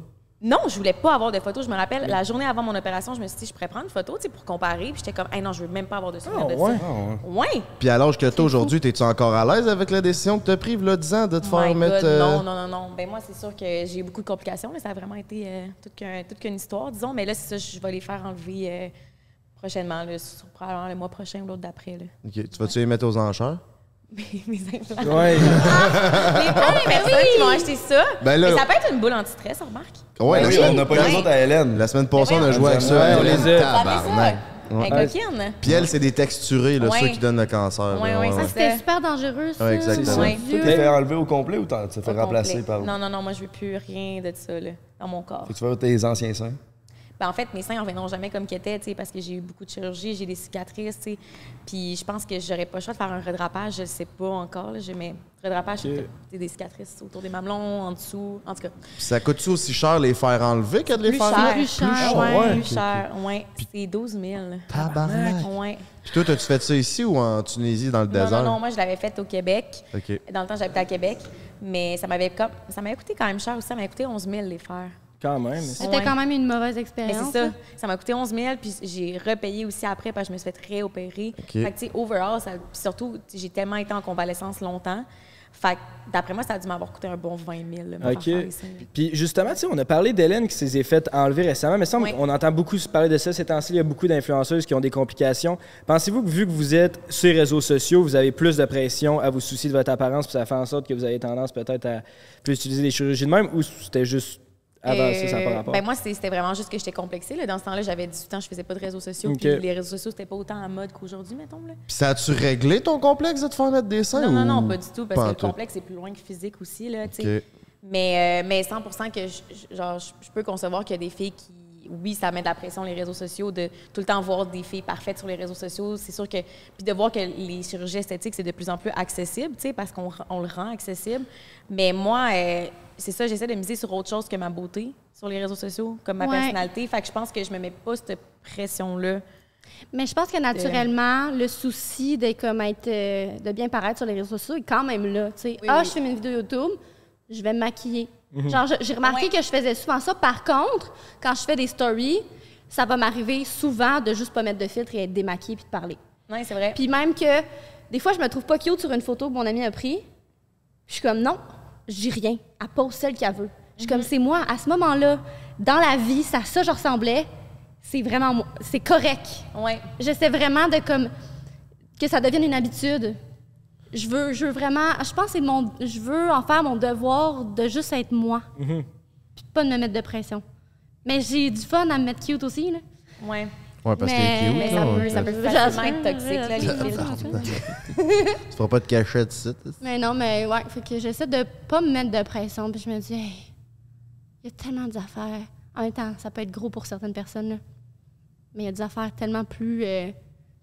Non, je voulais pas avoir de photos. Je me rappelle, la journée avant mon opération, je me suis dit, je pourrais prendre une photo, tu sais, pour comparer. Puis j'étais comme, hey, non, je veux même pas avoir de souvenirs de
ouais.
ça. Ouais.
Puis à l'âge que t'as aujourd'hui, t'es-tu encore à l'aise avec la décision que t'as prise, là, 10 ans, de te
My
faire
God,
mettre... euh,
Non, non, non, non. Ben moi, c'est sûr que j'ai eu beaucoup de complications, mais ça a vraiment été euh, toute, qu'un- toute qu'une histoire, disons. Mais là, c'est ça, je vais les faire enlever euh, prochainement, là, sur- probablement le mois prochain ou l'autre d'après. là.
Ok, Tu vas-tu les mettre aux enchères?
Mes mes implants.
Ouais.
Les bonnes personnes qui vont acheter ça.
Ben là-
mais ça peut être une boule anti-stress, remarque.
Ouais,
Oui, on n'a pas eu les autres à Hélène.
La semaine passée, on a
Ouais.
joué avec ça.
Ouais, on
Elle,
les a.
tabarnak.
Ça. Avec
Ouais.
coquine.
Puis elle, c'est des texturés, là,
Ouais.
ceux qui donnent le cancer.
Ouais,
là,
ouais, ça,
C'était
C'est-
super dangereux, ça.
Ouais, exactement.
C'est ça.
Ouais.
Tu t'es fait enlever au complet ou t'en- tu t'es fait remplacer
Complet.
par.
Non, non, non, moi, je veux plus rien de ça, là, dans mon corps.
Faut que tu vas tes anciens seins.
Ben, en fait, mes seins en reviendront jamais comme qu'ils étaient, tu sais, parce que j'ai eu beaucoup de chirurgie, j'ai des cicatrices, tu sais. Puis je pense que j'aurais pas le choix de faire un redrapage, je le sais pas encore, là, j'ai mes redrapages, c'est peut-être, tu sais, des cicatrices autour des mamelons, en dessous, en tout cas.
Puis ça coûte-tu aussi cher les faire enlever que de les
Plus
faire
cher,
plus
plus
cher.
cher,
Ah ouais,
plus cher, ouais, c'est 12 000.
Tabarnak.
Ouais.
Puis toi, t'as-tu fait ça ici ou en Tunisie, dans le
Non,
désert?
non, non, moi je l'avais faite au Québec.
OK.
Dans le temps, j'habitais à Québec. Mais ça m'avait comme ça m'avait coûté quand même cher aussi. Ça m'avait coûté 11 000 les faire.
Quand même. mais-
C'était
Ouais.
quand même une mauvaise
Mais
expérience.
c'est ça.
là.
Ça m'a coûté 11 000, puis j'ai repayé aussi après parce que je me suis fait réopérer.
OK.
Fait que, tu sais, overall, ça, puis surtout, tu sais, j'ai tellement été en convalescence longtemps. Fait que, d'après moi, ça a dû m'avoir coûté un bon 20 000. là, me
OK.
faire faire ça.
Puis justement, tu sais, on a parlé d'Hélène qui s'est fait enlever récemment, mais ça, on-
Oui.
on entend beaucoup se parler de ça ces temps-ci. Il y a beaucoup d'influenceuses qui ont des complications. Pensez-vous que vu que vous êtes sur les réseaux sociaux, vous avez plus de pression à vous soucier de votre apparence, puis ça fait en sorte que vous avez tendance peut-être à plus utiliser des chirurgies de même, ou c'était juste avant Ah, ça, ça n'a pas
Euh,
rapport?
ben moi, c'est- c'était vraiment juste que j'étais complexée. là. Dans ce temps-là, j'avais 18 ans, je faisais pas de réseaux sociaux.
OK.
Puis les réseaux sociaux, c'était pas autant en mode qu'aujourd'hui, mettons. Là.
Puis ça a-tu réglé ton complexe de te faire mettre des seins?
Non, non,
ou
non, pas du tout, parce
pas en
que le
tout?
complexe est plus loin que physique aussi. Là, tu
OK.
sais. mais, euh, mais 100 que je, je- genre, je, je peux concevoir qu'il y a des filles qui, oui, ça met de la pression les réseaux sociaux, de tout le temps voir des filles parfaites sur les réseaux sociaux. C'est sûr que. Puis de voir que les chirurgies esthétiques, c'est de plus en plus accessible, tu sais, parce qu'on r- on le rend accessible. Mais moi, euh, c'est ça, j'essaie de miser sur autre chose que ma beauté sur les réseaux sociaux, comme ma
Ouais.
personnalité. Fait que je pense que je me mets pas cette pression-là.
Mais je pense que naturellement, le souci de, comme, être, euh, de bien paraître sur les réseaux sociaux est quand même là. tu sais. ah,
oui. Mhm.
je filme une vidéo YouTube, je vais me maquiller. Genre, je- j'ai remarqué que je faisais souvent ça. Par contre, quand je fais des stories, ça va m'arriver souvent de juste pas mettre de filtre et être démaquillée puis de parler.
Non, c'est vrai.
Puis même que des fois, je me trouve pas cute sur une photo que mon ami a prise. Je suis comme non, j'ai rien. Elle pose celle qu'elle veut. Je suis
Mhm.
comme c'est moi. À ce moment-là, dans la vie, ça, ça, je ressemblais. C'est vraiment moi. C'est correct.
ouais.
J'essaie vraiment de comme que ça devienne une habitude. Je veux, je veux vraiment. Je pense que c'est mon, je veux en faire mon devoir de juste être moi, puis de pas de me mettre de pression. Mais j'ai du fun à me mettre cute aussi là.
Ouais.
Ouais, parce que
Mais-
t'es cute,
mais
là,
ça
ouais.
peut-
Ça peut
Ouais.
facilement être toxique, là, les filtres.
Tu feras pas de cachette ici. t'sais.
Mais non, mais ouais, fait que j'essaie de pas me mettre de pression, puis je me dis, hey, il y a tellement d'affaires. En même temps, ça peut être gros pour certaines personnes, là. mais il y a des affaires tellement plus, euh,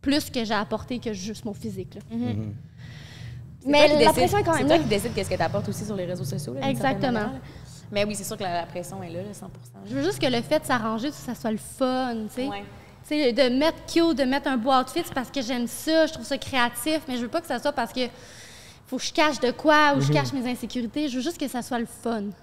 plus que j'ai apporté que juste mon physique. là.
Mm-hmm. C'est toi qui
Mais la
décides-
pression est quand même
C'est
là.
toi qui décides qu'est-ce que tu apportes aussi sur les réseaux sociaux. là, d'une certaine
Exactement.
manière, là. Mais oui, c'est sûr que la, la pression est là, là, 100
Je veux juste que le fait de s'arranger, que ça soit le fun, tu sais.
Ouais.
Tu sais, de mettre cute, de mettre un beau outfit, c'est parce que j'aime ça, je trouve ça créatif, mais je veux pas que ça soit parce que faut que je cache de quoi
Mm-hmm.
ou je cache mes insécurités. Je veux juste que ça soit le fun,
On a,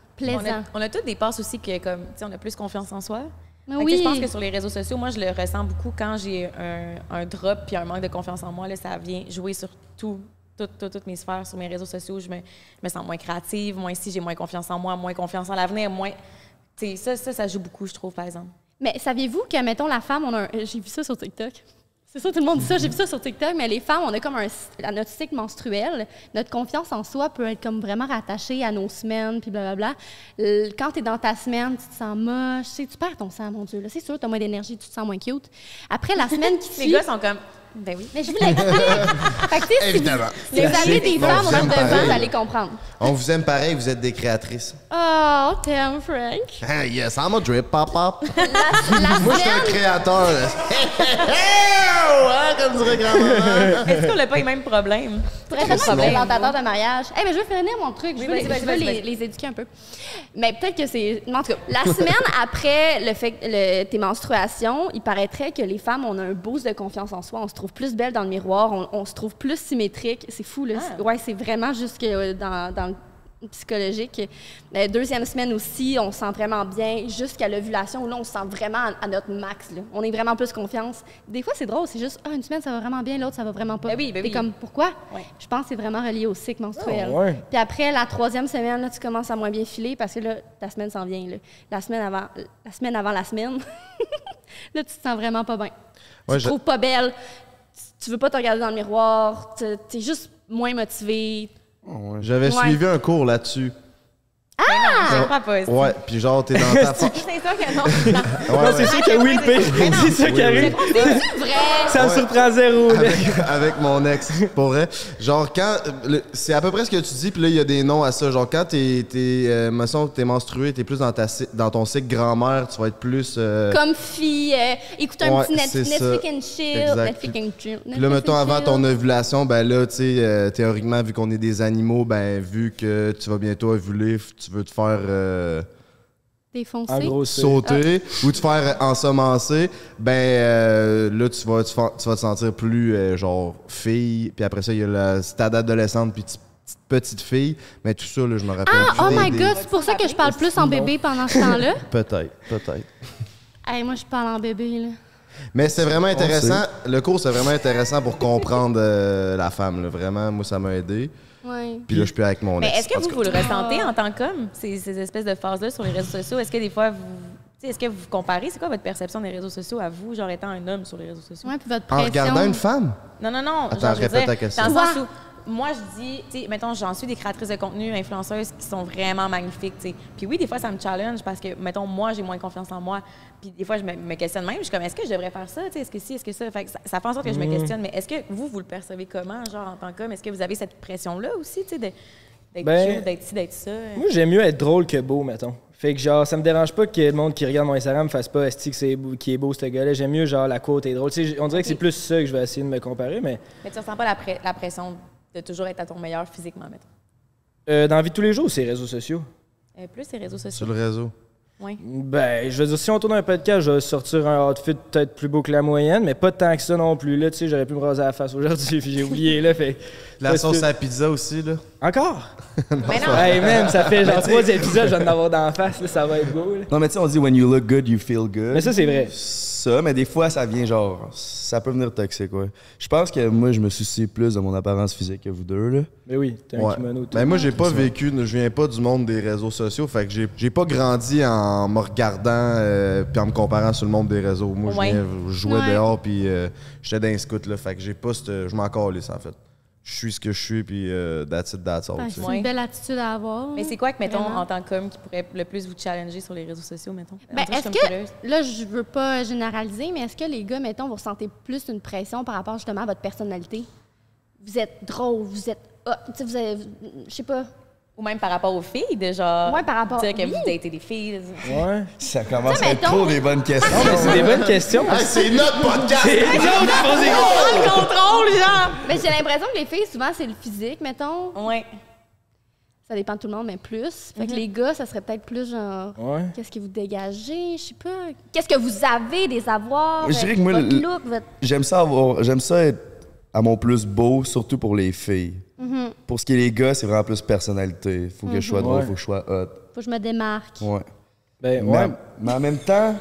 plaisant.
on a toutes des passes aussi que, comme, tu sais, on a plus confiance en soi.
Mais
Fait que, tu sais,
oui.
Je pense que sur les réseaux sociaux, moi, je le ressens beaucoup quand j'ai un, un drop puis un manque de confiance en moi. Là, ça vient jouer sur tout, tout, tout- toutes mes sphères. Sur mes réseaux sociaux, je me, je me sens moins créative, moins si, j'ai moins confiance en moi, moins confiance en l'avenir, moins. Tu sais, ça, ça, ça joue beaucoup, je trouve, par exemple.
Mais saviez-vous que, mettons, la femme, on a un- euh, J'ai vu ça sur TikTok. C'est ça, tout le monde dit ça. J'ai vu ça sur TikTok, mais les femmes, on a comme un... à notre cycle menstruel. Notre confiance en soi peut être comme vraiment rattachée à nos semaines, puis blablabla. L- Quand t'es dans ta semaine, tu te sens moche. Tu sais, tu perds ton sang, mon Dieu. là. C'est sûr, t'as moins d'énergie, tu te sens moins cute. Après, la semaine qui
Les
suit...
gars sont comme. Ben oui.
Mais je vous l'explique. fait que, tu sais, si
Évidemment.
vous, si vous avez des
Bon,
femmes
vous
autour de
aime
vous,
pareil.
vous allez comprendre.
On vous aime pareil, vous êtes des créatrices.
Oh, t'aimes, Frank.
Ah, yes, I'm a drip, pop, pop.
La
Moi, je suis un
semaine-
créateur. là. Hey, hey, hey, oh, hein, comme dirait grand-maman.
Est-ce qu'on n'a pas les mêmes problèmes?
Pour être vraiment
Sinon-
présentateur de mariage. Eh ben je veux finir mon truc. Je
Oui,
veux,
vas-y,
les, je
vas-y,
veux
vas-y,
les-
vas-y.
les éduquer un peu. Mais peut-être que c'est. non, En tout cas, la semaine après le fait, que- le- tes menstruations, il paraîtrait que les femmes, on a un boost de confiance en soi. On se trouve plus belle dans le miroir. On, on se trouve plus symétrique. C'est fou, là.
Ah.
C'est- Ouais, c'est vraiment juste que euh, dans, dans le psychologique. Euh, deuxième semaine aussi, on se sent vraiment bien jusqu'à l'ovulation où là, on se sent vraiment à, à notre max. là. On est vraiment plus confiance. Des fois, c'est drôle, c'est juste ah, une semaine, ça va vraiment bien, l'autre, ça va vraiment pas.
Ben oui, ben
T'es
oui.
comme, pourquoi?
Ouais.
Je pense que c'est vraiment relié au cycle menstruel.
Ah, ouais.
Puis après, la troisième semaine, là, tu commences à moins bien filer parce que là, ta semaine s'en vient. là. La, semaine avant, la semaine avant la semaine, là, tu te sens vraiment pas bien.
Ouais,
tu te
je-
trouves pas belle. Tu- Tu veux pas te regarder dans le miroir. Tu es juste moins motivée.
J'avais
Ouais. Ah!
suivi un cours là-dessus.
Je comprends pas.
Ouais, puis genre, t'es dans ta... fa-
C'est sûr que non.
Ouais,
Non,
ouais.
c'est sûr que oui, le pire. C'est ça qui arrive.
C'est vrai!
Ça me surprend zéro. là.
avec, avec mon ex, pour vrai. Genre, quand. le- C'est à peu près ce que tu dis, puis là, il y a des noms à ça. Genre, quand t'es. t'es euh, me semble que t'es menstrué, t'es plus dans, ta, cy- dans ton cycle grand-mère, tu vas être plus. euh,
Comme fille, euh, écoute un
Ouais,
petit Net-
c'est
Netflix
ça.
and chill.
Exact.
Netflix and chill.
Puis là,
Netflix
mettons,
and
avant
chill.
ton ovulation, ben là, tu sais, euh, théoriquement, vu qu'on est des animaux, ben, vu que tu vas bientôt ovuler, f- tu veux te faire euh,
En
Défoncé.
gros, c'est.
sauter
Ah.
ou te faire ensemencer, ben, euh, là, tu vas, tu, fa- tu vas te sentir plus, euh, genre, fille. Puis après ça, il y a le stade adolescente, puis tu petite, petite fille. Mais tout ça, là, je me rappelle.
Ah,
plus.
oh
Des-
my
des-
god, c'est pour ça que je parle plus en bébé pendant ce temps-là.
Peut-être, peut-être.
Hey, moi, je parle en bébé, là.
Mais c'est vraiment intéressant. Le cours, c'est vraiment intéressant pour comprendre euh, la femme. là. Vraiment, moi, ça m'a aidé.
Ouais.
Puis là, je suis avec mon
Mais
ex.
est-ce que
En tout
vous, vous
cas.
le ressentez en tant qu'homme, ces, ces espèces de phases-là sur les réseaux sociaux? Est-ce que des fois, vous. tu sais, Est-ce que vous vous comparez? C'est quoi votre perception des réseaux sociaux à vous, genre étant un homme sur les réseaux sociaux?
Ouais, puis votre
En
pression.
regardant une femme?
Non, non, non.
Attends,
genre, je veux
répète
dire,
ta question.
Dans le sens
Quoi?
où, moi, je dis, tu sais, mettons, j'en suis des créatrices de contenu, influenceuses qui sont vraiment magnifiques, tu sais. Puis oui, des fois, ça me challenge parce que, mettons, moi, j'ai moins confiance en moi. Puis des fois, je me, me questionne même. Je suis comme, est-ce que je devrais faire ça? Tu sais, est-ce que si, est-ce que ça? Fait que ça, ça fait en sorte que
Mm.
je me questionne. Mais est-ce que vous, vous le percevez comment, genre, en tant qu'homme? Est-ce que vous avez cette pression-là aussi, tu sais, de- d'être
Ben,
cute, d'être ci, d'être ça?
Moi, j'aime mieux être drôle que beau, mettons. Fait que genre, ça me dérange pas que le monde qui regarde mon Instagram fasse pas Esti que c'est beau- qui est beau, ce gars-là. J'aime mieux genre la côte est drôle. Tu sais, j- on dirait que c'est plus ça que je vais essayer de me comparer, mais
Mais tu ressens pas la, pre- la pression de toujours être à ton meilleur physiquement, mettons.
euh, dans la vie de tous les jours, c'est les réseaux sociaux.
Euh, plus les réseaux sociaux.
Sur le réseau.
Oui.
Ben, je veux dire, si on tourne un podcast, je vais sortir un outfit peut-être plus beau que la moyenne, mais pas tant que ça non plus. Là, tu sais, j'aurais pu me raser la face aujourd'hui, puis j'ai oublié, là. Fait
La
Parce
sauce
que-
à la pizza aussi, là.
Encore?
Mais non,
Hey, même, ça fait genre trois épisodes, je vais en avoir dans la face, là, ça va être beau, là.
Non, mais tu sais, on dit when you look good, you feel good.
Mais ça, c'est vrai.
ça, mais des fois, ça vient genre. Ça peut venir toxique, ouais. Je pense que moi, je me soucie plus de mon apparence physique que vous deux, là.
Mais oui, t'as un
Ouais.
kimono. toi.
Ben moi, j'ai pas vécu, je viens pas du monde des réseaux sociaux, fait que j'ai- j'ai pas grandi en me regardant euh, puis en me comparant sur le monde des réseaux. Moi, je
Ouais.
viens- je jouais
Ouais.
dehors puis euh, j'étais dans les scouts, là, fait que j'ai pas cette- Je m'en calisse, en fait. Je suis ce que je suis, puis euh, that's it, that's all.
Ben,
tu sais.
c'est
Ouais.
une belle attitude à avoir.
Mais c'est quoi que, mettons,
Vraiment.
en tant qu'homme, qui pourrait le plus vous challenger sur les réseaux sociaux, mettons? En
Ben,
tout cas, je suis
est-ce
comme
que-
curieuse.
Là, je veux pas généraliser, mais est-ce que les gars, mettons, vous ressentez plus une pression par rapport justement à votre personnalité? Vous êtes drôle, vous êtes hot, tu sais, vous avez- Je sais pas.
Ou même par rapport aux filles, de genre...
Ouais, par rapport-
Dire que
oui.
vous datez des filles.
Ouais.
Ça commence
Ça,
à être
mettons-
trop des bonnes questions.
Mais c'est des bonnes questions.
Hey, Ah, c'est notre podcast!
C'est les autres qui font des-
le contrôle, genre!
Mais j'ai l'impression que les filles, souvent, c'est le physique, mettons.
Ouais.
Ça dépend de tout le monde, mais plus. Fait que les gars, ça serait peut-être plus genre.
Ouais.
Qu'est-ce que vous dégagez? Je sais pas. Qu'est-ce que vous avez des avoirs?
Je
euh,
dirais que moi,
votre
le-
look, votre.
J'aime ça avoir- j'aime ça être à mon plus beau, surtout pour les filles. Pour ce qui est des gars, c'est vraiment plus personnalité. Faut que je sois drôle,
Ouais.
faut que je sois hot.
Faut que je me démarque.
Mm-hmm. Ouais.
Ben,
Mais,
ouais.
en- mais en même temps,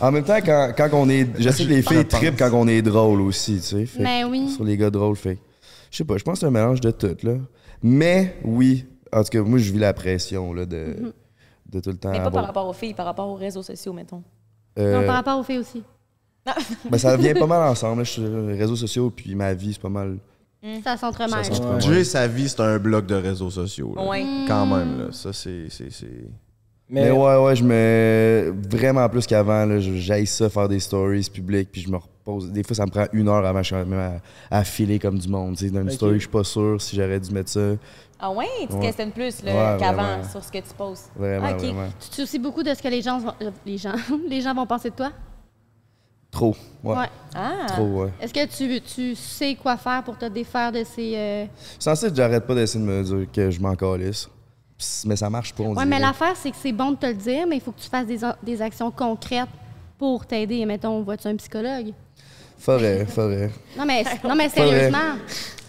en même temps, quand, quand on est. Je sais que les filles trippent quand on est drôle aussi, tu sais. fait que
Mais Ben oui.
Sur les gars drôles, fait. que Je sais pas, je pense que c'est un mélange de tout, là. Mais oui, en tout cas, moi, je vis la pression, là, de, de tout le temps.
Mais pas par
avoir-
rapport aux filles, par rapport aux réseaux sociaux, mettons.
Euh,
Non, par rapport aux filles aussi.
ben, ça vient pas mal ensemble, là, je suis sur les réseaux sociaux, puis ma vie, c'est pas mal.
Ça
ça
s'entremêle.
s'entremêle.
Jay, sa vie, c'est un bloc de réseaux sociaux. là.
Ouais.
Quand même, là. Ça, c'est. c'est- c'est-
Mais
Mais
Ben,
ouais, ouais, je me. Vraiment plus qu'avant, là, je- j'haïs ça, faire des stories publiques, puis je me repose. Des fois, ça me prend une heure avant, je suis même à, à filer comme du monde. Tu sais, dans une
Ok.
story, je suis pas sûr si j'aurais dû mettre ça.
Ah ouais? Tu te
Ouais.
questionnes plus là,
Ouais,
qu'avant
vraiment.
sur ce que tu poses.
Vraiment,
Ah, OK.
vraiment.
Tu te soucies beaucoup de ce que les gens vont, euh, les gens, les gens vont penser de toi?
Trop. Ouais.
Ah!
Trop, ouais.
Est-ce que tu, tu sais quoi faire pour te défaire de ces. euh,
Sans ça, j'arrête pas d'essayer de me dire que je m'en calisse. Pss, Mais ça marche pas, on
Ouais,
dirait.
mais l'affaire, c'est que c'est bon de te le dire, mais il faut que tu fasses des, a- des actions concrètes pour t'aider. Mettons, vois-tu un psychologue?
Faudrait, faudrait.
Non, mais, non,
vrai.
mais sérieusement,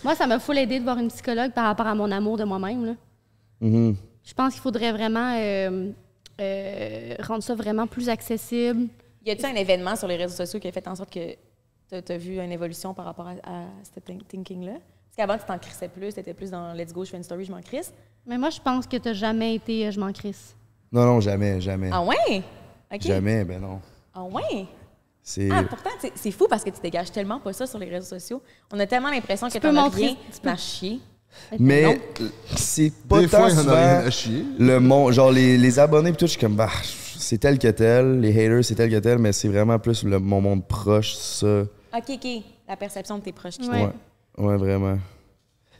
moi, ça m'a full aidé de voir une psychologue par rapport à mon amour de moi-même. là.
Mhm.
Je pense qu'il faudrait vraiment euh, euh, rendre ça vraiment plus accessible.
Y a-tu un événement sur les réseaux sociaux qui a fait en sorte que tu as vu une évolution par rapport à, à ce think- thinking-là? Parce qu'avant, tu t'en crissais plus, t'étais plus dans « let's go, je fais une story, je m'en crisse
Mais moi, je pense que tu jamais été euh, je m'en crisse.
Non, non, jamais, jamais. ».
Ah ouais? OK.
Jamais, ben non.
Ah ouais?
C'est.
Ah, pourtant, c'est- c'est fou parce que tu dégages tellement pas ça sur les réseaux sociaux. On a tellement l'impression que
peux
t'en as
montrer-
rien
tu peux-
à chier.
mais c'est pas
Des
tant
fois, il y en a
souvent-
rien à chier.
le monde, genre les, les abonnés pis tout, je suis comme bah c'est tel que tel, les haters c'est tel que tel, mais c'est vraiment plus le, mon monde proche, ça.
OK, OK. La perception de tes proches. qui-
Ouais.
Ouais, Ouais, vraiment.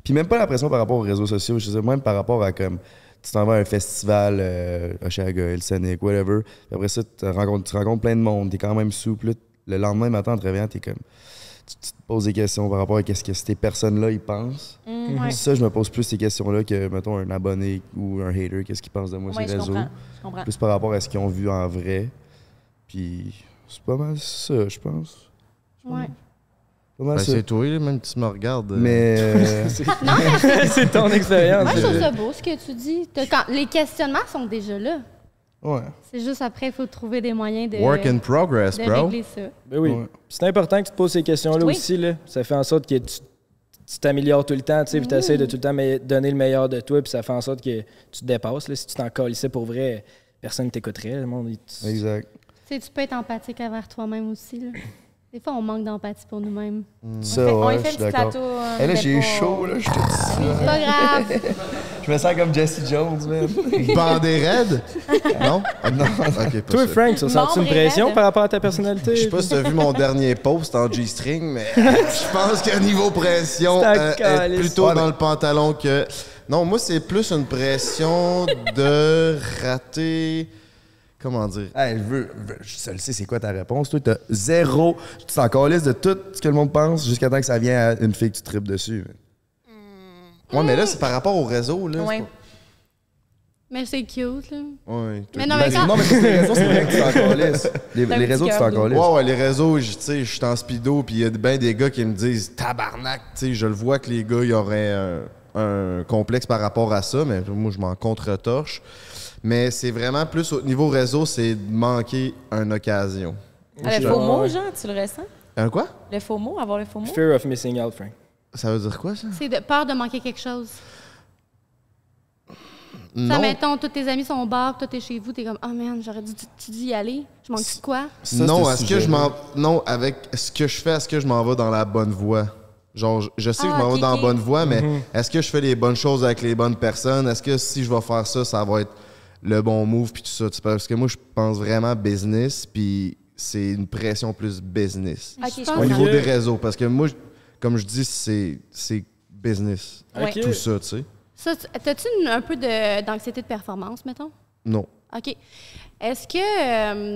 Puis même pas la pression par rapport aux réseaux sociaux, je sais même par rapport à comme tu t'en vas à un festival euh, Oshaga, Hellsonic, whatever. Puis après ça, tu rencontres, tu rencontres plein de monde, t'es quand même souple. Le lendemain matin en te réveillant, t'es comme tu, tu te poses des questions par rapport à qu'est-ce que ces personnes-là ils pensent.
Mhm.
ouais.
Ça, je me pose plus ces questions-là que mettons un abonné ou un hater, qu'est-ce qu'ils pensent de moi
Ouais,
sur
je
les réseaux.
comprends. Je comprends.
plus par rapport à ce qu'ils ont vu en vrai. Puis c'est pas mal ça, je pense.
Ouais.
Comment
Ben,
ça?
c'est toi, là, même si tu me regardes. euh,
Mais. euh,
c'est ton expérience.
Moi, je
Euh,
trouve ça beau ce que tu dis. T'as- quand- les questionnements sont déjà là.
ouais.
C'est juste après, il faut trouver des moyens de,
Work in progress,
de
bro.
régler ça.
Ben oui.
Ouais.
Puis C'est important que tu te poses ces questions-là
Oui.
aussi. Là. Ça fait en sorte que tu tu t'améliores tout le temps, tu sais, puis tu de tout le temps me- donner le meilleur de toi, puis ça fait en sorte que tu te dépasses. Là. Si tu t'en calissais pour vrai, personne ne t'écouterait. Le monde, il- tu-
Exact.
Eh,
Tu sais, tu peux être empathique envers toi-même aussi. là. Des fois, on manque d'empathie pour nous-mêmes.
Ça,
on
ouais,
y
je
fait
suis
un petit
d'accord.
plateau. euh,
Et là,
mais
j'ai
pas-
chaud, là. Je te dis.
C'est pas grave.
Je me sens comme Jesse Jones, man.
Bandé raide? Non? Non. Ok, pas
Toi,
ça.
Frank, tu ressens une
Membre et
pression
raide.
par rapport à ta personnalité?
Je sais pas si t'as vu mon dernier post en G-string, mais je pense qu'à niveau pression,
C'est un
euh, est
calice.
plutôt
Ouais,
dans
mais-
le pantalon que. Non, moi, c'est plus une pression de rater. Comment dire?
Hey, je veux, je je le sais, c'est quoi ta réponse? Toi, t'as zéro. Tu t'en calisses de tout ce que le monde pense jusqu'à temps que ça vient à une fille que tu tripes dessus. man.
Ouais, mais là, c'est par rapport au réseau, là. c'est
Ouais.
Mais c'est cute. Là.
pas- Ouais, tout-
Mais non, mais quand.
Non, mais c'est les réseaux, c'est vrai que tu t'en calisses. Les,
un
les réseaux,
petit
tu t'en
cœur
calisses.
Ouais, ouais, les réseaux, je- tu sais, je suis en speedo, puis il y a ben des gars qui me disent tabarnak, tu sais, je le vois que les gars, ils auraient un, un complexe par rapport à ça, mais moi, je m'en contre-torche. Mais c'est vraiment plus au niveau réseau, c'est de manquer une occasion.
Ah, le faux mot, genre, tu le ressens?
Un quoi?
Le faux mot, avoir le faux mot?
Fear of missing out, Frank.
Ça veut dire quoi, ça?
C'est de peur de manquer quelque chose. Ça,
Non,
mettons, tous tes amis sont au bar, toi, t'es chez vous, t'es comme, oh man, j'aurais dû, tu- tu dis y aller. Je manque de quoi?
Ça,
non,
c'est
est-ce que
sujet,
je
là.
m'en... Non, avec ce que je fais, est-ce que je m'en vais dans la bonne voie? Genre, je- je sais que je
Ah,
m'en vais
ok,
dans la
ok.
bonne voie, mais
Mhm.
est-ce que je fais les bonnes choses avec les bonnes personnes? Est-ce que si je vais faire ça, ça va être le bon move, puis tout ça? tu sais, Parce que moi, je pense vraiment business, puis c'est une pression plus business.
Ok,
Je
je
pense
Au
que-
niveau des réseaux, parce que moi, je- comme je dis, c'est, c'est business.
Ouais.
Ok.
Tout ça, tu sais?
Ça, tu- t'as-tu une- un peu de- d'anxiété de performance, mettons?
Non.
OK. Est-ce que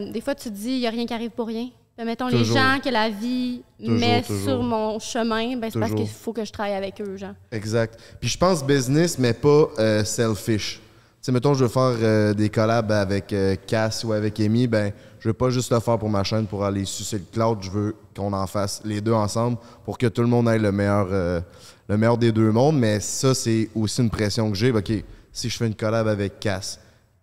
euh, des fois tu te dis il n'y a rien qui arrive pour rien? Ben, mettons
Toujours.
les gens que la vie
Toujours,
met
toujours.
sur mon chemin, ben, c'est parce
Toujours.
qu'il faut que je travaille avec eux, genre.
Exact. Puis je pense business, mais pas euh, selfish. Tu sais, mettons, je veux faire euh, des collabs avec euh, Cass ou avec Amy, ben, je veux pas juste le faire pour ma chaîne pour aller sucer le cloud. Je veux qu'on en fasse les deux ensemble pour que tout le monde ait le meilleur, euh, le meilleur des deux mondes. Mais ça, c'est aussi une pression que j'ai. OK, si je fais une collab avec Cass,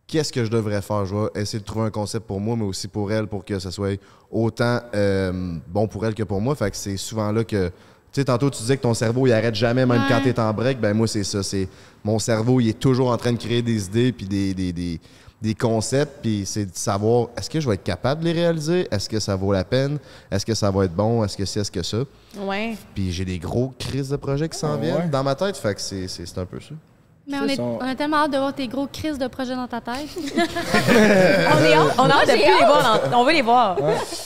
qu'est-ce que je devrais faire? Je vais essayer de trouver un concept pour moi, mais aussi pour elle, pour que ça soit autant euh, bon pour elle que pour moi. Fait que c'est souvent là que. Tu sais, tantôt, tu disais que ton cerveau, il arrête jamais, même quand tu es en break. Ben, moi, c'est ça. C'est mon cerveau, il est toujours en train de créer des idées puis des, des, des, des concepts. Puis c'est de savoir, est-ce que je vais être capable de les réaliser? Est-ce que ça vaut la peine? Est-ce que ça va être bon? Est-ce que c'est, est-ce que ça?
Ouais.
Puis j'ai des gros crises de projets qui s'en viennent dans ma tête. Fait que c'est, c'est, c'est un peu ça.
Mais on, est,
sont-
on a tellement hâte de voir tes gros crises de projets dans ta tête.
On est hâte- on a hâte de plus les voir. dans- on veut les voir.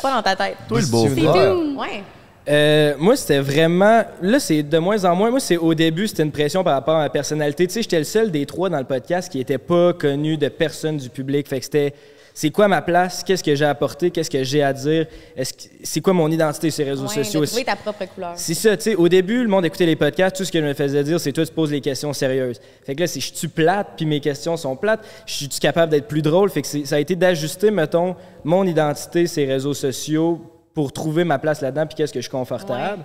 Pas dans ta tête.
Toi, le beau frère.
Doom!
Ouais.
Euh, moi, c'était vraiment. Là, c'est de moins en moins. Moi, c'est au début, c'était une pression par rapport à ma personnalité. Tu sais, j'étais le seul des trois dans le podcast qui n'était pas connu de personne du public. Fait que c'était. C'est quoi ma place? Qu'est-ce que j'ai apporté? Qu'est-ce que j'ai à dire? Est-ce que- C'est quoi mon identité sur les réseaux
Ouais,
sociaux?
de trouver ta propre couleur.
C'est ça, tu sais, au début, le monde écoutait les podcasts, tout ce que je me faisais dire, c'est toi, tu poses les questions sérieuses. Fait que là, c'est je suis plate, puis mes questions sont plates, je suis capable d'être plus drôle. Fait que c'est- ça a été d'ajuster, mettons, mon identité, ces réseaux sociaux, pour trouver ma place là-dedans, puis qu'est-ce que je suis confortable.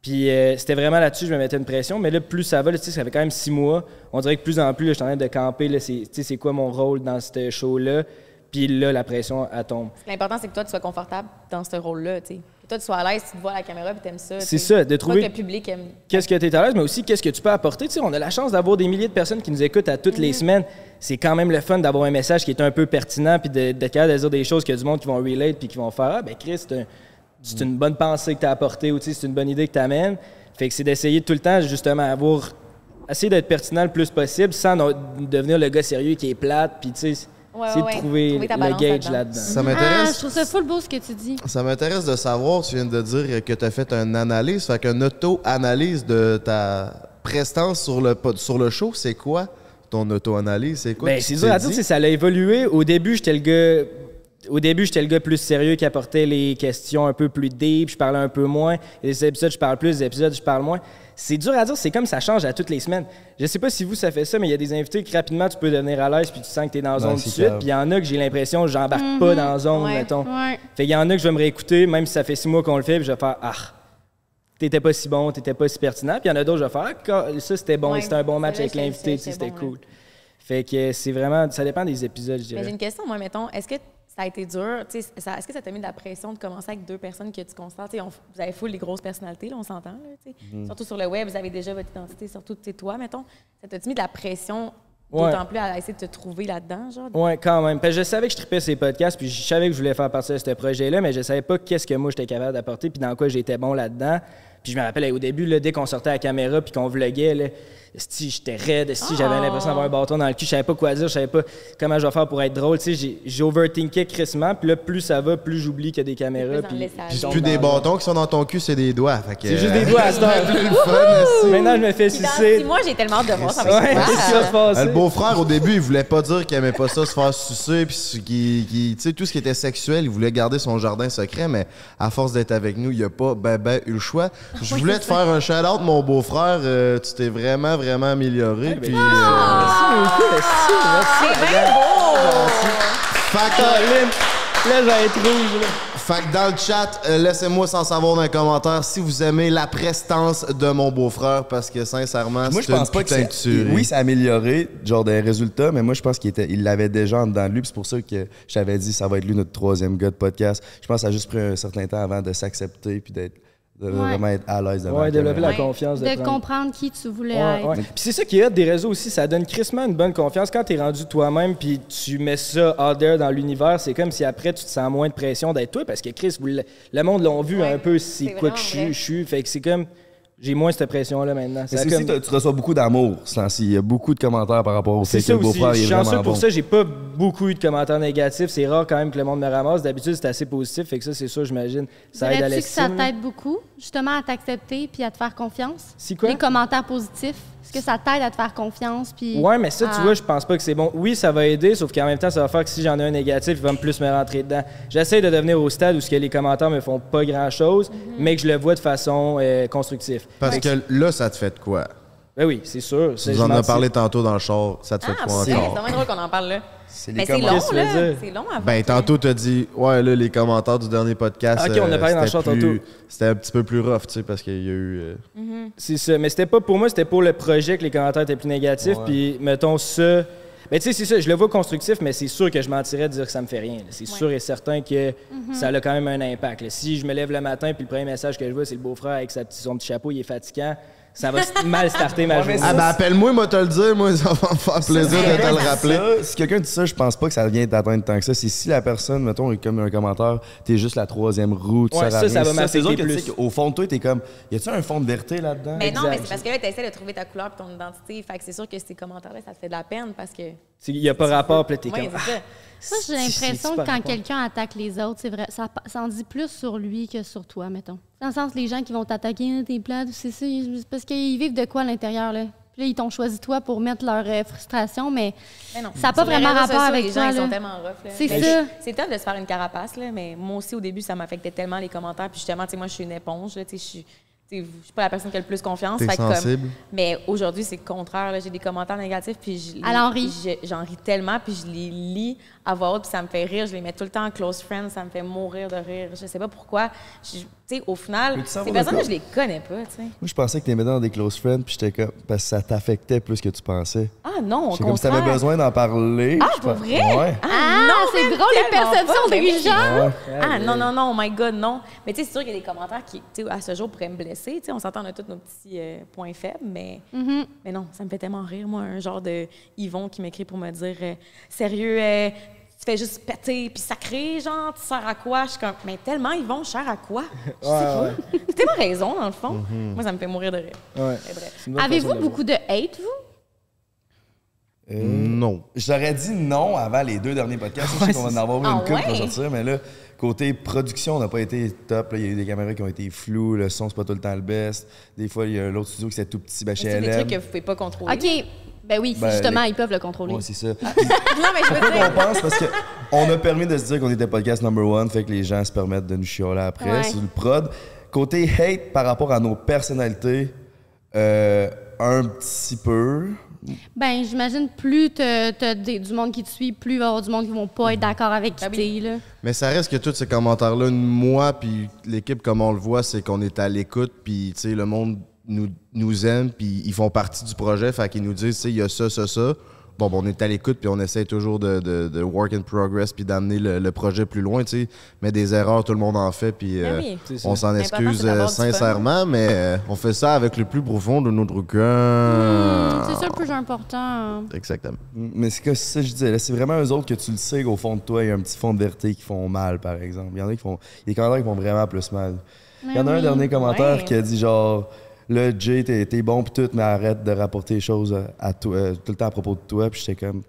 Puis euh, c'était vraiment là-dessus, je me mettais une pression. Mais là, plus ça va, là, tu sais, ça fait quand même six mois. On dirait que plus en plus, là, je suis en train de camper, là, c'est- tu sais, c'est quoi mon rôle dans ce show-là. Puis là, la pression, elle tombe.
L'important, c'est que toi, tu sois confortable dans ce rôle-là. tu sais. Que toi, tu sois à l'aise, tu te vois à la caméra puis t'aimes ça. tu
C'est
sais.
ça, de
Pas
trouver-
que le public aime.
qu'est-ce que tu es à l'aise, mais aussi qu'est-ce que tu peux apporter. Tu sais, on a la chance d'avoir des milliers de personnes qui nous écoutent à toutes
Mm-hmm.
les semaines. C'est quand même le fun d'avoir un message qui est un peu pertinent, puis de- d'être capable de dire des choses que du monde qui vont relate, puis qui vont faire Ah, ben Chris, c'est un- c'est une bonne pensée que tu as apportée, ou tu sais, c'est une bonne idée que tu amènes. Fait que c'est d'essayer tout le temps, justement, à avoir. Essayer d'être pertinent le plus possible sans no- devenir le gars sérieux qui est plate, puis tu sais,
Ouais,
essayer
ouais,
de
ouais.
trouver,
Trouver ta
le
balance
gauge
là-dedans.
là-dedans.
Ça
Ah,
m'intéresse.
je trouve ça full beau ce que tu dis.
Ça m'intéresse de savoir, tu viens de dire que tu as fait une analyse, fait qu'une auto-analyse de ta prestance sur le, pod- sur le show, c'est quoi ton auto-analyse? C'est quoi?
Ben,
que
c'est
tu t'es
dur à
dit?
dire, tu sais, ça a évolué. Au début, j'étais le gars. Au début, j'étais le gars plus sérieux qui apportait les questions un peu plus deep, je parlais un peu moins. Les épisodes, je parle plus, les épisodes, je parle moins. C'est dur à dire, c'est comme ça change à toutes les semaines. Je sais pas si vous, ça fait ça, mais il y a des invités que rapidement, tu peux devenir à l'aise puis tu sens que t'es
Ben,
dans la zone
c'est
tout de suite.
clair.
Puis il y en a que j'ai l'impression que j'embarque pas dans la zone,
Ouais,
mettons.
ouais.
Fait qu'il y en a que je vais me réécouter, même si ça fait six mois qu'on le fait, puis je vais faire Ah, t'étais pas si bon, t'étais pas si pertinent. Puis il y en a d'autres, je vais faire, Ah, ça c'était bon,
Ouais,
c'était un bon
c'est
match
vrai,
avec
c'est-
l'invité, tu
c'est-
sais,
c'est
c'était
bon,
cool. Fait que c'est vraiment, ça dépend des épisodes, je
Mais j'ai
dirais.
une question, moi, mettons, est-ce que ça a été dur? Tu sais, ça- Est-ce que ça t'a mis de la pression de commencer avec deux personnes que tu constates? Tu sais, on- vous avez full les grosses personnalités, là, on s'entend. là, tu sais.
Mhm.
Surtout sur le web, vous avez déjà votre identité, surtout tu sais, toi, mettons. Ça t'a mis de la pression,
Ouais.
d'autant plus à essayer de te trouver là-dedans, genre?
Ouais, quand même. Parce que je savais que je tripais ces podcasts, puis je savais que je voulais faire partie de ce projet-là, mais je savais pas qu'est-ce que moi j'étais capable d'apporter, puis dans quoi j'étais bon là-dedans. Puis je me rappelle, hey, au début, là, dès qu'on sortait à la caméra, puis qu'on vloguait, là, si j'étais raide, si j'avais l'impression d'avoir un bâton dans le cul, je savais pas quoi dire, je savais pas comment je vais faire pour être drôle. Tu sais, j'ai- j'overthinkais crissement, puis là, plus ça va, plus j'oublie qu'il y a des caméras.
dans
puis-
le
Puis
laissage.
je
C'est
tombe
plus
dans
des
le-
bâtons qui sont dans ton cul, c'est des doigts. fait que- euh,
C'est juste des doigts à cette heure.
le fun, aussi.
Maintenant, je me fais
Puis dans-
sucer.
Moi, j'ai tellement hâte de voir ça. va
Ouais,
être quoi?
qu'est-ce qui va se
Ah,
passer?
Le beau-frère, au début, il voulait pas dire qu'il aimait pas ça, se faire sucer, puis ce qui, qui- tu sais, tout ce qui était sexuel, il voulait garder son jardin secret, mais à force d'être avec nous, il a pas ben, ben eu le choix. Je voulais te faire un shout-out, mon beau-frère, euh, tu t'es vraiment, vraiment amélioré, puis...
ben,
euh,
Merci beaucoup, merci, merci.
C'est bien beau!
fait que-
Caroline, Là, je vais être rouge, là.
Fait que dans le chat, euh, laissez-moi sans savoir dans les commentaires si vous aimez la prestance de mon beau-frère parce que
Moi,
sincèrement, c'est
je pense
une
pas que
putain de
c'est.
tuerie.
Oui, ça a amélioré, genre des résultats, mais moi, je pense qu'il était, il l'avait déjà en dedans de lui. puis C'est pour ça que je t'avais dit, ça va être lui notre troisième gars de podcast. Je pense que ça a juste pris un certain temps avant de s'accepter puis d'être, de vraiment être à l'aise devant.
Ouais,
la
développer la
caméra.
Ouais.
confiance. De,
De
prendre-
comprendre qui tu voulais
Ouais,
être.
ouais. Puis c'est ça qui est hot des réseaux aussi, ça donne crissement une bonne confiance. Quand t'es rendu toi-même puis tu mets ça out there dans l'univers, c'est comme si après tu te sens moins de pression d'être toi parce que Chris, vous le, le monde l'ont vu
Ouais,
un peu,
c'est
c'est quoi que je
vraiment
suis, je suis. Fait que c'est comme, j'ai moins cette pression-là maintenant.
Mais c'est
Ça a
aussi,
comme-
t'as- tu reçois beaucoup d'amour ce temps-ci. Il y a beaucoup de commentaires par rapport au fait
C'est
que
ça
le
aussi.
beau-frère
Je
il est
suis chanceux
vraiment
pour
bon.
ça. J'ai pas beaucoup eu de commentaires négatifs. C'est rare quand même que le monde me ramasse. D'habitude, c'est assez positif. Fait que ça, c'est sûr, j'imagine. Ça aide à
Dirais-tu que ça
l'estime. là.
t'aide beaucoup, justement, à t'accepter puis à te faire confiance?
Si quoi?
Les commentaires positifs. Est-ce que ça t'aide à te faire confiance? Puis ah.
Ouais, mais ça, tu
à-
vois, je pense pas que c'est bon. Oui, ça va aider, sauf qu'en même temps, ça va faire que si j'en ai un négatif, il va me plus me rentrer dedans. J'essaie de devenir au stade où ce que les commentaires me font pas grand-chose, mais que je le vois de façon euh, constructive.
Parce que là, ça te fait de quoi?
Ben oui, c'est sûr. c'est-
Tu nous
je
en
m'en
as
tire.
parlé tantôt dans le char, ça te fait de
Ah,
quoi
c'est
encore?
vraiment drôle qu'on en parle là.
C'est
Mais c'est long,
Qu'est-ce que tu veux
là.
dire?
C'est long avant.
Ben, tantôt, t'as dit, ouais, là, les commentaires du dernier podcast. euh,
Ah, ok, on a parlé dans le
c'était
chat
plus-
tantôt.
C'était un petit peu plus rough, tu sais, parce qu'il y a eu. euh,
C'est ça. Mais c'était pas pour moi, c'était pour le projet que les commentaires étaient plus négatifs. Puis, mettons, ça. Mais tu sais, c'est ça, je le vois constructif, mais c'est sûr que je mentirais de dire que ça me fait rien. là. C'est sûr et certain que
Mhm.
ça a quand même un impact. là. Si je me lève le matin, puis le premier message que je vois, c'est le beau-frère avec sa petite- son petit chapeau, il est fatigant, ça va s- mal starter ma journée. bah,
Ah, ben, appelle-moi, moi, te le dire, moi, ça va me faire plaisir de te le rappeler.
Ça, si quelqu'un dit ça, je pense pas que ça vient d'atteindre tant que ça. C'est si la personne, mettons, est comme un commentaire, t'es juste la troisième roue, tu
Ouais,
sers à
ça,
rien.
ça va
c'est sûr
m'affecter
que tu sais
plus.
qu'au fond de toi, t'es comme, y a-tu un fond de vérité là-dedans?
Mais non, mais
Exact.
c'est parce que là, tu essaies de trouver ta couleur et ton identité. Fait que c'est sûr que ces commentaires-là, ça te fait de la peine parce que.
Il n'y a pas rapport, puis là, t'es
Oui,
comme. ah,
c'est ça.
Moi, j'ai
Si, si,
l'impression
c'est
que
pas
quand
rapport.
quelqu'un attaque les autres, c'est vrai, ça, pa- ça en dit plus sur lui que sur toi, mettons. Dans le sens, les gens qui vont t'attaquer, Ah, t'es plate, ou c'est ça, c'est parce qu'ils vivent de quoi à l'intérieur, là? Puis là, ils t'ont choisi toi pour mettre leur euh, frustration, mais
Mais non.
ça n'a pas
Sur les
vraiment
réseaux
rapport
sociaux,
avec
les
toi,
gens, ils
là.
sont tellement rough. là.
C'est
Mais
ça.
je- C'est top de se faire une carapace, là, mais moi aussi, au début, ça m'affectait tellement les commentaires. Puis justement, tu sais, moi, je suis une éponge. là, tu sais, Je suis tu sais, je suis pas la personne qui a le plus confiance.
T'es
fait que comme-
sensible.
mais aujourd'hui, c'est le contraire. là. J'ai des commentaires négatifs, puis je-
Elle en rit.
je- j'en ris tellement, puis je les lis à voix haute, puis ça me fait rire. Je les mets tout le temps en close friends, ça me fait mourir de rire. Je sais pas pourquoi. Je- Tu sais, au final,
Peux-tu savoir
ces
de quoi?
personnes-là, je les connais pas, tu sais.
Moi, je pensais que t'es maintenant dans des close friends, puis j'étais comme, parce que ça t'affectait plus que tu pensais.
Ah non, au
C'est comme si t'avais
contraire.
besoin d'en parler.
Ah,
je
pour
pense-
vrai?
Ouais.
Ah, c'est drôle, les
tellement
perceptions
pas, mais
des
oui.
gens!
Ah non, non, non, oh my God, non. Mais tu sais, c'est sûr qu'il y a des commentaires qui, tu sais, à ce jour, pourraient me blesser. Tu sais, on s'entend, on a tous nos petits euh, points faibles, mais,
Mm-hmm.
mais non, ça me fait tellement rire, moi, un genre de Yvon qui m'écrit pour me dire euh, Sérieux, euh, tu fais juste péter, puis sacré, genre, tu sers à quoi? Je suis comme, mais tellement Yvon, je sers à quoi? Je sais pas. T'as tellement raison, dans le fond. Moi, ça me fait mourir de rire.
Ouais.
Mais bref.
C'est une bonne
Avez-vous
façon de le
beaucoup de hate, vous?
Non.
J'aurais dit non avant les deux derniers podcasts. Je sais qu'on va en avoir eu
Ah
une coupe
ouais?
pour sortir, mais là, côté production, on n'a pas été top. là. Il y a eu des caméras qui ont été floues, le son, c'est pas tout le temps le best. Des fois, il y a l'autre studio qui c'était tout petit, ben,
Mais
chez
Ah, C'est des
LM.
trucs que vous pouvez pas contrôler.
OK. Ben oui, c'est
Ben,
justement,
les-
ils peuvent le contrôler.
Ouais, c'est ça.
Non, mais je veux
on
dire.
pense parce que on a permis de se dire qu'on était podcast number one, fait que les gens se permettent de nous chioler après
Ouais.
sur le prod. Côté hate par rapport à nos personnalités, euh, un petit peu.
Ben, j'imagine, plus t'as t'as des- du monde qui te suit, plus il va y avoir du monde qui vont pas être d'accord avec qui t'es, là.
Mais ça reste que tous ces commentaires-là, moi puis l'équipe, comme on le voit, c'est qu'on est à l'écoute, puis tu sais, le monde nous, nous aime, puis ils font partie du projet, fait qu'ils nous disent, tu sais, il y a ça, ça, ça. Bon, ben, on est à l'écoute, puis on essaie toujours de, de- de work in progress, puis d'amener le, le projet plus loin, tu sais. Mais des erreurs, tout le monde en fait, puis
Ben
euh,
oui. C'est ça.
on s'en
L'important,
excuse
c'est d'avoir
euh,
du fun.
sincèrement, mais euh, on fait ça avec le plus profond de notre
Mmh.
cœur.
C'est ça le plus important. hein.
Exactement.
Mais c'est que c'est ça que je disais, là, c'est vraiment eux autres que tu le sais qu'au fond de toi, il y a un petit fond de vérité qui font mal, par exemple. Il y en a qui font. Il y a des commentaires qui font vraiment plus mal. Il y en a
Mais
un
oui.
dernier commentaire
Ouais.
qui a dit genre. Là, Jay, t'es t'es bon pis tout, mais arrête de rapporter les choses à toi, euh, tout le temps à propos de toi. Puis j'étais comme,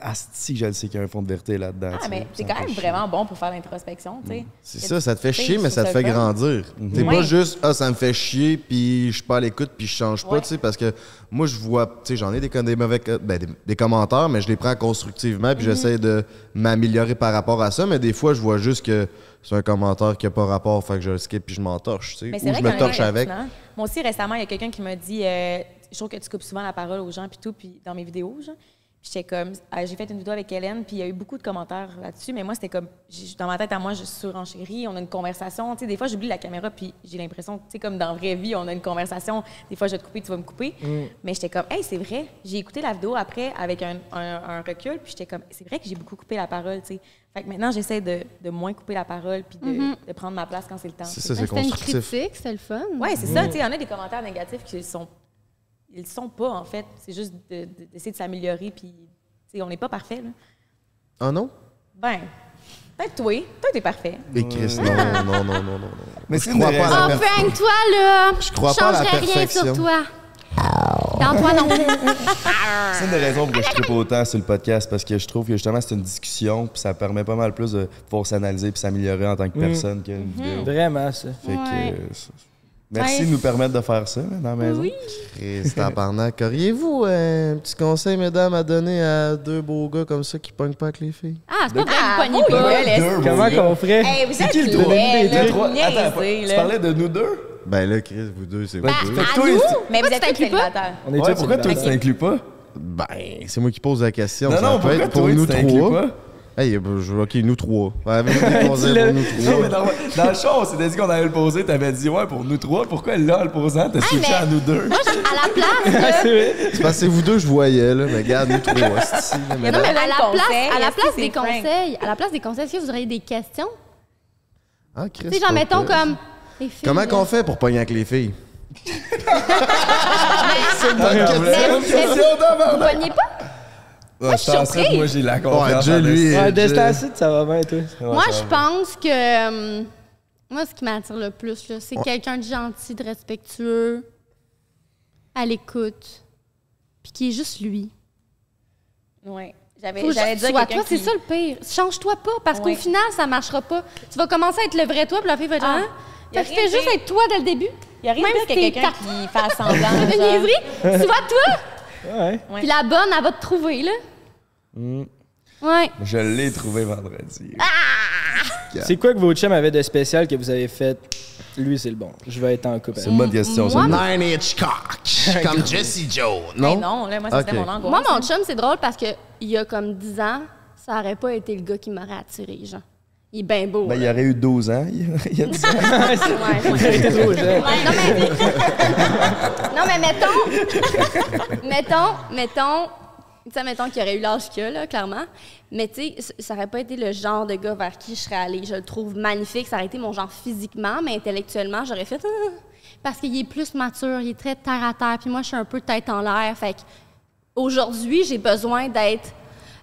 asti que je le sais qu'il y a un fond de vérité là-dedans.
Ah,
tu sais.
mais
Ça
c'est
me
quand
fait
même
chier.
vraiment bon pour faire l'introspection, tu sais.
Mm. C'est ça, ça te fait chier,
Tu sais,
mais
je
ça te
trouve
fait
le fun.
grandir. T'es
Ouais.
pas juste, ah, ça me fait chier, puis je suis pas à l'écoute, puis je change pas,
Ouais.
tu sais, parce que moi, je vois, tu sais, j'en ai des, con- des mauvais, co- ben, des, des commentaires, mais je les prends constructivement,
Mhm.
puis j'essaie de m'améliorer par rapport à ça, mais des fois, je vois juste que c'est un commentaire qui a pas rapport, fait que je le skip, puis je m'en torche, tu sais,
Mais c'est
ou
vrai
je
qu'il y en
me
a
torche
qui
avec.
pertinent. Moi aussi, récemment, il y a quelqu'un qui m'a dit euh, Je trouve que tu coupes souvent la parole aux gens, puis tout, puis dans mes vidéos, genre. Puis j'étais comme Ah, J'ai fait une vidéo avec Hélène, puis il y a eu beaucoup de commentaires là-dessus, mais moi, c'était comme j'ai- Dans ma tête à moi, je surenchéris, on a une conversation. Tu sais, des fois, j'oublie la caméra, puis j'ai l'impression, tu sais, comme dans la vraie vie, on a une conversation. Des fois, je vais te couper, tu vas me couper.
Mm.
Mais j'étais comme Hey, c'est vrai. J'ai écouté la vidéo après avec un, un- un recul, puis j'étais comme C'est vrai que j'ai beaucoup coupé la parole, tu sais. Fait que maintenant, j'essaie de, de moins couper la parole, puis de, de prendre ma place quand c'est le temps.
C'est ça,
Ben,
c'est
C'était une
constructif.
critique, c'était le fun.
Oui, c'est ça. Tu sais, il y en a des commentaires négatifs qui sont. Ils le sont pas, en fait. C'est juste de- de- d'essayer de, s'améliorer, puis. Tu sais, on n'est pas parfait, là.
Ah non?
Ben. Peut-être toi. Toi, t'es parfait.
Et Chris, non, non, non, non, non, non.
Mais
Je
c'est une
crois
des
pas à la
Oh,
perf-
Frank, toi, là, je
crois pas à la
changerais rien
perfection.
sur toi. Dans toi, non.
C'est une des raisons pour que je tripe autant sur le podcast parce que je trouve que justement c'est une discussion puis ça permet pas mal plus de pouvoir s'analyser puis s'améliorer en tant que personne qu'une
Mhm.
vidéo.
Vraiment, ça.
Fait que,
Ouais.
euh, c'est- merci
Ouais.
de nous permettre de faire ça hein, dans la maison.
Chris, tabarnak. Auriez-vous euh, un petit conseil, mesdames, à donner à deux beaux gars comme ça qui pognent pas avec les filles?
Ah, c'est pas vrai, vous pognez
vous,
pas.
Hélène.
Comment qu'on ferait?
Hey, vous êtes
qui le
laid,
troisième des
là,
deux?
vous
Trois-
niaisez,
attends,
là.
tu parlais de nous deux?
Ben là, Chris, vous deux, c'est
Ben,
vous deux.
à
toi,
nous?
c'est-
Mais vous
Pourquoi
êtes tous
tu t'inclus pas?
célibataires.
On est
Ouais,
tous
pourquoi toi tu
célibataires.
t'inclus pas?
Ben, c'est moi qui pose la question.
Non,
ça
non,
peut
pourquoi
être pour
toi,
nous
tu t'inclus
trois.
pas?
Hey, ben, je- ok, nous trois. Ouais, avec des conseils
Dis-le.
pour nous
Non, mais
trois.
dans, dans le show, on s'était dit qu'on allait le poser. T'avais dit, ouais, pour nous trois. Pourquoi là, en le posant, t'as switché à
Ah, mais-
nous deux?
Moi, je- à la place de...
C'est parce que vous deux, je voyais, là. Mais regarde, nous trois. hostie, là, mais
Non, mais à
Donne
la
conseil,
place, à la
est-ce que
place
c'est
des
Frank?
conseils, à la place des conseils, est-ce que vous auriez des questions?
Ah, Chris,
Tu sais, genre,
pas
mettons
pire.
comme... les filles,
Comment
là.
qu'on fait pour pogner avec les filles?
Ah, Mais vous- mais vous- vous pognez pas?
Moi,
je suis surprise.
moi, j'ai la
Ouais,
confiance.
Dieu,
en
lui.
Ouais,
euh, Dieu.
distancé, ça va bien, toi.
Moi, je pense que... euh, Moi, ce qui m'attire le plus, là, c'est quelqu'un de gentil, de respectueux, à l'écoute, puis qui est juste lui.
Ouais. J'avais
Faut
j'allais
juste que
dire
tu sois
quelqu'un
toi,
qui...
c'est ça le pire. Change-toi pas, parce
Ouais.
qu'au final, ça marchera pas. Tu vas commencer à être le vrai toi, puis la fille va être
Ah.
là.
Y a
Fait que
rien
fais
de
juste
pire.
être toi dès le début.
Il y a rien de
Même
pire que
si t'es
quelqu'un
tarte-
qui fait semblant.
Une
genre.
niaiserie, sois
Ouais.
toi. Puis la bonne, elle va te trouver, là.
Mm.
Ouais.
Je l'ai trouvé vendredi.
Ah,
C'est quoi que votre chum avait de spécial que vous avez fait? Lui, c'est le bon. Je vais être en couple.
C'est une bonne question, ça.
Moi,
Nine Inch Cock, comme Jesse Joe.
Mais
Non?
Ben non, là, moi, c'était
Ok.
mon angoisse.
Moi, mon chum, c'est drôle parce qu'il y a comme 10 ans, ça aurait pas été le gars qui m'aurait attiré, genre. Il est bien beau.
Ben, il
là.
y aurait eu 12 ans. Il y a- il y a 10 ans.
trop jeune.
Non, mais... non, mais mettons... mettons, mettons... Tu sais, mettons qu'il aurait eu l'âge qu'il a, là, clairement. Mais tu sais, c- ça aurait pas été le genre de gars vers qui je serais allée. Je le trouve magnifique. Ça aurait été mon genre physiquement, mais intellectuellement, j'aurais fait... Ah! Parce qu'il est plus mature, il est très terre-à-terre. Puis moi, je suis un peu tête en l'air. Fait que aujourd'hui, j'ai besoin d'être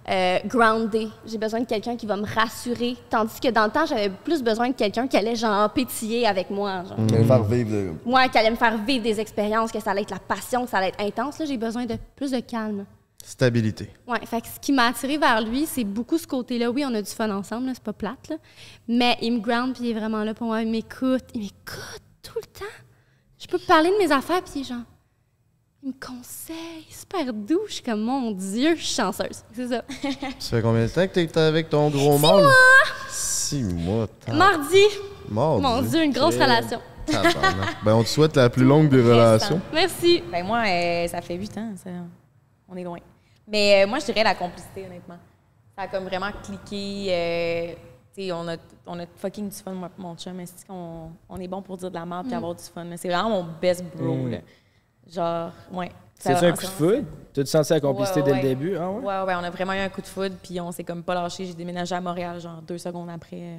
euh, groundée. J'ai besoin de quelqu'un qui va me rassurer. Tandis que dans le temps, j'avais plus besoin de quelqu'un qui allait, genre, pétiller avec moi. genre.
Je vais le faire vivre. de-
Moi, qui allait me faire vivre des expériences, que ça allait être la passion, que ça allait être intense, là, j'ai besoin de plus de calme.
Stabilité.
Ouais, fait que ce qui m'a attiré vers lui, c'est beaucoup ce côté-là. Oui, on a du fun ensemble, là, c'est pas plate, là. mais il me ground, puis il est vraiment là pour moi, il m'écoute, il m'écoute tout le temps. Je peux parler de mes affaires, puis il est genre, il me conseille, super doux, je suis comme, mon Dieu, je suis chanceuse. C'est ça.
Ça fait combien de temps que t'es avec ton gros mâle? Six mois. Six mois.
Mardi,
Mort.
Ah. mon Dieu, une grosse relation.
Ben, on te souhaite la plus longue des relations.
Merci.
Ben moi, euh, ça fait 8 ans, ça. On est loin. Mais euh, moi, je dirais la complicité, honnêtement. Ça a comme vraiment cliqué. euh, tu sais, on a, on a fucking du fun, moi pis mon chum. Est-ce qu'on on est bon pour dire de la merde et avoir du fun? là. C'est vraiment mon best bro,
Mm.
là. Genre, ouais. ça
C'est-tu
va
un coup de
ensemble.
foudre? T'as-tu senti la complicité
Ouais,
dès
ouais.
le début? Ah ouais?
Ouais, ouais, on a vraiment eu un coup de foudre, puis on s'est comme pas lâché. J'ai déménagé à Montréal, genre deux secondes après. Euh,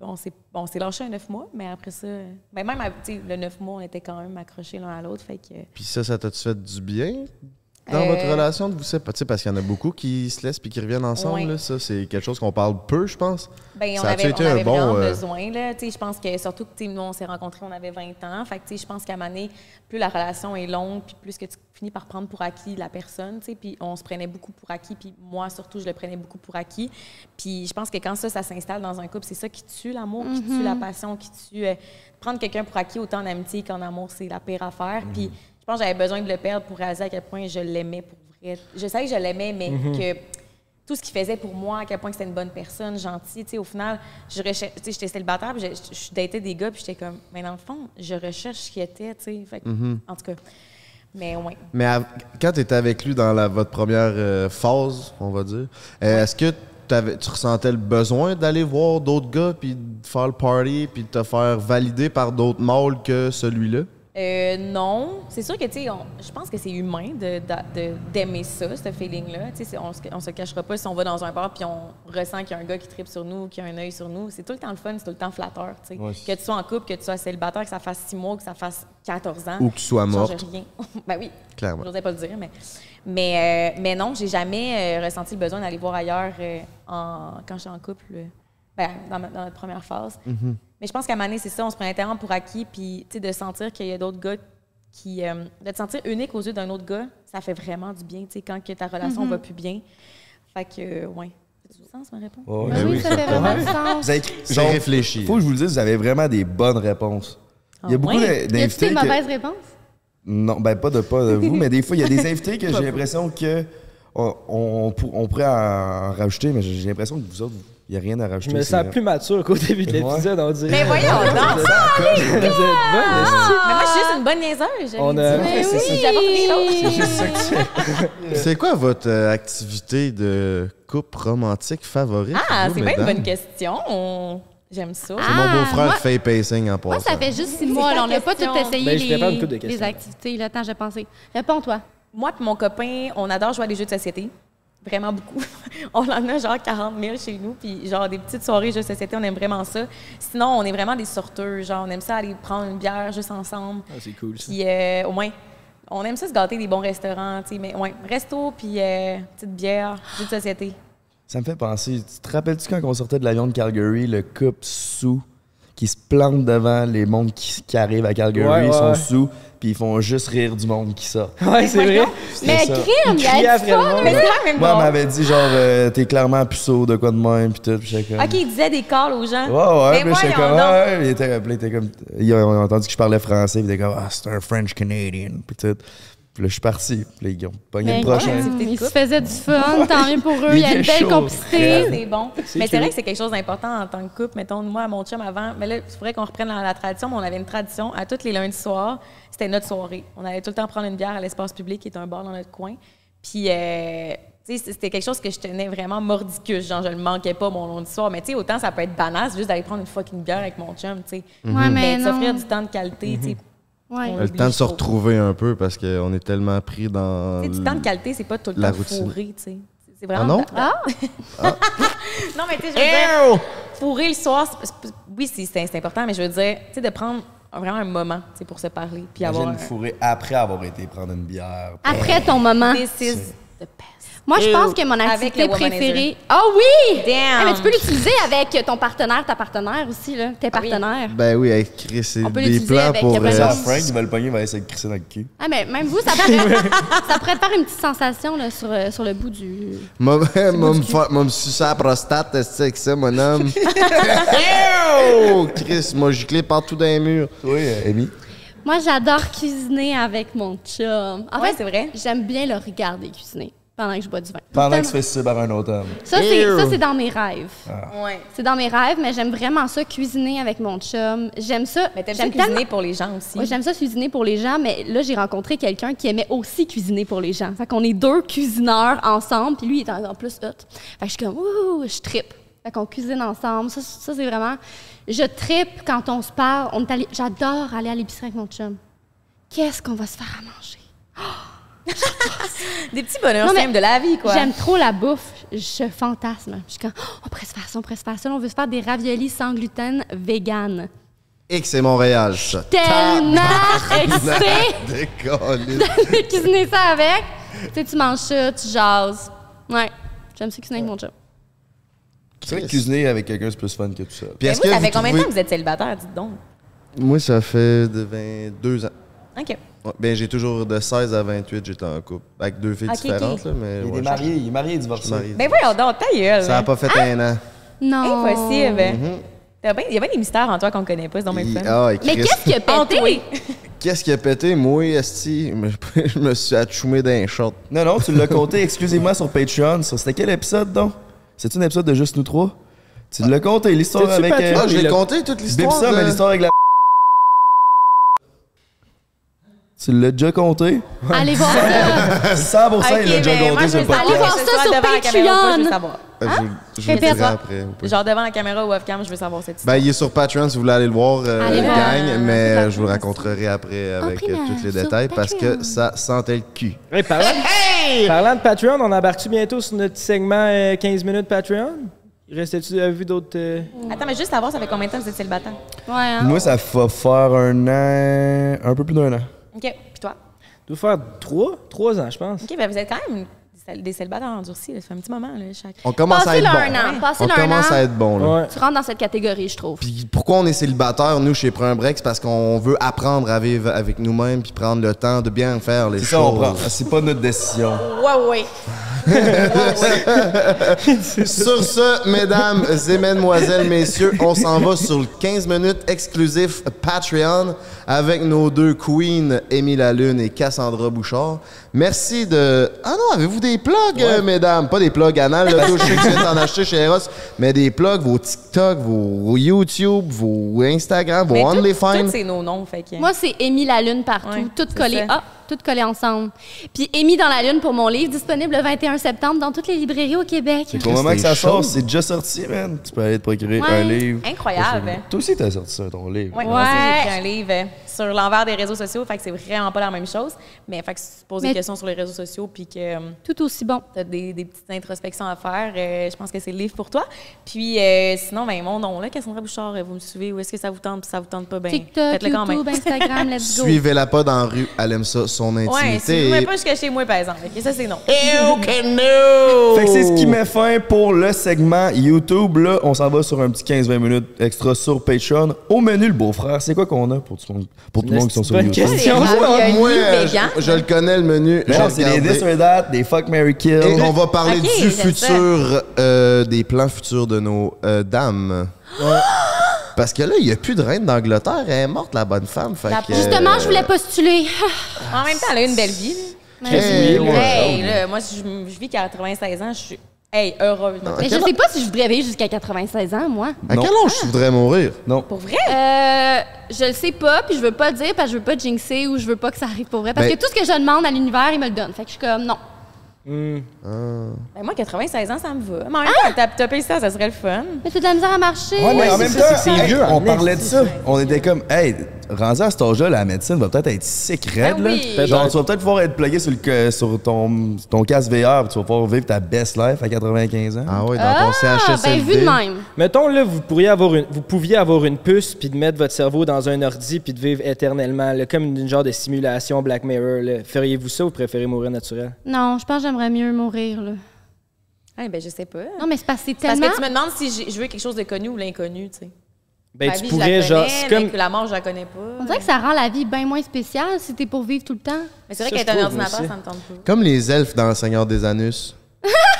On s'est, on s'est lâché un neuf mois, mais après ça, euh, ben même à- tu sais, le neuf mois, on était quand même accrochés l'un à l'autre. Fait que.
Puis ça, ça t'a-tu fait du bien dans votre
Euh,
relation de vous séparer? Tu sais, parce qu'il y en a beaucoup qui se laissent puis qui reviennent ensemble.
Ouais.
là. Ça, c'est quelque chose qu'on parle peu, je pense.
Ben, on
ça
avait,
a-tu été
on
un
avait
bon.
vraiment
euh,
besoin. Là. Tu sais, Je pense que surtout que tu sais, nous, on s'est rencontrés, on avait 20 ans. Fait que, tu sais, je pense qu'à Mané, plus la relation est longue, puis plus que tu finis par prendre pour acquis la personne. tu sais, Puis on se prenait beaucoup pour acquis, puis moi surtout, je le prenais beaucoup pour acquis. Puis je pense que quand ça, ça s'installe dans un couple, c'est ça qui tue l'amour, qui tue la passion, qui tue. euh, prendre quelqu'un pour acquis, autant en amitié qu'en amour, c'est la pire affaire.
Mhm.
Puis je pense que j'avais besoin de le perdre pour réaliser à quel point je l'aimais pour vrai. Je savais que je l'aimais, mais
Mhm.
que tout ce qu'il faisait pour moi, à quel point que c'était une bonne personne, gentille. Tu sais, au final, je recher- tu sais, j'étais célibataire, puis je, je- je datais des gars, puis j'étais comme, mais dans le fond, je recherche ce qu'il était, tu sais. Fait que,
Mhm.
En tout cas, mais ouais.
Mais av- quand tu étais avec lui dans la- votre première euh, phase, on va dire, euh, est-ce que t'avais- tu ressentais le besoin d'aller voir d'autres gars puis de faire le party puis de te faire valider par d'autres mâles que celui-là?
Euh, non, c'est sûr que, tu sais, on- je pense que c'est humain de- d'a- de- d'aimer ça, ce feeling-là. Tu sais, c'est- on, se- on se le cachera pas si on va dans un bar puis on ressent qu'il y a un gars qui tripe sur nous, qui a un œil sur nous. C'est tout le temps le fun, c'est tout le temps flatteur, tu sais.
Ouais.
Que tu sois en couple, que tu sois célibataire, que ça fasse six mois, que ça fasse 14 ans.
Ou que tu sois
ça change
morte.
rien. ben oui.
Clairement.
J'osais pas le dire, mais. Mais, euh, mais non, j'ai jamais euh, ressenti le besoin d'aller voir ailleurs euh, en, quand j'étais en couple, euh, ben, dans, ma- dans notre première phase. Mais je pense qu'à Mané, c'est ça, on se prenait tellement pour acquis, puis tu sais, de sentir qu'il y a d'autres gars qui. euh, de te sentir unique aux yeux d'un autre gars, ça fait vraiment du bien, tu sais, quand que ta relation
Mhm.
va plus bien. Fait que, euh, ouais. Ça fait du sens, ma réponse?
Ah Ouais, ouais.
Ben oui, ça fait vraiment du sens.
Vous avez-
C'est
genre,
réfléchi.
Faut que je vous le dise, vous avez vraiment des bonnes réponses. Il y a beaucoup
Ah, Ouais.
de-
Y a-tu
d'invités.
des
que-
mauvaises réponses?
Non, ben pas de pas de vous, mais des fois, il y a des invités que j'ai l'impression que on, on, pour- on pourrait en rajouter, mais j'ai l'impression que vous autres, il n'y a rien à rajouter.
Je me sens plus mature qu'au début de l'épisode, on dirait.
Mais voyons donc! Ah,
Vous êtes
Mais moi, je suis juste une bonne
bonnes, esti.
niaiseuse, je
On
l'ai
a-
dit.
Mais
C'est ça. J'apporte rien d'autre.
C'est juste ça que tu
C'est quoi votre euh, activité de couple romantique favorite?
Ah,
vous,
c'est bien une
mesdames?
bonne question. J'aime ça.
C'est mon beau-frère
Ah, moi-
fait pacing en
Moi,
passant.
ça fait juste six
C'est
mois.
ta
là, on n'a pas tout
question.
essayé
Ben, je prépare une
les,
couple de
les
questions.
activités. Le temps, j'ai pensé. Réponds-toi.
Moi et mon copain, on adore jouer à des jeux de société. Vraiment beaucoup. on en a genre 40 000 chez nous. Puis genre des petites soirées jeux de société, on aime vraiment ça. Sinon, on est vraiment des sorteurs. Genre, on aime ça aller prendre une bière juste ensemble.
Ah, c'est cool, ça.
Puis euh, au moins, on aime ça se gâter des bons restaurants. tu sais, Mais ouais, resto, puis euh, petite bière, jeux de société.
Ça me fait penser. Tu te rappelles-tu quand on sortait de l'avion de Calgary, le couple sous qui se plante devant les mondes qui, qui arrivent à Calgary,
Ouais, ouais,
ils sont
ouais.
sous, puis ils font juste rire du monde qui sort.
Ouais, c'est vrai.
Mais
ça.
crime, il y
Crier
a du
après le
fun.
monde.
Mais c'est quand même
Moi, elle
bon.
m'avait dit genre, euh, t'es clairement puceau de quoi de même, puis tout, puis j'étais comme.
OK, il disait des calls aux gens.
Ouais, ouais,
Mais
puis j'étais
voyons
comme,
donc.
ah, ouais, il était, puis il était comme, ils ont ils ont entendu que je parlais français, puis il était comme, ah, c'est un French Canadian, puis tout. Puis là, je suis parti, puis là, ils ont pogné
Mais
le prochain.
crime, Ils se faisaient du fun. Tant mieux pour eux.
Il
Il y a
était
une belle
chaud.
complicité.
c'est bon.
C'est
Mais c'est vrai
cute.
que c'est quelque chose d'important en tant que couple. Mettons, moi, mon chum avant, mais là, c'est vrai qu'on reprenne la, la tradition, mais on avait une tradition. À tous les lundis soirs, c'était notre soirée. On allait tout le temps prendre une bière à l'espace public, qui est un bar dans notre coin. Puis, euh, tu sais, c'était quelque chose que je tenais vraiment mordicus. Genre, je le manquais pas mon lundi soir. Mais tu sais, autant ça peut être banal, c'est juste d'aller prendre une fucking bière avec mon chum, tu sais.
Ouais, mais
de
non.
s'offrir du temps de qualité, tu sais.
Mhm.
Ouais.
on
Le
oublie,
temps de
je
se
trouve.
retrouver un peu parce qu'on est tellement pris dans.
Tu sais, du temps de qualité, c'est pas tout le
La
temps
routine.
fourré, tu sais. C'est
Ah
vraiment.
non?
Non, mais tu sais, je veux dire.
Ew!
fourrer le soir, c'est- c'est- oui, c'est- c'est c'est important, mais je veux dire, tu sais, de prendre vraiment un moment, tu sais, pour se parler, puis avoir
Imagine
un Ah,
fourré après avoir été prendre une bière.
Après ton moment.
This is the best.
Moi, je pense que mon activité
le womanizer.
préférée. Oh oui!
Damn!
Ah, mais tu peux l'utiliser avec ton partenaire, ta partenaire aussi, là. Tes
Ah oui.
partenaires.
Ben oui, avec Chris, c'est
On peut
des
l'utiliser
plans
avec
pour. euh,
plein de
Ça,
Ouais.
Frank, il va le pogner, il va essayer de crisser dans le cul.
Ah, mais même vous, ça pourrait, ça pourrait te faire une petite sensation là, sur, euh, sur le bout du.
M'a me fa- m'a me sucer la prostate, c'est ça que ça, mon homme. Ew! Chris, m'a giclé partout dans les murs.
Oui, Amy.
Moi, j'adore cuisiner avec mon chum. En
Ouais,
fait,
c'est vrai.
J'aime bien le regarder cuisiner. pendant que je bois du vin.
Pendant
Ça-
que tu fais ça par un autre homme.
Ça, c'est,
Ew. Ah.
ça, c'est dans mes rêves.
Ah.
Ouais.
C'est dans mes rêves, mais j'aime vraiment ça, cuisiner avec mon chum. J'aime ça.
Mais t'aimes ça
j'aime
cuisiner
tellement-
pour les gens aussi.
Ouais, j'aime ça cuisiner pour les gens, mais là, j'ai rencontré quelqu'un qui aimait aussi cuisiner pour les gens. Fait qu'on est deux cuisineurs ensemble, puis lui, il est en en plus hot. Fait que je suis comme, ouh, je trippe. Fait qu'on cuisine ensemble. Ça, ça c'est vraiment. Je trippe quand on se parle. On est allé... J'adore aller à l'épicerie avec mon chum. Qu'est-ce qu'on va se faire à manger?
Des petits bonheurs
Non, mais
simples de la vie, quoi.
J'aime trop la bouffe. Je fantasme. Je suis comme, Oh, on pourrait se faire ça, on pourrait se faire ça. On veut se faire des raviolis sans gluten vegan.
Et que c'est Montréal, ça.
Tellement excité
Décollé.
de cuisiner ça avec. Tu sais, tu manges ça, tu jases. Ouais. J'aime ça cuisiner avec mon chum.
Tu sais que cuisiner avec quelqu'un, c'est plus fun que tout ça.
Puis
Mais
est-ce
vous,
que
Ben ça
vous
fait combien de
trouvez-
temps que vous êtes célibataire, dites donc?
Moi, ça fait de 22 ans.
OK.
Ouais, ben, j'ai toujours de 16 à 28, j'étais en couple. Avec deux filles
Ok,
différentes,
ok.
là, mais.
Il
ouais,
est
je-
marié, il est marié et
je suis
divorcé.
marié.
Ben voyons donc, ta gueule. hein.
Ça n'a pas
Ah!
fait un an.
Non.
Eh, Impossible. T'as bien- Il y a bien des mystères en toi qu'on connaît pas, c'est dans même
Il-
fun.
Ah, et
Mais
Christ.
qu'est-ce qui a pété?
Qu'est-ce qui a pété? Moi, esti, je me- je me suis atchoumé d'un short.
Non, non, tu l'as compté exclusivement sur Patreon. Ça, C'était quel épisode, donc? C'est un épisode de Juste nous trois? Tu l'as compté, l'histoire
T'es-tu
avec...
Patrick?
Ah, je l'ai
le-
compté toute
Bip
l'histoire.
ça, mais
de-
l'histoire avec la... Tu l'as déjà compté?
Allez voir ça.
100% il l'a
Ok,
déjà
ben, moi,
compté
je
sur
vais
le
le
podcast.
savoir.
Allez voir
Ce
ça
soir,
sur
devant la caméra ou pas, je veux
Patreon.
savoir.
Je, je vous
Répète
dirai
ça.
après. ou pas.
Genre devant la caméra ou off-cam, je veux savoir cette histoire.
Ben, il est sur Patreon si vous voulez aller le voir, euh,
Allez voir,
gang,
euh,
mais
Patreon.
euh, je vous le raconterai après avec euh,
primaire,
tous les
sur
détails parce que
Patreon.
ça sentait le cul.
Hey, parlant, parlant de Patreon, on embarque-tu bientôt sur notre segment euh, 15 minutes Patreon? Restais-tu à vu d'autres... euh,
Attends, mais juste savoir, ça fait combien de temps que vous êtes célibataire?
Ouais, hein?
Moi, ça va faire un an... Un peu plus d'un an.
OK. Puis toi?
doit faire trois? Trois ans, je pense.
OK, ben vous êtes quand même des cél- des célibataires endurcis, là. Ça fait un petit moment, là, chaque.
On commence
Passez
à
leur
être
un
bon.
an. Passez
On
leur un
commence
an.
à être bon, là.
Ouais.
Tu rentres dans cette catégorie, je trouve.
Puis pourquoi on est célibataire, nous, chez Prends un Break, c'est parce qu'on veut apprendre à vivre avec nous-mêmes puis prendre le temps de bien faire les
C'est
choses.
ça, on prend. Ah, C'est pas notre décision.
Ouais, ouais.
Sur ce, mesdames et mesdemoiselles, messieurs, on s'en va sur le 15 minutes exclusif Patreon avec nos deux queens, Émilie Lalune et Cassandra Bouchard. Merci de... Ah non, avez-vous des plugs, euh, mesdames? Pas des plugs anal, là, je sais que vous êtes en acheter chez Eros, mais des plugs, vos TikTok, vos YouTube, vos Instagram, vos
Mais tout-
OnlyFans.
Tous, c'est nos noms, fait que.
Moi, c'est Émi la Lune partout,
Ouais,
toutes
c'est
collées.
ça.
Ah, toutes collées ensemble. Puis Émi dans la Lune pour mon livre, disponible le 21 septembre dans toutes les librairies au Québec.
Au moment que ça
C'était chaud.
sort, c'est déjà sorti, man. Tu peux aller te procurer
Ouais.
un livre.
Incroyable. hein.
Toi aussi, t'as sorti ça, ton livre.
Ouais, moi aussi, j'ai écrit un livre euh, sur l'envers des réseaux sociaux, fait que c'est vraiment pas la même chose. Mais fait que si tu poses
Mais-
des questions sur les réseaux sociaux puis que
Tout aussi bon.
tu as des, des petites introspections à faire, euh, je pense que c'est le livre pour toi. Puis euh, sinon, ben mon nom, là, Cassandra Bouchard, euh, vous me suivez, où est-ce que ça vous tente, puis ça vous tente pas, ben
TikTok,
faites-le quand même.
YouTube, Instagram, let's go.
Suivez-la pas dans la rue, elle aime ça, son
ouais,
intimité.
suivez-moi pas jusqu'à chez moi, par exemple. Et ça, c'est non.
Fait que c'est ce qui met fin pour le segment YouTube. Là, on s'en va sur un petit 15-20 minutes extra sur Patreon. Au menu, le beau-frère, c'est quoi qu'on a pour tout le monde, pour tout le monde qui sont sur
Bonne
YouTube?
question, ça.
raviolis
Moi, euh,
vegan.
je, je le connais, le menu.
Ben
je
non,
le
c'est des
regardais.
This or That, des Fuck, Mary Kill.
Et on va parler
Ok, j'aime
du
ça.
futur, euh, des plans futurs de nos euh, dames. Parce que là, il n'y a plus de reine d'Angleterre. Elle est morte, la bonne femme. Fait
La
que,
Justement, je voulais postuler.
En même temps, elle a une belle vie. là.
euh, hey, ouais.
Hey, là, moi, si je, je vis qu'à 96 ans, je suis hey, heureuse. moi.
Mais je sais pas si je voudrais vivre jusqu'à 96 ans, moi.
À quel âge tu voudrais mourir?
Non.
Pour vrai?
Euh, je le sais pas, puis je veux pas le dire parce que je veux pas jinxer ou je veux pas que ça arrive pour vrai. Parce
Ben-
que tout ce que je demande à l'univers, il me le donne. Fait que je suis comme, non.
Ben, moi, 96 ans, ça me va. Mais en même
Ah!
temps, t'as tapé ça, ça serait le fun.
Mais t'as de la misère à marcher.
Ouais, mais en même
c'est
temps,
ça, c'est que c'est
hey,
vieux,
on
en esti,
parlait de ça. On était comme, hey, rendu à cet âge-là, la médecine va peut-être être secrète.
Ben oui.
là. Genre, tu vas peut-être pouvoir être plugué sur, le, que- sur ton, ton casque VR, puis tu vas pouvoir vivre ta best life à 95 ans.
Ah oui, dans ton
Ah,
CHSLD.
ben vu de même.
Mettons, là, vous, pourriez avoir une, vous pouviez avoir une puce, puis de mettre votre cerveau dans un ordi, puis de vivre éternellement, là, comme une genre de simulation Black Mirror. là. Feriez-vous ça ou préférez mourir naturel?
Non, je pense que j'aimerais mieux mourir, là.
Ah, ben, je sais pas.
Non, mais c'est parce que c'est
Parce
tellement.
que tu me demandes si j'ai- je veux quelque chose de connu ou l'inconnu, tu sais.
Ben,
Ma
tu
vie, je
pourrais,
la
genre.
connais,
C'est
mais
comme.
que la mort, je la connais
On
pas.
dirait que ça rend la vie bien moins spéciale si t'es pour vivre tout le temps.
Mais c'est vrai
Ça,
qu'être
je
un
trouve, moi
ordinateur,
aussi.
ça me tente pas.
Comme les elfes dans Le Seigneur des Anus.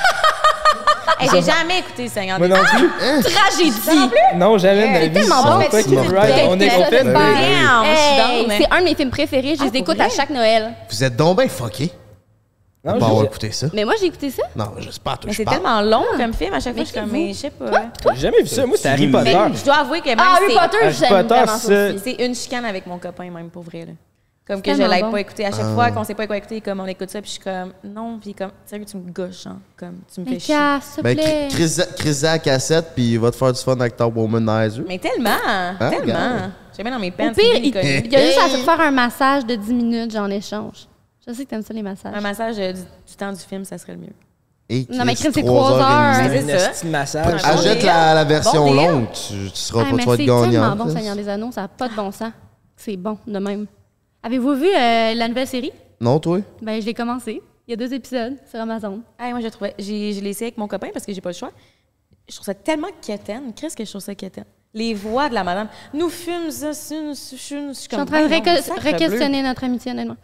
Ah,
Hey, j'ai jamais écouté Seigneur
Moi
des
non plus.
Tragédie!
Ah!
Non, jamais de la
C'est
vie.
tellement
ça.
bon,
Pas
mais tu
copyright.
m'étais
On Ben est
fait
on fait
le
une-
faire.
Damn, hein, je suis
Hey,
down, mais-
c'est un de mes films préférés. Je
Ah,
les
pour
écoute
vrai?
à chaque Noël.
Vous êtes donc bien fuckés. On va avoir écouté ça.
Mais moi, j'ai écouté ça.
Non, mais j'espère tout.
Mais
je
c'est
parle.
tellement long comme film, à chaque fois, je suis comme,
Ah. vous-
mais je sais pas.
J'ai jamais vu ça. Moi, c'était Harry Potter.
Mais je dois avouer que même
Ah, Harry
c'est-
Potter,
Harry
j'aime
Potter,
vraiment ça
c'est-
aussi.
C'est une chicane avec mon copain, même, pour vrai. Là. Comme
C'est
que je
tellement
l'aille
bon.
pas écouter. À chaque fois qu'on sait pas quoi écouter, il est comme on écoute ça, puis je suis comme non, puis il est comme sérieux, tu me gauches, hein. Comme tu me fais
Mais
chier.
casse, s'il te
Ben,
plaît.
cri- crise crise à la cassette, puis il va te faire du fun avec ton womanizer.
Mais tellement,
regarde.
tellement. J'ai mis dans mes pants.
Au pire,
c'est bien
il,
connu.
il y a juste à te faire un massage de 10 minutes, genre, en échange. Je sais que t'aimes ça, les massages.
un massage euh, du, du temps du film, ça serait le mieux.
Et
Non, mais
Chris,
Chris, c'est
trois
3
et
heures.
demie.
c'est
Un
ça.
esti de massage.
Ah,
Achète
Bon
la, la
deal.
version
Bon deal.
longue, tu, tu seras
Ah,
pas,
mais
tu vas
c'est
être
tellement
gagnant.
bon, Seigneur des Anneaux. Ça n'a pas de bon sens. C'est bon, de même. Avez-vous vu euh, la nouvelle série?
non, toi?
Ben, je l'ai commencé. Il y a deux épisodes sur Amazon.
Ah, moi, je trouvais, j'ai, j'ai laissé avec mon copain parce que j'ai pas le choix. Je trouve ça tellement quétaine. Qu'est-ce que je trouve ça quétaine? Les voix de la madame. Nous fumes, ça, ça, nous fumes.
Je suis en train de
ben non,
reco-
sacrebleu.
re-questionner notre amitié, honnêtement.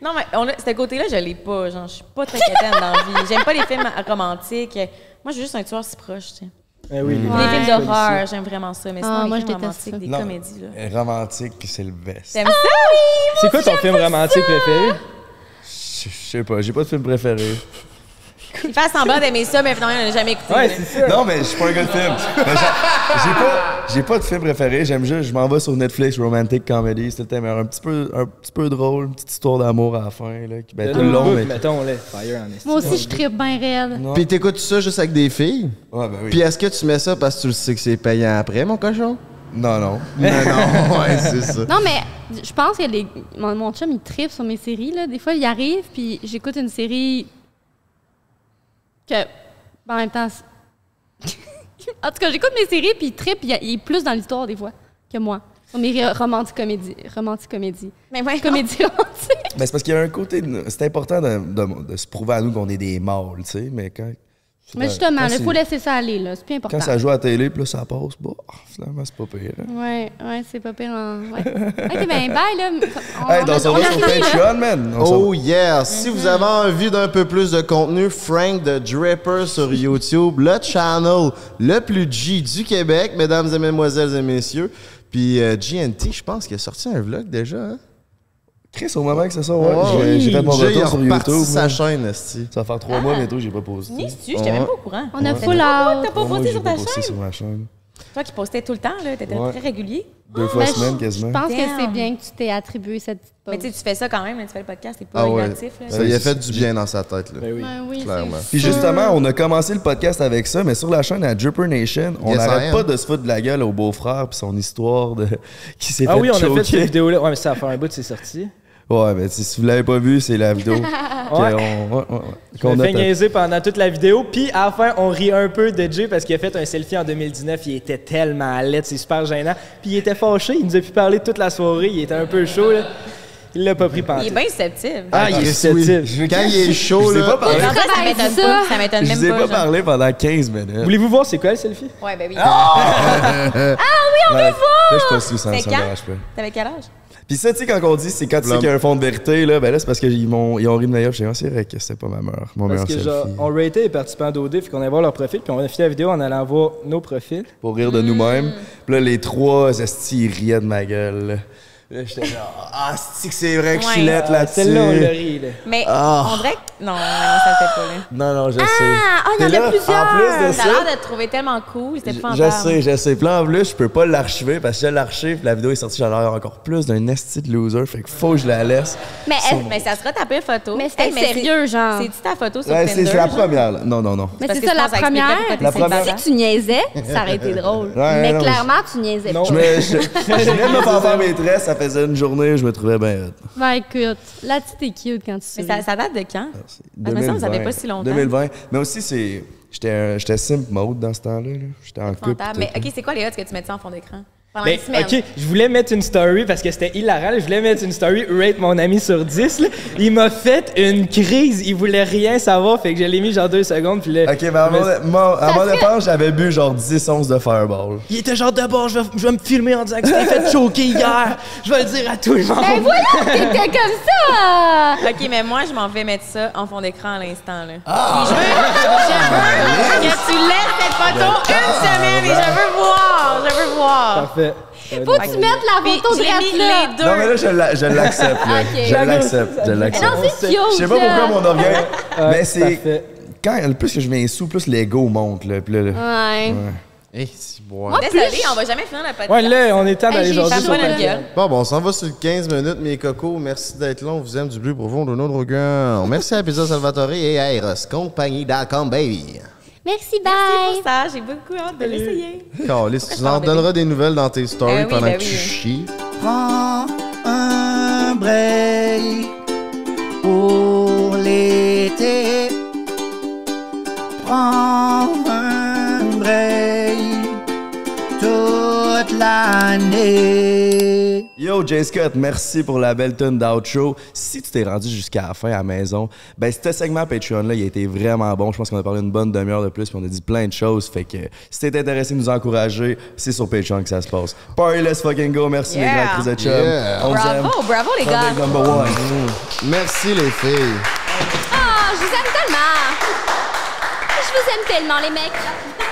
Non, mais on a- ce côté-là, je l'ai pas. Genre, je suis pas très quétaine dans la vie. J'aime pas les films romantiques. Moi, j'ai juste un tueur si proche, tu sais.
Eh oui, les-
Les
Ouais.
films d'horreur, j'aime vraiment ça. Mais sinon,
Ah,
les
moi, je
films
déteste
romantiques,
ça.
des
Non. Eh.
comédies, là.
Romantique, c'est le best.
T'aimes ça?
C'est quoi ton film romantique préféré?
Je je sais pas, j'ai pas de film préféré.
Il fait semblant d'aimer ça, mais finalement, on l'a jamais écouté.
Ouais,
là.
c'est ça.
Non, mais je suis pas un gars de film. Mais j'a- J'ai pas, j'ai pas de film préféré. J'aime juste, je m'en vais sur Netflix Romantic Comedy. C'est le thème un petit peu, un petit peu drôle, une petite histoire d'amour à la fin, là, qui ben, tout le long, mais.
Mettons, là, Fire en esti.
Moi aussi, je tripe bien raide.
Puis t'écoutes ça juste avec des filles?
Ouais, ben oui.
Puis est-ce que tu mets ça parce que tu le sais que c'est payant après, mon cochon?
Non, non.
Non, non, ouais, c'est ça.
Non, mais je pense que les... mon, mon chum, il tripe sur mes séries. Là. Des fois, il arrive, puis j'écoute une série que, ben, en même temps... c'est- en tout cas, j'écoute mes séries, puis il tripe, puis il il est plus dans l'histoire, des fois, que moi. Sur mes romantiques comédies. Romantiques comédies.
Mais ouais,
Comédies romantiques.
Mais c'est parce qu'il y a un côté. de- C'est important de, de- de se prouver à nous qu'on est des mâles, tu sais, mais quand.
Mais justement,
quand
il
c'est-
faut laisser ça aller, là. C'est plus important.
Quand ça joue à la télé, puis là, ça passe, bah, finalement, c'est pas pire. hein.
Ouais, ouais, c'est pas pire. en- Ouais. OK, ben bye, là. On-
Hey,
on-
donc, on
Ah, on
va
a
sur
fini, là.
Patreon, man. On s'en va.
Oh yeah! Si vous
Mhm.
avez envie d'un peu plus de contenu, Frank the Dripper sur YouTube, le channel le plus G du Québec, mesdames et mesdemoiselles et messieurs. Puis euh, GNT, je pense qu'il a sorti un vlog déjà. Hein?
Chris, au moment que ça sort, ouais,
Oh,
j'ai- j'ai fait mon
Jay, il a
retour sur
reparti
YouTube.
sa
là.
chaîne, esti.
Ça va faire trois mois bientôt, j'ai pas posté.
ni dessus, j'étais même pas au courant.
On a
T'as
full
pas-
out.
T'as pas
Trois mois que Oh,
posté
j'ai
sur ta
pas posté
chaîne?
sur ma chaîne.
Toi qui postais tout le temps, là, t'étais
Ouais.
très régulier.
Deux fois
Ben,
semaine,
je- Je
quasiment.
pense que
Damn.
c'est bien que tu t'es attribué cette petite pause.
Mais tu sais, tu fais ça quand même, là, tu fais le podcast, t'es pas
Ah ouais.
inactif. Là.
Ça lui a fait du bien dans sa tête, là.
Ben oui.
Ben oui,
Clairement.
c'est
Puis justement, on a commencé le podcast avec ça, mais sur la chaîne à Dripper Nation, on
Yes, I
n'arrête pas
am.
de se foutre de la gueule au beau-frère puis son histoire de qui s'est
Ah
fait
oui, on a fait cette
choquer.
vidéo-là. Ouais, mais ça va faire un bout de ses sorties.
Ouais, mais si vous l'avez pas vu, c'est la vidéo.
Ah.
qu'on
Ouais.
ouais, ouais, ouais.
On
Qu'on
a
a tapé.
fait niaiser pendant toute la vidéo, puis à la fin, on rit un peu de Jay parce qu'il a fait un selfie en 2019, il était tellement laid, c'est super gênant. Puis il était fâché, il nous a pu parler toute la soirée, il était un peu chaud, là. Il l'a pas pris pendant.
Il est bien susceptible.
Ah, il est
susceptible.
oui. Quand il est chaud,
Je vous ai
là.
pas parlé.
En fait, ça m'étonne
ça.
pas. Ça m'étonne
Je vous ai
même
pas
pas. genre.
parlé pendant 15 minutes.
Voulez-vous voir c'est quoi le selfie?
Ouais, ben oui.
on là, là, je pense que ça me
C'est quand?
dérange pas.
T'avais quel âge?
Puis ça, tu sais, quand on dit c'est quand tu sais
Blum.
qu'il y a un fond de vérité, là, ben là, c'est parce qu'ils m'ont- ils ont ri de ma gueule. J'ai dit, Ah, c'est vrai que c'était pas ma meilleure, mon
Parce
meilleur
que, genre,
selfie.
on ratait les participants d'OD, puis qu'on allait voir leur profil, puis on a fini la vidéo en allant voir nos profils.
Pour rire de nous-mêmes.
Mm.
Puis là, les trois estis ils riaient de ma gueule. là. Là, j'étais genre, ah, c'est que c'est vrai que je suis
Ouais. Ah,
lette là-dessus.
Euh, Celle-là, on l'a ri, là.
Mais on dirait que. Non, non, ça le fait pas, là.
Non, non, je sais.
Ah,
oh,
il y
Puis
en a
là, En plus de
T'as
ça,
l'air de te trouver tellement cool, c'était pas
Je sais, je sais. Puis là, en plus, je peux pas l'archiver parce que je l'archive, la vidéo est sortie, j'en ai encore plus d'un esti de loser. Fait que faut que je la laisse.
Mais elle-
Mais ça sera ta pire photo.
Mais c'était
Hey, mais
sérieux, genre.
c'est- C'est-tu ta photo sur
Ouais,
Tinder?
c'est c'est la
genre?
première, là. Non, non, non.
Mais
Parce
c'est ça
que je
la
pense à expliquer
première.
pourquoi t'es
La première.
célibataire.
Si tu niaisais, ça aurait été drôle.
Ouais,
mais
non, mais
clairement, tu niaisais
Non.
pas.
Je, me, je, je venais de me faire faire mes tresses, ça faisait une journée, je me trouvais bien euh, hot.
Ben écoute, là, tu t'es cute quand tu
Mais
souris.
ça, ça date de quand? Ah, mais ça, vous
2020.
avez pas si longtemps.
2020. Mais aussi, c'est. J'étais un- j'étais simple mode dans ce temps-là. là. J'étais en couple.
Fantable.
tout,
Mais OK, c'est quoi les odds que tu mets ça en fond d'écran? Pendant
Ben,
une semaine.
ok, je voulais mettre une story parce que c'était hilarant. là. Je voulais mettre une story, rate mon ami sur 10. là. Il m'a fait une crise. Il voulait rien savoir. Fait que je l'ai mis genre deux secondes. Puis là,
là. Ok, ben, mais à
je me-
mon, mon- à mon dépense, j'avais bu genre 10 onces de Fireball.
Il était genre de bord, je vais, je vais me filmer en disant que je t'ai fait choquer hier. Je vais le dire à tout le monde.
Ben voilà, t'étais comme ça!
OK, mais moi, je m'en vais mettre ça en fond d'écran à l'instant. Là.
Ah!
Puis je veux,
Ben, ah,
je veux que tu laisses cette photo une semaine et je veux voir. Je veux voir.
Parfait.
Faut que tu mettes la
Puis
photo
je l'ai mis
de là.
les deux.
Non, mais là, je la- je l'accepte. là.
Ok.
Je l'accepte. Je
Mais
l'accepte.
non, c'est cute.
Je sais pas pourquoi
là.
mon orgueil. mais c'est.
parfait.
Quand, le plus que je viens sous, plus l'ego monte. Là. Puis là, là.
Ouais.
Eh, si, boy.
Moi, plus,
Désolée,
je-
on va jamais finir la podcast.
Ouais, là, on est temps
Hey,
d'aller
j'ai
jaser
pas
sur
le droit de
Patreon.
gueule.
Bon, bon, on s'en va sur le 15 minutes, mes cocos. Merci d'être là. On vous aime du plus profond de notre cœur. Merci à Pizza Salvatore et à Eros, compagnie d'Alcom Baby.
Merci,
Merci
bye.
pour ça, j'ai beaucoup hâte de l'essayer.
Caliste, tu en donneras des nouvelles dans tes stories
Ah, Ben oui,
pendant
ben
que tu
oui.
chies.
prends un break pour l'été. Prends un break toute l'année.
Yo, Jay Scott, merci pour la belle tune d'outro. Si tu t'es rendu jusqu'à la fin à la maison, ben, ce segment Patreon-là, il a été vraiment bon. Je pense qu'on a parlé une bonne demi-heure de plus, puis on a dit plein de choses. Fait que si t'es intéressé de nous encourager, c'est sur Patreon que ça se passe. Party, let's fucking go. Merci, les
Yeah.
grands prises de chum.
Yeah.
On vous aime.
Bravo, bravo les gars.
Public number one.
Merci les filles.
Ah, je vous aime tellement. Je vous aime tellement, les mecs.